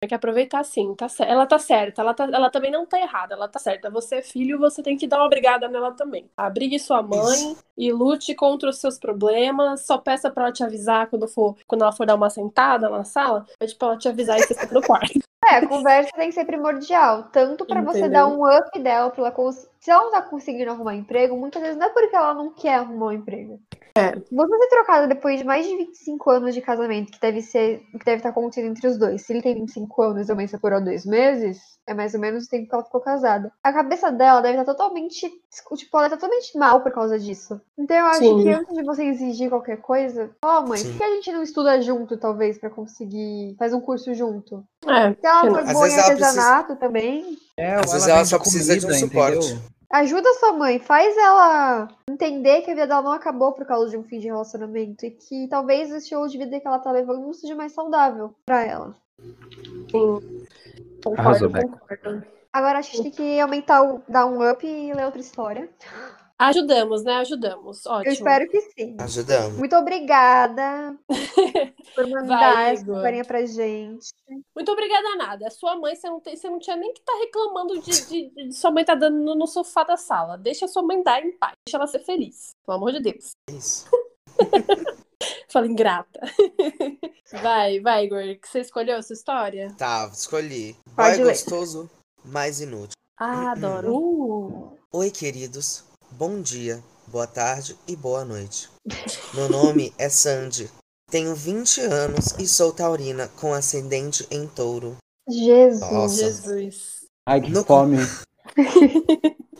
S2: Tem que aproveitar sim, tá cer- ela tá certa, ela, tá- ela também não tá errada, ela tá certa. Você é filho, você tem que dar uma brigada nela também. Abrigue sua mãe e lute contra os seus problemas. Só peça pra ela te avisar quando, for, quando ela for dar uma sentada na sala, pede pra ela te avisar e você fica no quarto.
S1: É, a conversa tem que ser primordial, tanto pra você dar um up dela, pra ela cons... se ela não tá conseguindo arrumar emprego, muitas vezes não é porque ela não quer arrumar um emprego.
S2: É.
S1: Você ser trocada depois de mais de 25 anos de casamento, que deve ser, que deve estar acontecendo entre os dois. Se ele tem 25 anos e a mãe se separou há dois meses, é mais ou menos o tempo que ela ficou casada. A cabeça dela deve estar totalmente, tipo, ela tá totalmente mal por causa disso. Então eu acho
S2: Sim.
S1: que antes de você exigir qualquer coisa, ó, mãe,
S6: Sim.
S1: por que a gente não estuda junto, talvez, pra conseguir, faz um curso junto?
S2: É,
S1: Se ela
S2: Às
S1: for boa em
S6: vezes ela precisa-
S1: artesanato também,
S4: É,
S6: Às
S4: ou
S6: vezes ela
S4: vende
S6: só precisa de um suporte.
S1: ajuda sua mãe, faz ela entender que a vida dela não acabou por causa de um fim de relacionamento e que talvez o estilo de vida que ela tá levando não seja mais saudável pra ela.
S2: sim. Concordo,
S5: Arrasou, Beca.
S2: concordo.
S1: Agora acho que a gente tem que aumentar o dar um up e ler outra história.
S2: Ajudamos, né? Ajudamos.
S1: Eu
S2: Ótimo.
S1: espero que sim.
S6: Ajudamos.
S1: Muito obrigada por mandar
S2: Vai,
S1: essa
S2: Igor.
S1: historinha pra gente.
S2: Muito obrigada a nada. A sua mãe, você não, tem, você não tinha nem que estar reclamando de, de- de sua mãe tá dando no, no sofá da sala. Deixa a sua mãe dar em paz. Deixa ela ser feliz. Pelo amor de Deus.
S6: É Isso.
S2: Fala ingrata. Vai, vai, Igor. Que você escolheu essa história?
S6: Tá, escolhi.
S1: Pode
S6: Boy
S1: ler.
S6: gostoso, mais inútil.
S2: Ah, adoro.
S1: Uh,
S6: Oi, queridos. Bom dia, boa tarde e boa noite. Meu nome é Sandy. Tenho 20 anos e sou taurina com ascendente em touro.
S1: Jesus.
S6: Nossa.
S2: Jesus.
S4: Ai, que
S6: No-
S4: fome.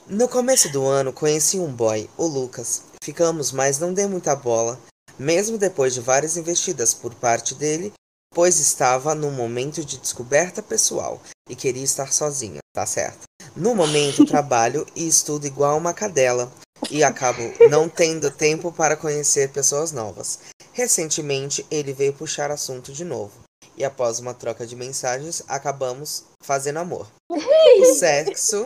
S6: No começo do ano, conheci um boy, o Lucas. Ficamos, mas não dei muita bola, mesmo depois de várias investidas por parte dele, pois estava num momento de descoberta pessoal e queria estar sozinha, tá certo? No momento, trabalho e estudo igual uma cadela e acabo não tendo tempo para conhecer pessoas novas. Recentemente, ele veio puxar assunto de novo. e após uma troca de mensagens, acabamos fazendo amor. O sexo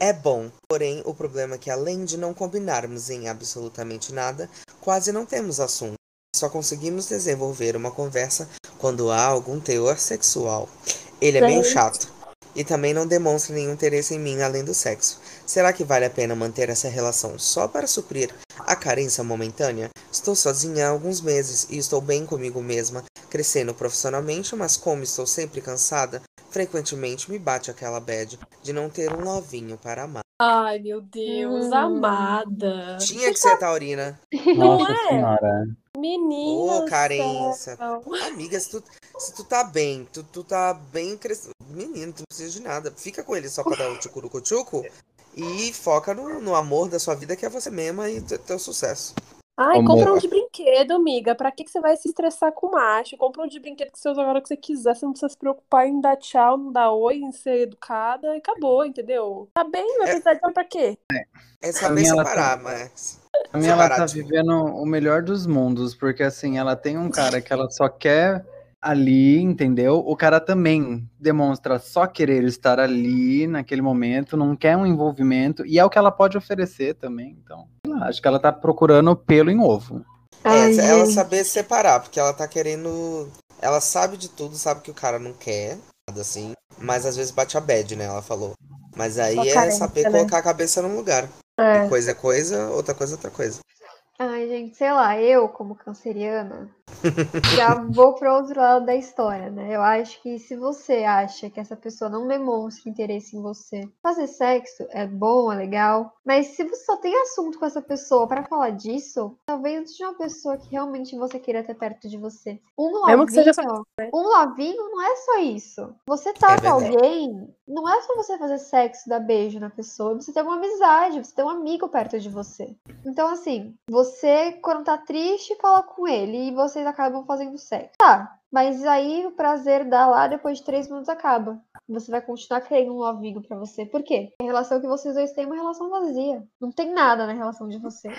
S6: é bom, porém o problema é que além de não combinarmos em absolutamente nada, quase não temos assunto. Só conseguimos desenvolver uma conversa quando há algum teor sexual. Ele é meio
S2: Gente.
S6: chato e também não demonstra nenhum interesse em mim além do sexo. Será que vale a pena manter essa relação só para suprir a carência momentânea? Estou sozinha há alguns meses e estou bem comigo mesma, crescendo profissionalmente, mas como estou sempre cansada, frequentemente me bate aquela bad de não ter um novinho para amar.
S2: Ai, meu Deus,
S1: Hum.
S2: amada.
S6: Tinha que ser taurina.
S4: Nossa
S2: Não é?
S4: senhora.
S2: Menina.
S6: Ô,
S2: do
S6: carência.
S2: céu.
S6: Amiga, se tu, se tu tá bem, tu, tu tá bem crescendo. Menino, tu não precisa de nada. Fica com ele só pra dar o tchucurucu-tchucu e foca no, no amor da sua vida, que é você mesma e te- teu sucesso.
S2: Ai,
S4: Ô,
S2: compra um
S4: amor.
S2: de brinquedo, amiga. Pra que, que você vai se estressar com macho? Compra um de brinquedo que você usa agora que você quiser. Você não precisa se preocupar em dar tchau, não dar oi, em ser educada. E acabou, entendeu? Tá bem, vai precisar de tchau pra quê?
S6: É
S4: Pra
S6: saber
S4: mim, ela
S6: separar, Max.
S4: Pra mim, ela tá
S6: Separativo.
S4: vivendo o melhor dos mundos, porque assim, ela tem um cara que ela só quer ali, entendeu? O cara também demonstra só querer estar ali naquele momento, não quer um envolvimento, e é o que ela pode oferecer também. Então, sei lá, acho que ela tá procurando pelo em ovo.
S1: Ai,
S6: É, ela
S1: gente.
S6: saber separar, porque ela tá querendo. Ela sabe de tudo, sabe que o cara não quer, nada assim. Mas às vezes bate a bad, né? Ela falou. Mas aí
S2: Só
S6: é
S2: carência,
S6: saber
S2: né?
S6: colocar a cabeça no lugar.
S2: É.
S6: Uma coisa é coisa, outra coisa é outra coisa.
S1: Ai, gente, sei lá, eu, como canceriana, já vou para outro lado da história, né? Eu acho que se você acha que essa pessoa não demonstra interesse em você, fazer sexo é bom, é legal, mas se você só tem assunto com essa pessoa para falar disso, talvez seja uma pessoa que realmente você queira ter perto de você. Um
S2: Mesmo que seja só
S1: novinho, um novinho não é só isso. Você tá
S6: É
S1: com
S6: verdade.
S1: alguém, não é só você fazer sexo, dar beijo na pessoa, você tem uma amizade, você tem um amigo perto de você. Então, assim, você, quando tá triste, fala com ele e vocês acabam fazendo sexo. Tá, mas aí o prazer dá lá depois de três minutos acaba. Você vai continuar querendo um amigo pra você. Por quê? A relação que vocês dois têm é uma relação vazia. Não tem nada na relação de vocês.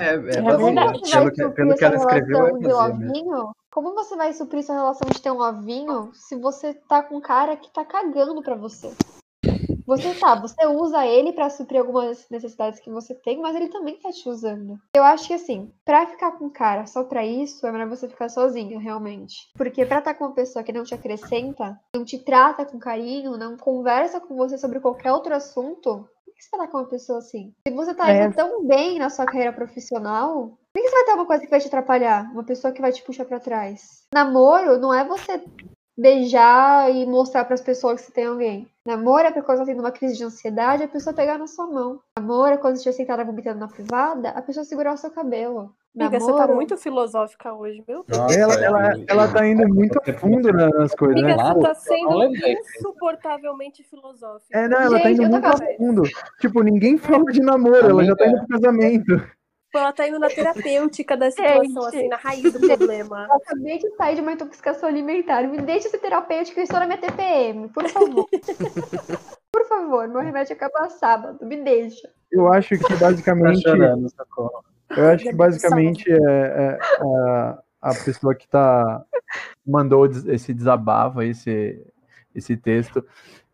S4: É,
S2: É
S1: Como
S2: vazia.
S1: você vai
S4: Pelo que,
S1: suprir
S4: pelo que
S1: né? essa
S4: ela escreveu, é
S1: relação de
S4: vazia mesmo.
S1: lovinho? Como você vai suprir sua relação de ter um lovinho se você tá com um cara que tá cagando pra você? Você tá, você usa ele pra suprir algumas necessidades que você tem, mas ele também tá te usando. Eu acho que assim, pra ficar com um cara só pra isso, é melhor você ficar sozinho, realmente. Porque pra estar com uma pessoa que não te acrescenta, não te trata com carinho, não conversa com você sobre qualquer outro assunto, por que você vai estar com uma pessoa assim? Se você tá
S2: É.
S1: indo tão bem na sua carreira profissional, por que você vai ter uma coisa que vai te atrapalhar? Uma pessoa que vai te puxar pra trás. Namoro não é você beijar e mostrar pras pessoas que você tem alguém. Namoro é pra quando você tá tendo uma crise de ansiedade, a pessoa pegar na sua mão. Namoro é quando você estiver sentada vomitando na privada, a pessoa segurar o seu cabelo.
S2: Amiga, você tá
S1: Namoro-
S2: muito filosófica hoje, meu Deus.
S10: Nossa,
S5: Ela,
S4: É,
S5: ela,
S6: É
S5: ela tá indo muito a fundo na- nas coisas,
S2: Amiga,
S5: né?
S2: você tá sendo
S4: levei.
S2: insuportavelmente filosófica.
S5: É, não, ela tá
S1: Gente,
S5: indo
S1: eu tô
S5: muito a
S1: calma.
S5: fundo. Tipo, ninguém fala de namoro, ela já tá indo pro casamento.
S2: Pô, Ela tá indo na terapêutica da situação,
S1: Gente.
S2: assim, na raiz do problema.
S1: Eu acabei de sair de uma intoxicação alimentar. Me deixa ser terapêutico, eu estou na minha TPM, por favor. por favor, meu remédio acaba sábado, me deixa.
S5: Eu acho que
S4: Tá
S5: basicamente.
S4: chorando, socorro.
S5: Eu acho que basicamente é, é a, a pessoa que tá mandou des- esse desabafo, esse esse texto,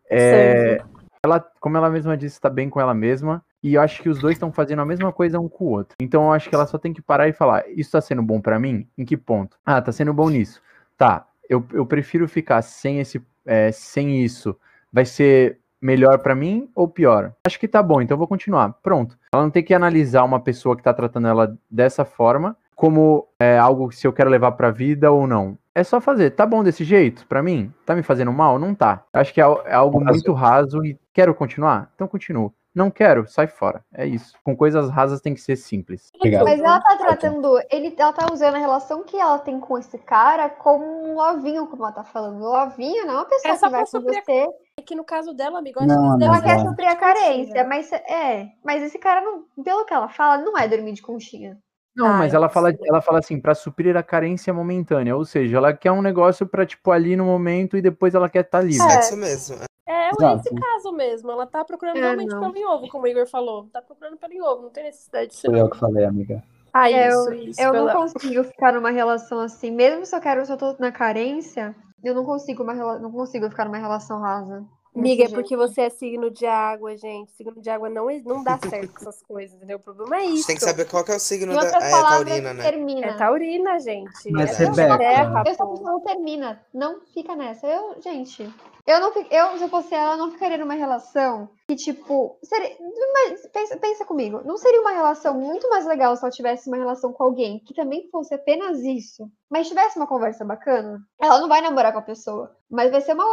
S5: é, ela, como ela mesma disse, está bem com ela mesma. E eu acho que os dois estão fazendo a mesma coisa um com o outro. Então eu acho que ela só tem que parar e falar: isso tá sendo bom pra mim? Em que ponto? Ah, tá sendo bom nisso. Tá. Eu, eu prefiro ficar sem esse, é, sem isso. Vai ser melhor pra mim ou pior? Acho que tá bom, então eu vou continuar. Pronto. Ela não tem que analisar uma pessoa que tá tratando ela dessa forma como é, algo que se eu quero levar pra vida ou não. É só fazer. Tá bom desse jeito pra mim? Tá me fazendo mal? Não tá. Acho que é, al- é algo
S4: Raso.
S5: muito raso e quero continuar? Então continuo. Não quero, sai fora. É isso. Com coisas rasas tem que ser simples.
S4: Obrigado.
S1: Mas ela tá tratando, ele, ela tá usando a relação que ela tem com esse cara como um ovinho, como ela tá falando. O ovinho não é uma pessoa
S2: É só
S1: que vai
S2: pra
S1: com
S2: suprir a-
S1: você.
S2: É que no caso dela, amigo, eu acho
S4: Não,
S2: que
S1: Ela
S4: amiga.
S2: deve
S1: quer
S4: Exato.
S1: suprir a carência,
S2: Conchinha.
S1: mas é, mas esse cara não, pelo que ela fala, não é dormir de conchinha.
S5: Não,
S2: Ah,
S5: mas
S2: eu
S5: ela fala,
S2: consigo.
S5: ela fala assim, pra suprir a carência momentânea, ou seja, ela quer um negócio pra tipo ali no momento e depois ela quer tá né? estar livre.
S1: É.
S6: Sexo mesmo.
S2: É,
S4: Exato.
S2: esse caso mesmo. Ela tá procurando
S1: É,
S2: realmente
S1: não.
S2: pelo em ovo, como o Igor falou. Tá procurando pelo em ovo, não tem necessidade de ser.
S4: Foi eu É que falei, amiga.
S2: Ah,
S1: É,
S2: isso, isso.
S1: Eu
S2: pela-
S1: não consigo ficar numa relação assim, mesmo se eu quero, se eu tô na carência, Eu não consigo, uma rela- não consigo ficar numa relação rasa. desse
S2: Amiga, é
S1: jeito.
S2: porque você é signo de água, gente. Signo de água não, é, não dá certo com essas coisas, entendeu? O problema é isso.
S6: Você tem que saber qual que é o signo
S1: Em
S6: da
S1: outras
S6: ah, é,
S1: palavras,
S6: taurina, né?
S1: termina.
S2: É taurina, gente.
S4: Mas
S2: é
S6: você
S2: signo de
S4: beca.
S2: terra,
S1: Essa
S2: pô.
S1: pessoa termina, não fica nessa. Eu, gente, eu não fi- eu, se eu fosse ela, eu não ficaria numa relação que, tipo, seria, mas pensa, pensa comigo, não seria uma relação muito mais legal se ela tivesse uma relação com alguém que também fosse apenas isso, mas tivesse uma conversa bacana? Ela não vai namorar com a pessoa, mas vai ser uma,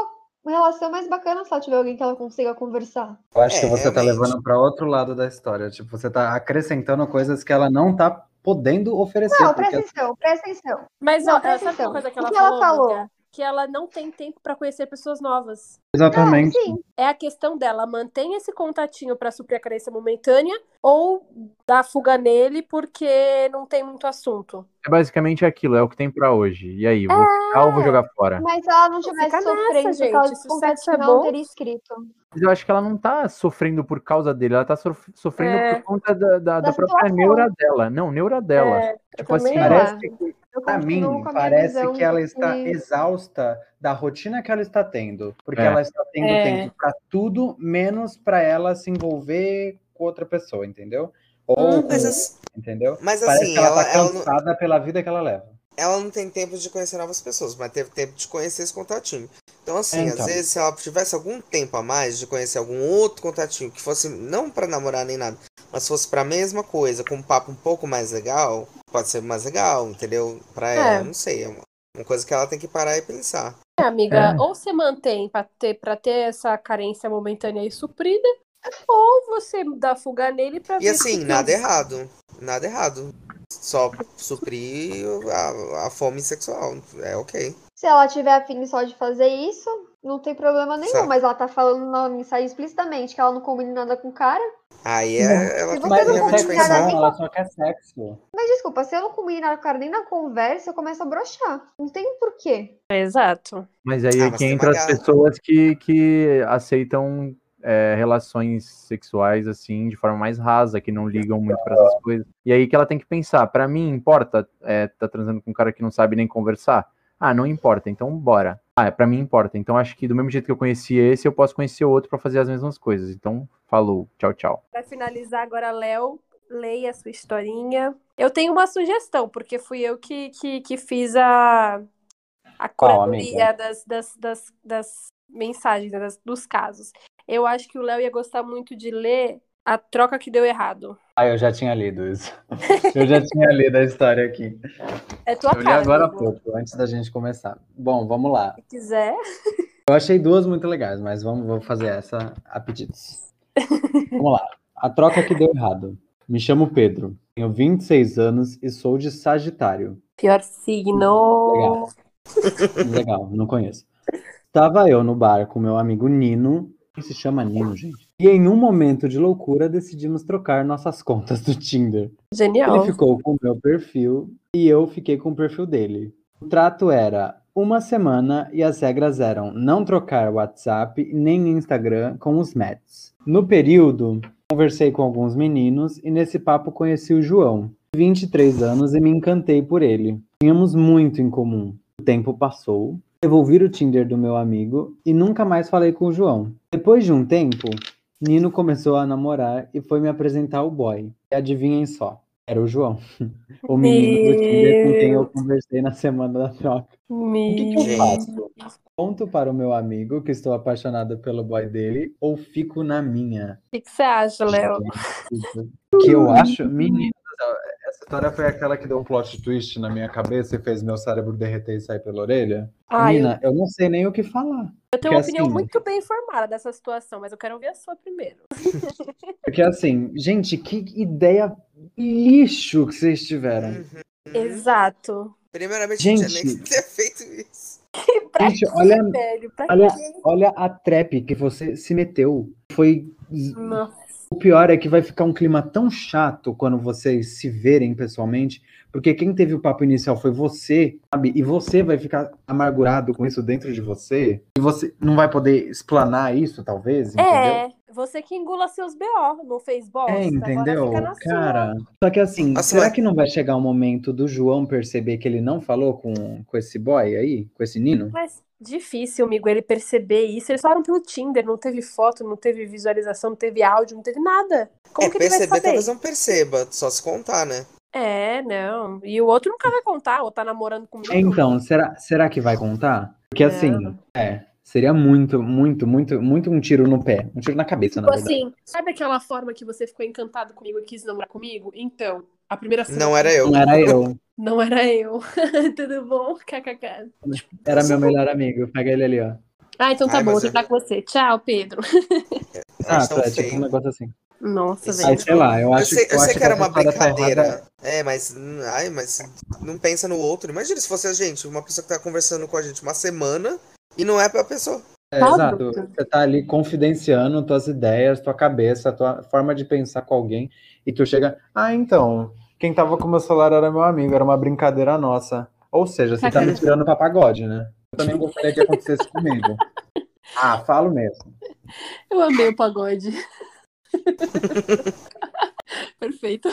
S1: uma relação mais bacana se ela tiver alguém que ela consiga conversar.
S4: Eu acho
S6: É,
S4: que você tá
S6: realmente.
S4: levando pra outro lado da história. Tipo, você tá acrescentando coisas que ela não tá podendo oferecer.
S1: Não, presta
S4: porque é
S1: atenção, presta atenção.
S2: Mas
S1: Não,
S2: ó,
S1: presta
S2: sabe uma
S1: atenção.
S2: coisa que
S1: O
S2: ela
S1: que ela
S2: falou?
S1: falou?
S2: amiga? Que ela não tem tempo pra conhecer pessoas novas.
S1: Não,
S4: exatamente.
S1: sim,
S2: É a questão dela, mantém esse contatinho pra suprir a carência momentânea ou dá fuga nele porque não tem muito assunto.
S5: É basicamente aquilo, é o que tem pra hoje. E aí, vou ficar ou vou jogar fora?
S1: mas se ela não tivesse
S2: fica nessa,
S1: sofrendo por
S2: gente,
S1: causa de
S2: se o
S1: contato
S2: sexo
S1: que
S2: é
S1: não
S2: bom-
S1: teria escrito.
S5: Mas eu acho que ela não tá sofrendo por causa dele, ela tá sof- sofrendo
S2: É.
S5: por conta da, da, da própria
S1: situação.
S5: neura dela. Não, neura dela.
S2: É,
S5: tipo assim,
S2: também
S1: acho.
S5: parece
S4: Parece que,
S1: Eu
S4: pra mim,
S1: continuo com a minha
S4: parece
S1: visão
S4: que ela
S1: de
S4: está
S1: que-
S4: exausta da rotina que ela está tendo. Porque
S5: É.
S4: ela está tendo
S2: É.
S4: tempo pra tudo, menos pra ela se envolver com outra pessoa, entendeu? Ou,
S2: Uhum.
S6: Hum,
S4: com-
S6: Mas, as-
S4: entendeu?
S6: mas
S4: Parece
S6: assim,
S4: que ela,
S6: ela,
S4: tá
S6: ela não-
S4: cansada pela vida que ela leva.
S6: ela não tem tempo de conhecer novas pessoas, mas teve tempo de conhecer esse contatinho. Então, assim,
S4: Então.
S6: às vezes, se ela tivesse algum tempo a mais de conhecer algum outro contatinho, que fosse não pra namorar nem nada, mas fosse pra mesma coisa, com um papo um pouco mais legal, pode ser mais legal, entendeu? Pra ela, eu não sei. É uma, uma coisa que ela tem que parar e pensar.
S2: É, amiga,
S5: É.
S2: ou você mantém pra ter, pra ter essa carência momentânea aí suprida, ou você dá fuga nele pra ver
S6: E
S2: se
S6: assim,
S2: tem-
S1: é.
S6: nada errado. Nada errado. Só suprir a, a fome sexual. É ok.
S1: Se ela tiver afim só de fazer isso, não tem problema nenhum.
S6: Certo.
S1: Mas ela tá falando na mensagem explicitamente que ela não combina nada com o cara.
S6: Aí é, ela
S1: Se
S6: tem
S1: você
S6: que
S1: não
S6: realmente
S1: combinar
S6: pensar.
S1: nada nem com
S4: ela só quer sexo.
S1: Mas desculpa, se eu não combino nada com o cara nem na conversa, eu começo a broxar. Não tem porquê.
S2: Exato.
S5: Mas aí
S6: Ah,
S5: é
S6: mas
S5: que
S6: tem
S5: entra as
S6: magrela.
S5: pessoas que, que aceitam é, relações sexuais assim de forma mais rasa, que não ligam muito pra essas coisas. E aí que ela tem que pensar, pra mim importa é, tá transando com um cara que não sabe nem conversar? Ah, não importa, então bora. Ah, pra mim importa. Então acho que do mesmo jeito que eu conheci esse, eu posso conhecer outro pra fazer as mesmas coisas. Então, falou, tchau, tchau.
S2: Pra finalizar agora, Léo, leia a sua historinha. Eu tenho uma sugestão, porque fui eu que, que, que fiz a, a curadoria
S4: amiga?
S2: das, das, das, das mensagens, né, das- dos casos. Eu acho que o Léo ia gostar muito de ler A Troca que Deu Errado.
S4: Ah, eu já tinha lido isso. Eu já tinha lido a história aqui.
S2: É tua
S4: Eu li
S2: cara,
S4: agora há
S2: amigo.
S4: pouco, antes da gente começar. Bom, vamos lá.
S2: Se quiser.
S4: Eu achei duas muito legais, mas vamos, vou fazer essa a pedidos. Vamos lá. A troca que deu errado. Me chamo Pedro, tenho 26 anos e sou de Sagitário.
S2: Pior signo.
S4: Legal. Legal, não conheço. Estava eu no bar com meu amigo Nino, que se chama Nino, gente. E em um momento de loucura decidimos trocar nossas contas do Tinder.
S2: Genial.
S4: Ele ficou com o meu perfil e eu fiquei com o perfil dele. O trato era uma semana e as regras eram não trocar WhatsApp nem Instagram com os Mets. No período, conversei com alguns meninos e nesse papo conheci o João, 23 anos, e me encantei por ele. Tínhamos muito em comum. O tempo passou, devolvi o Tinder do meu amigo e nunca mais falei com o João. Depois de um tempo, Nino começou a namorar e foi me apresentar o boy. E adivinhem só, era o João. o menino do Tinder com quem eu conversei na semana da troca. O que, que eu
S2: Me-
S4: faço? Conto para o meu amigo que estou apaixonada pelo boy dele ou fico na minha?
S2: O que que você acha, Léo?
S4: O que eu acho? Menina, essa história foi aquela que deu um plot twist na minha cabeça e fez meu cérebro derreter e sair pela orelha?
S2: Ai, eu,
S4: Menina, eu não sei nem o que falar.
S2: eu tenho uma
S4: porque
S2: opinião
S4: assim-
S2: muito bem informada dessa situação, mas eu quero ouvir a sua primeiro.
S6: Uhum.
S4: Porque assim, gente, que ideia lixo que vocês tiveram.
S2: Exato.
S6: Primeiramente,
S4: Gente.
S6: não tinha nem que ter feito isso.
S2: Pra
S4: Gente,
S2: quê,
S4: olha-
S2: velho? Pra
S4: olha-
S2: quê?
S4: Olha a trap que você se meteu. Foi.
S2: Nossa.
S4: O pior é que vai ficar um clima tão chato quando vocês se verem pessoalmente, porque quem teve o papo inicial foi você, sabe? E você vai ficar amargurado com isso dentro de você. E você não vai poder explanar isso, talvez, entendeu?
S2: É, você que engula seus BO, não fez bosta,
S4: É, entendeu?
S2: agora fica na
S4: Cara, só que assim,
S6: Nossa,
S4: será
S6: mas-
S4: que não vai chegar o momento do João perceber que ele não falou com, com esse boy aí, com esse Nino?
S2: sua. Mas difícil, amigo, ele perceber isso. Eles falaram pelo Tinder, não teve foto, não teve visualização, não teve áudio, não teve nada. Como
S6: é,
S2: que ele vai
S6: perceber
S2: saber?
S6: talvez não perceba, só se contar, né?
S2: É, não. E o outro nunca vai contar, ou tá namorando comigo.
S4: Então, será, será que vai contar? Porque assim, é, seria muito, muito, muito, muito um tiro no pé. Um tiro na cabeça, na
S2: Tipo
S4: verdade.
S2: assim, sabe aquela forma que você ficou encantado comigo e quis namorar comigo? Então, a primeira forma
S6: Não é. era eu.
S4: Não era eu,
S2: não era eu. Tudo bom? KKK.
S4: era meu melhor amigo. Pega ele ali, ó.
S2: Ah, então tá
S6: Ai,
S2: bom,
S6: mas
S2: vou
S6: é-
S2: terminar com você. Tchau, Pedro.
S6: Eu
S4: Ah,
S6: acho tão
S4: tá, é tipo um
S6: feio.
S4: negócio assim.
S2: Nossa,
S6: Isso
S4: Aí,
S2: velho.
S4: sei lá, eu
S6: Eu
S4: acho
S6: sei, eu
S4: acho
S6: sei que era
S4: essa
S6: uma
S4: história tá errada.
S6: brincadeira. É, mas. hum, Ai, mas não pensa no outro. Imagina se fosse a gente, uma pessoa que tá conversando com a gente uma semana e não é pra pessoa.
S4: É,
S2: Tá
S4: exato.
S2: doido.
S4: Você tá ali confidenciando tuas ideias, tua cabeça, tua forma de pensar com alguém, e tu chega, ah, então, quem tava com meu celular era meu amigo, era uma brincadeira nossa. Ou seja, você tá me tirando pra pagode, né? Eu também gostaria que acontecesse comigo. Ah, falo mesmo.
S2: Eu amei o pagode. Perfeito.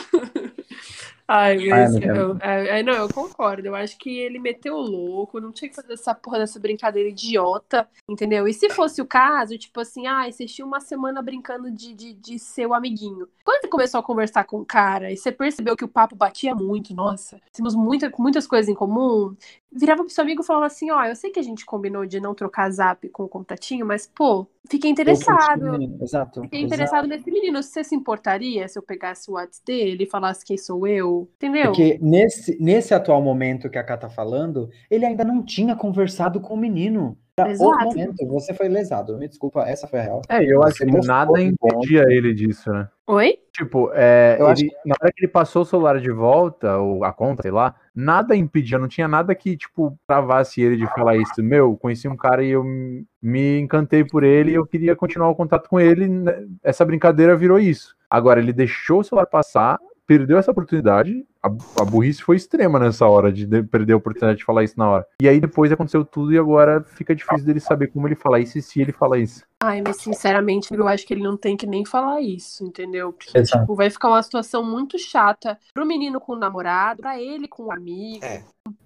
S2: Ai,
S4: Ai,
S2: mas
S4: amiga.
S2: eu, ai, ai, não, eu concordo. Eu acho que ele meteu o louco, não tinha que fazer essa porra dessa brincadeira idiota, entendeu? E se fosse o caso, tipo assim, ai, vocês tinham uma semana brincando de, de, de seu amiguinho. Quando você começou a conversar com o cara e você percebeu que o papo batia muito, nossa, temos muita, muitas coisas em comum, virava pro seu amigo e falava assim, ó, eu sei que a gente combinou de não trocar zap com o contatinho, mas, pô, fiquei interessado,
S4: Eu senti- Exato.
S2: Fiquei
S4: exato.
S2: interessado nesse menino. Você se importaria se eu pegasse o WhatsApp dele e falasse quem sou eu? Entendeu?
S4: Porque nesse, nesse atual momento que a Ká tá falando, ele ainda não tinha conversado com o menino. Era o
S2: Exato.
S4: momento, você foi lesado. Me desculpa, essa foi a real.
S5: É, e eu acho
S4: Você
S5: que
S4: mostrou
S5: nada
S4: um
S5: impedia ele disso, né?
S2: Oi?
S5: Tipo, é,
S4: Eu acho
S5: ele- na hora que ele passou o celular de volta, ou a conta, sei lá, nada impedia, não tinha nada que, tipo, travasse ele de falar isso. Meu, conheci um cara e eu m- me encantei por ele e eu queria continuar o contato com ele. né? Essa brincadeira virou isso. Agora, ele deixou o celular passar, perdeu essa oportunidade. A, a burrice foi extrema nessa hora, de, de perder a oportunidade de falar isso na hora. E aí depois aconteceu tudo e agora fica difícil dele saber como ele fala isso e se ele fala isso.
S2: Ai, mas sinceramente, eu acho que ele não tem que nem falar isso, entendeu? Porque,
S4: Exato.
S2: tipo, vai ficar uma situação muito chata pro menino com o namorado, pra ele com o amigo.
S6: É.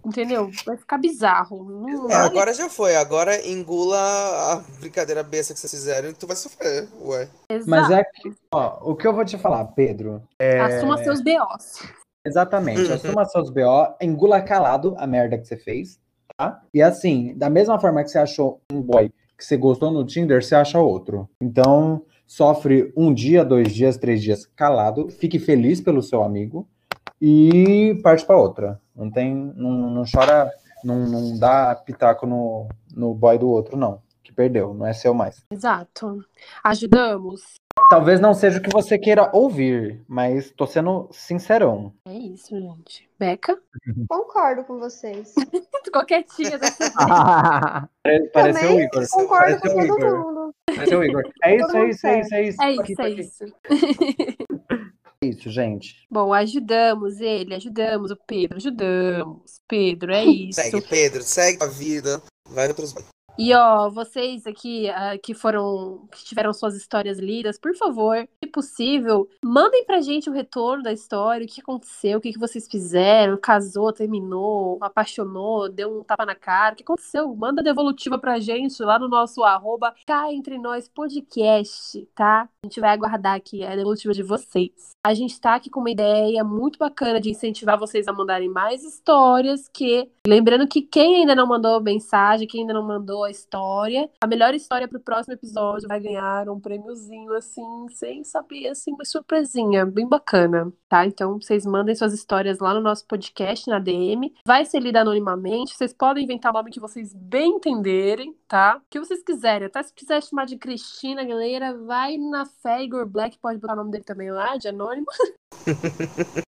S2: Entendeu? Vai ficar bizarro. Não,
S6: É,
S2: olha,
S6: agora já foi. Agora engula a brincadeira besta que vocês fizeram e tu vai sofrer, ué.
S4: Mas
S2: Exato.
S4: é que, ó, o que eu vou te falar, Pedro,
S2: Assuma seus BOs.
S4: Exatamente.
S6: Uhum.
S4: Assuma seus BO, engula calado a merda que você fez, tá? E assim, da mesma forma que você achou um boy que você gostou no Tinder, você acha outro. Então, sofre um dia, dois dias, três dias calado, fique feliz pelo seu amigo e parte pra outra. Não tem, não, não chora, não, não dá pitaco no, no boy do outro, não. Que perdeu, não é seu mais.
S2: Exato. Ajudamos.
S4: Talvez não seja o que você queira ouvir, mas tô sendo sincerão.
S2: É isso, gente. Beca?
S1: Concordo com vocês.
S2: Qualquer tia da sua
S4: Pare- Pareceu o Igor.
S1: Concordo com
S4: Pareceu o
S1: todo
S4: Igor.
S1: mundo.
S4: Pareceu o Igor. É isso,
S1: Todo
S4: é
S1: mundo
S4: isso, é
S1: certo.
S4: isso, é isso.
S2: É
S4: Tá aqui,
S2: isso,
S4: tá
S2: é
S4: aqui.
S2: isso.
S4: É isso, gente.
S2: Bom, ajudamos ele, ajudamos o Pedro, ajudamos. Pedro, é isso.
S6: Segue, Pedro, segue a vida. Vai outros boys.
S2: E ó, vocês aqui ah, que foram, que tiveram suas histórias lidas, por favor, se possível, mandem pra gente o retorno da história, o que aconteceu, o que, que vocês fizeram, casou, terminou, apaixonou, deu um tapa na cara, o que aconteceu? Manda devolutiva pra gente lá no nosso arroba cá entre nós podcast, tá? A gente vai aguardar aqui a devolutiva de vocês. A gente tá aqui com uma ideia muito bacana de incentivar vocês a mandarem mais histórias que Lembrando que quem ainda não mandou mensagem, quem ainda não mandou a história, a melhor história pro próximo episódio vai ganhar um prêmiozinho assim, sem saber, assim, uma surpresinha, bem bacana, tá? Então vocês mandem suas histórias lá no nosso podcast, na DM. Vai ser lida anonimamente, vocês podem inventar o nome que vocês bem entenderem, tá? O que vocês quiserem, até se quiser chamar de Cristina, galera, vai na fé, Igor Black, pode botar o nome dele também lá, de anônimo.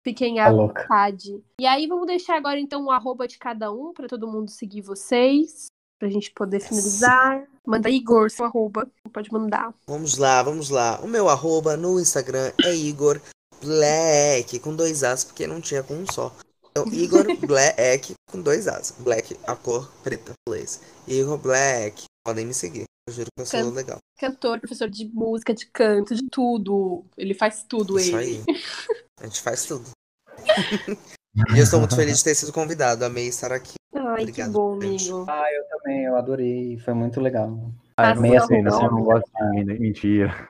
S2: Fiquem à
S4: louca.
S2: vontade. E aí vamos deixar agora então o arroba de cada um pra todo mundo seguir vocês, pra gente poder finalizar. Manda Igor seu arroba, pode mandar.
S6: Vamos lá, vamos lá. O meu arroba no Instagram é Igor Black, com dois As, porque não tinha com um só. Então, Igor Black, com dois As. Black, a cor preta, blaze. Igor Black. Podem me seguir. Eu juro que eu sou
S2: Can-
S6: legal.
S2: Cantor, professor de música, de canto, de tudo. Ele faz tudo
S6: Isso
S2: ele.
S6: aí. A gente faz tudo. E eu estou muito feliz de ter sido convidado. Amei estar aqui.
S1: Ai,
S6: Obrigado,
S1: que bom,
S6: gente.
S1: amigo.
S4: Ah, eu também, eu adorei. Foi muito legal.
S2: Tá
S5: Ah, eu não
S4: Meia
S5: gostei, não.
S4: sessão.
S5: Eu não gosto de mim, né? Mentira.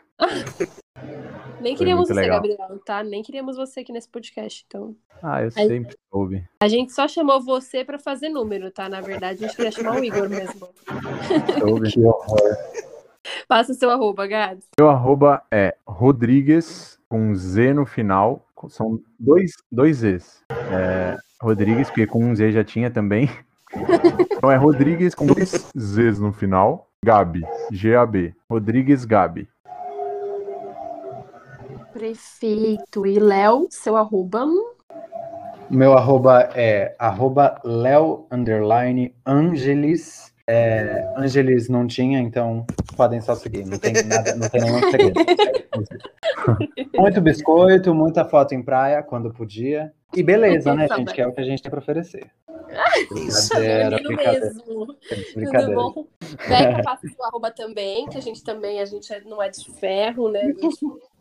S2: Nem queríamos você,
S5: muito legal.
S2: Gabriel, tá? Nem queríamos você aqui nesse podcast, então.
S5: Ah, eu
S2: Aí-
S5: sempre soube.
S2: A gente só chamou você pra fazer número, tá? Na verdade, a gente queria chamar o Igor mesmo.
S5: soube.
S4: Que horror.
S2: Passa o seu arroba, Gads.
S5: Meu arroba é Rodrigues com Z no final. com- São dois, dois Zs. É, Rodrigues, porque com um Z já tinha também. Então é Rodrigues com dois Zs no final. Gabi, G-A-B. Rodrigues Gabi.
S2: Prefeito e Léo, seu arroba.
S4: Meu arroba é arroba Léo underline Angelis. É, Angelis não tinha, então podem só seguir. Não tem nada, não tem nenhum segredo. Muito biscoito, muita foto em praia quando podia. E beleza, né, gente? Que é o que a gente tem pra oferecer.
S6: É Isso.
S4: Brincadeira,
S2: Vermelho
S4: brincadeira.
S2: mesmo. Tudo
S4: brincadeira.
S2: bom? Beca, passa seu arroba também, que a gente também, a gente é- não é de ferro, né? A gente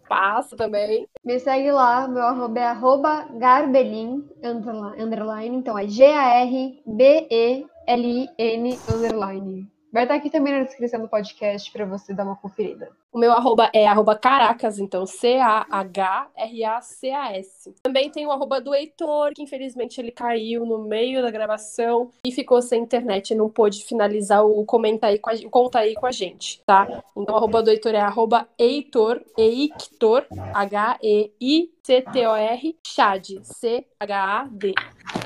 S2: passa também.
S1: Me segue lá, meu arroba é arroba Garbelin, underla- underline, então é G-A-R-B-E-L-I-N, underline. Vai estar aqui também na descrição do podcast para você dar uma conferida.
S2: O meu arroba é arroba caracas, então C-A-H-R-A-C-A-S. Também tem o arroba do Heitor, que infelizmente ele caiu no meio da gravação e ficou sem internet e não pôde finalizar o comenta aí com a, o conta aí com a gente, tá? Então o arroba do Heitor é arroba Heitor, Eictor, H-E-I-C-T-O-R, Chad, C-H-A-D.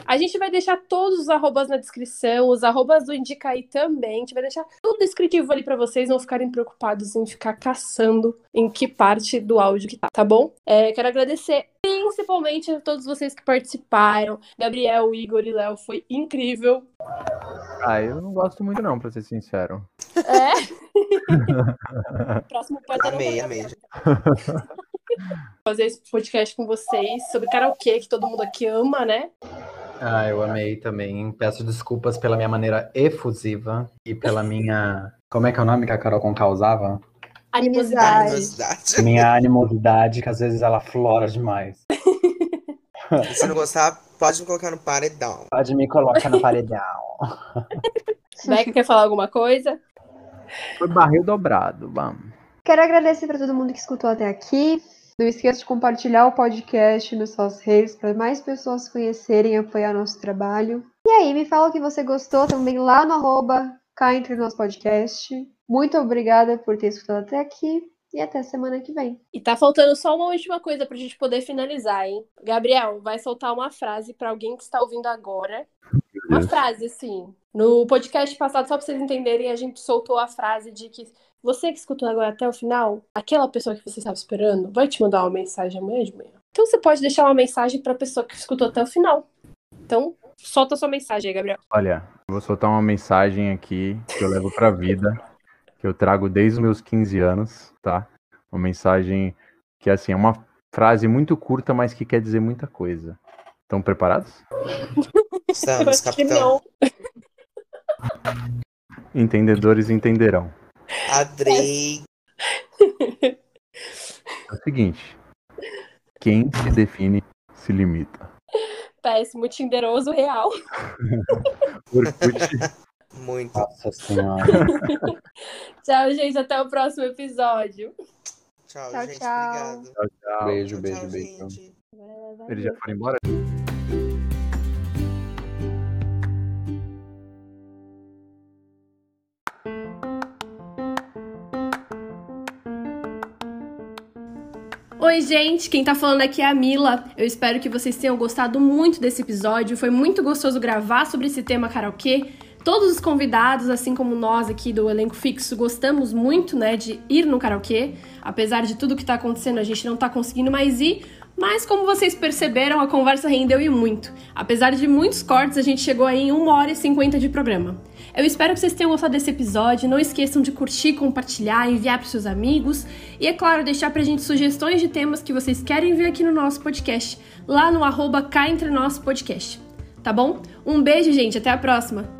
S2: A gente vai deixar todos os arrobas na descrição, os arrobas do Indica aí também. A gente vai deixar tudo descritivo ali pra vocês não ficarem preocupados em ficar caçando em que parte do áudio que tá, tá bom? É, quero agradecer principalmente a todos vocês que participaram. Gabriel, Igor e Léo, foi incrível.
S5: Ah, eu não gosto muito, não, pra ser sincero.
S2: É. Próximo pode
S6: Amei, amei. gente.
S2: fazer esse podcast com vocês sobre karaokê, que todo mundo aqui ama, né?
S4: Ah, eu amei também. Peço desculpas pela minha maneira efusiva e pela minha. Como é que é o nome que a Carol Conká usava?
S6: Ah,
S1: Ai.
S6: curiosidade.
S4: Minha animosidade, que às vezes ela flora demais.
S6: E Se não gostar, pode me colocar no paredão.
S4: Pode me colocar no paredão.
S2: Beca quer falar alguma coisa?
S5: Foi barril dobrado, vamos.
S1: Quero agradecer para todo mundo que escutou até aqui. Não esqueça de compartilhar o podcast nas suas redes para mais pessoas conhecerem e apoiar nosso trabalho. E aí, me fala o que você gostou também lá no arroba cá entre nós podcast. Muito obrigada por ter escutado até aqui e até semana que vem.
S2: E tá faltando só uma última coisa pra gente poder finalizar, hein? Gabriel, vai soltar uma frase pra alguém que está ouvindo agora. Uma frase, assim. No podcast passado, só pra vocês entenderem, a gente soltou a frase de que você que escutou agora até o final, aquela pessoa que você estava esperando vai te mandar uma mensagem amanhã de manhã. Então você pode deixar uma mensagem pra pessoa que escutou até o final. Então, solta sua mensagem aí, Gabriel.
S5: Olha, eu vou soltar uma mensagem aqui que eu levo pra vida, que eu trago desde os meus 15 anos, tá? Uma mensagem que, assim, é uma frase muito curta, mas que quer dizer muita coisa. Estão preparados?
S2: Eu
S6: Estamos,
S2: acho que
S6: capitão.
S2: não.
S5: Entendedores entenderão.
S6: Adrei.
S5: É o seguinte: quem se define se limita.
S2: Péssimo, tinderoso, real.
S5: Orkut,
S6: Muito.
S4: Nossa senhora.
S2: Tchau, gente. Até o próximo episódio.
S6: Tchau,
S1: Tchau,
S6: gente.
S1: tchau.
S6: Obrigado.
S5: tchau.
S4: Beijo, beijo,
S6: tchau,
S4: beijo.
S6: gente.
S5: Eles já foram embora?
S2: Oi, gente, quem tá falando aqui é a Mila. Eu espero que vocês tenham gostado muito desse episódio. Foi muito gostoso gravar sobre esse tema karaokê. Todos os convidados, assim como nós aqui do elenco fixo, gostamos muito, né, de ir no karaokê. Apesar de tudo que tá acontecendo, a gente não tá conseguindo mais ir. Mas como vocês perceberam, a conversa rendeu e muito. Apesar de muitos cortes, a gente chegou aí em 1 hora e 50 de programa. Eu espero que vocês tenham gostado desse episódio. Não esqueçam de curtir, compartilhar, enviar para seus amigos e, é claro, deixar pra gente sugestões de temas que vocês querem ver aqui no nosso podcast, lá no arroba cá entre nós podcast. Tá bom? Um beijo, gente, até a próxima!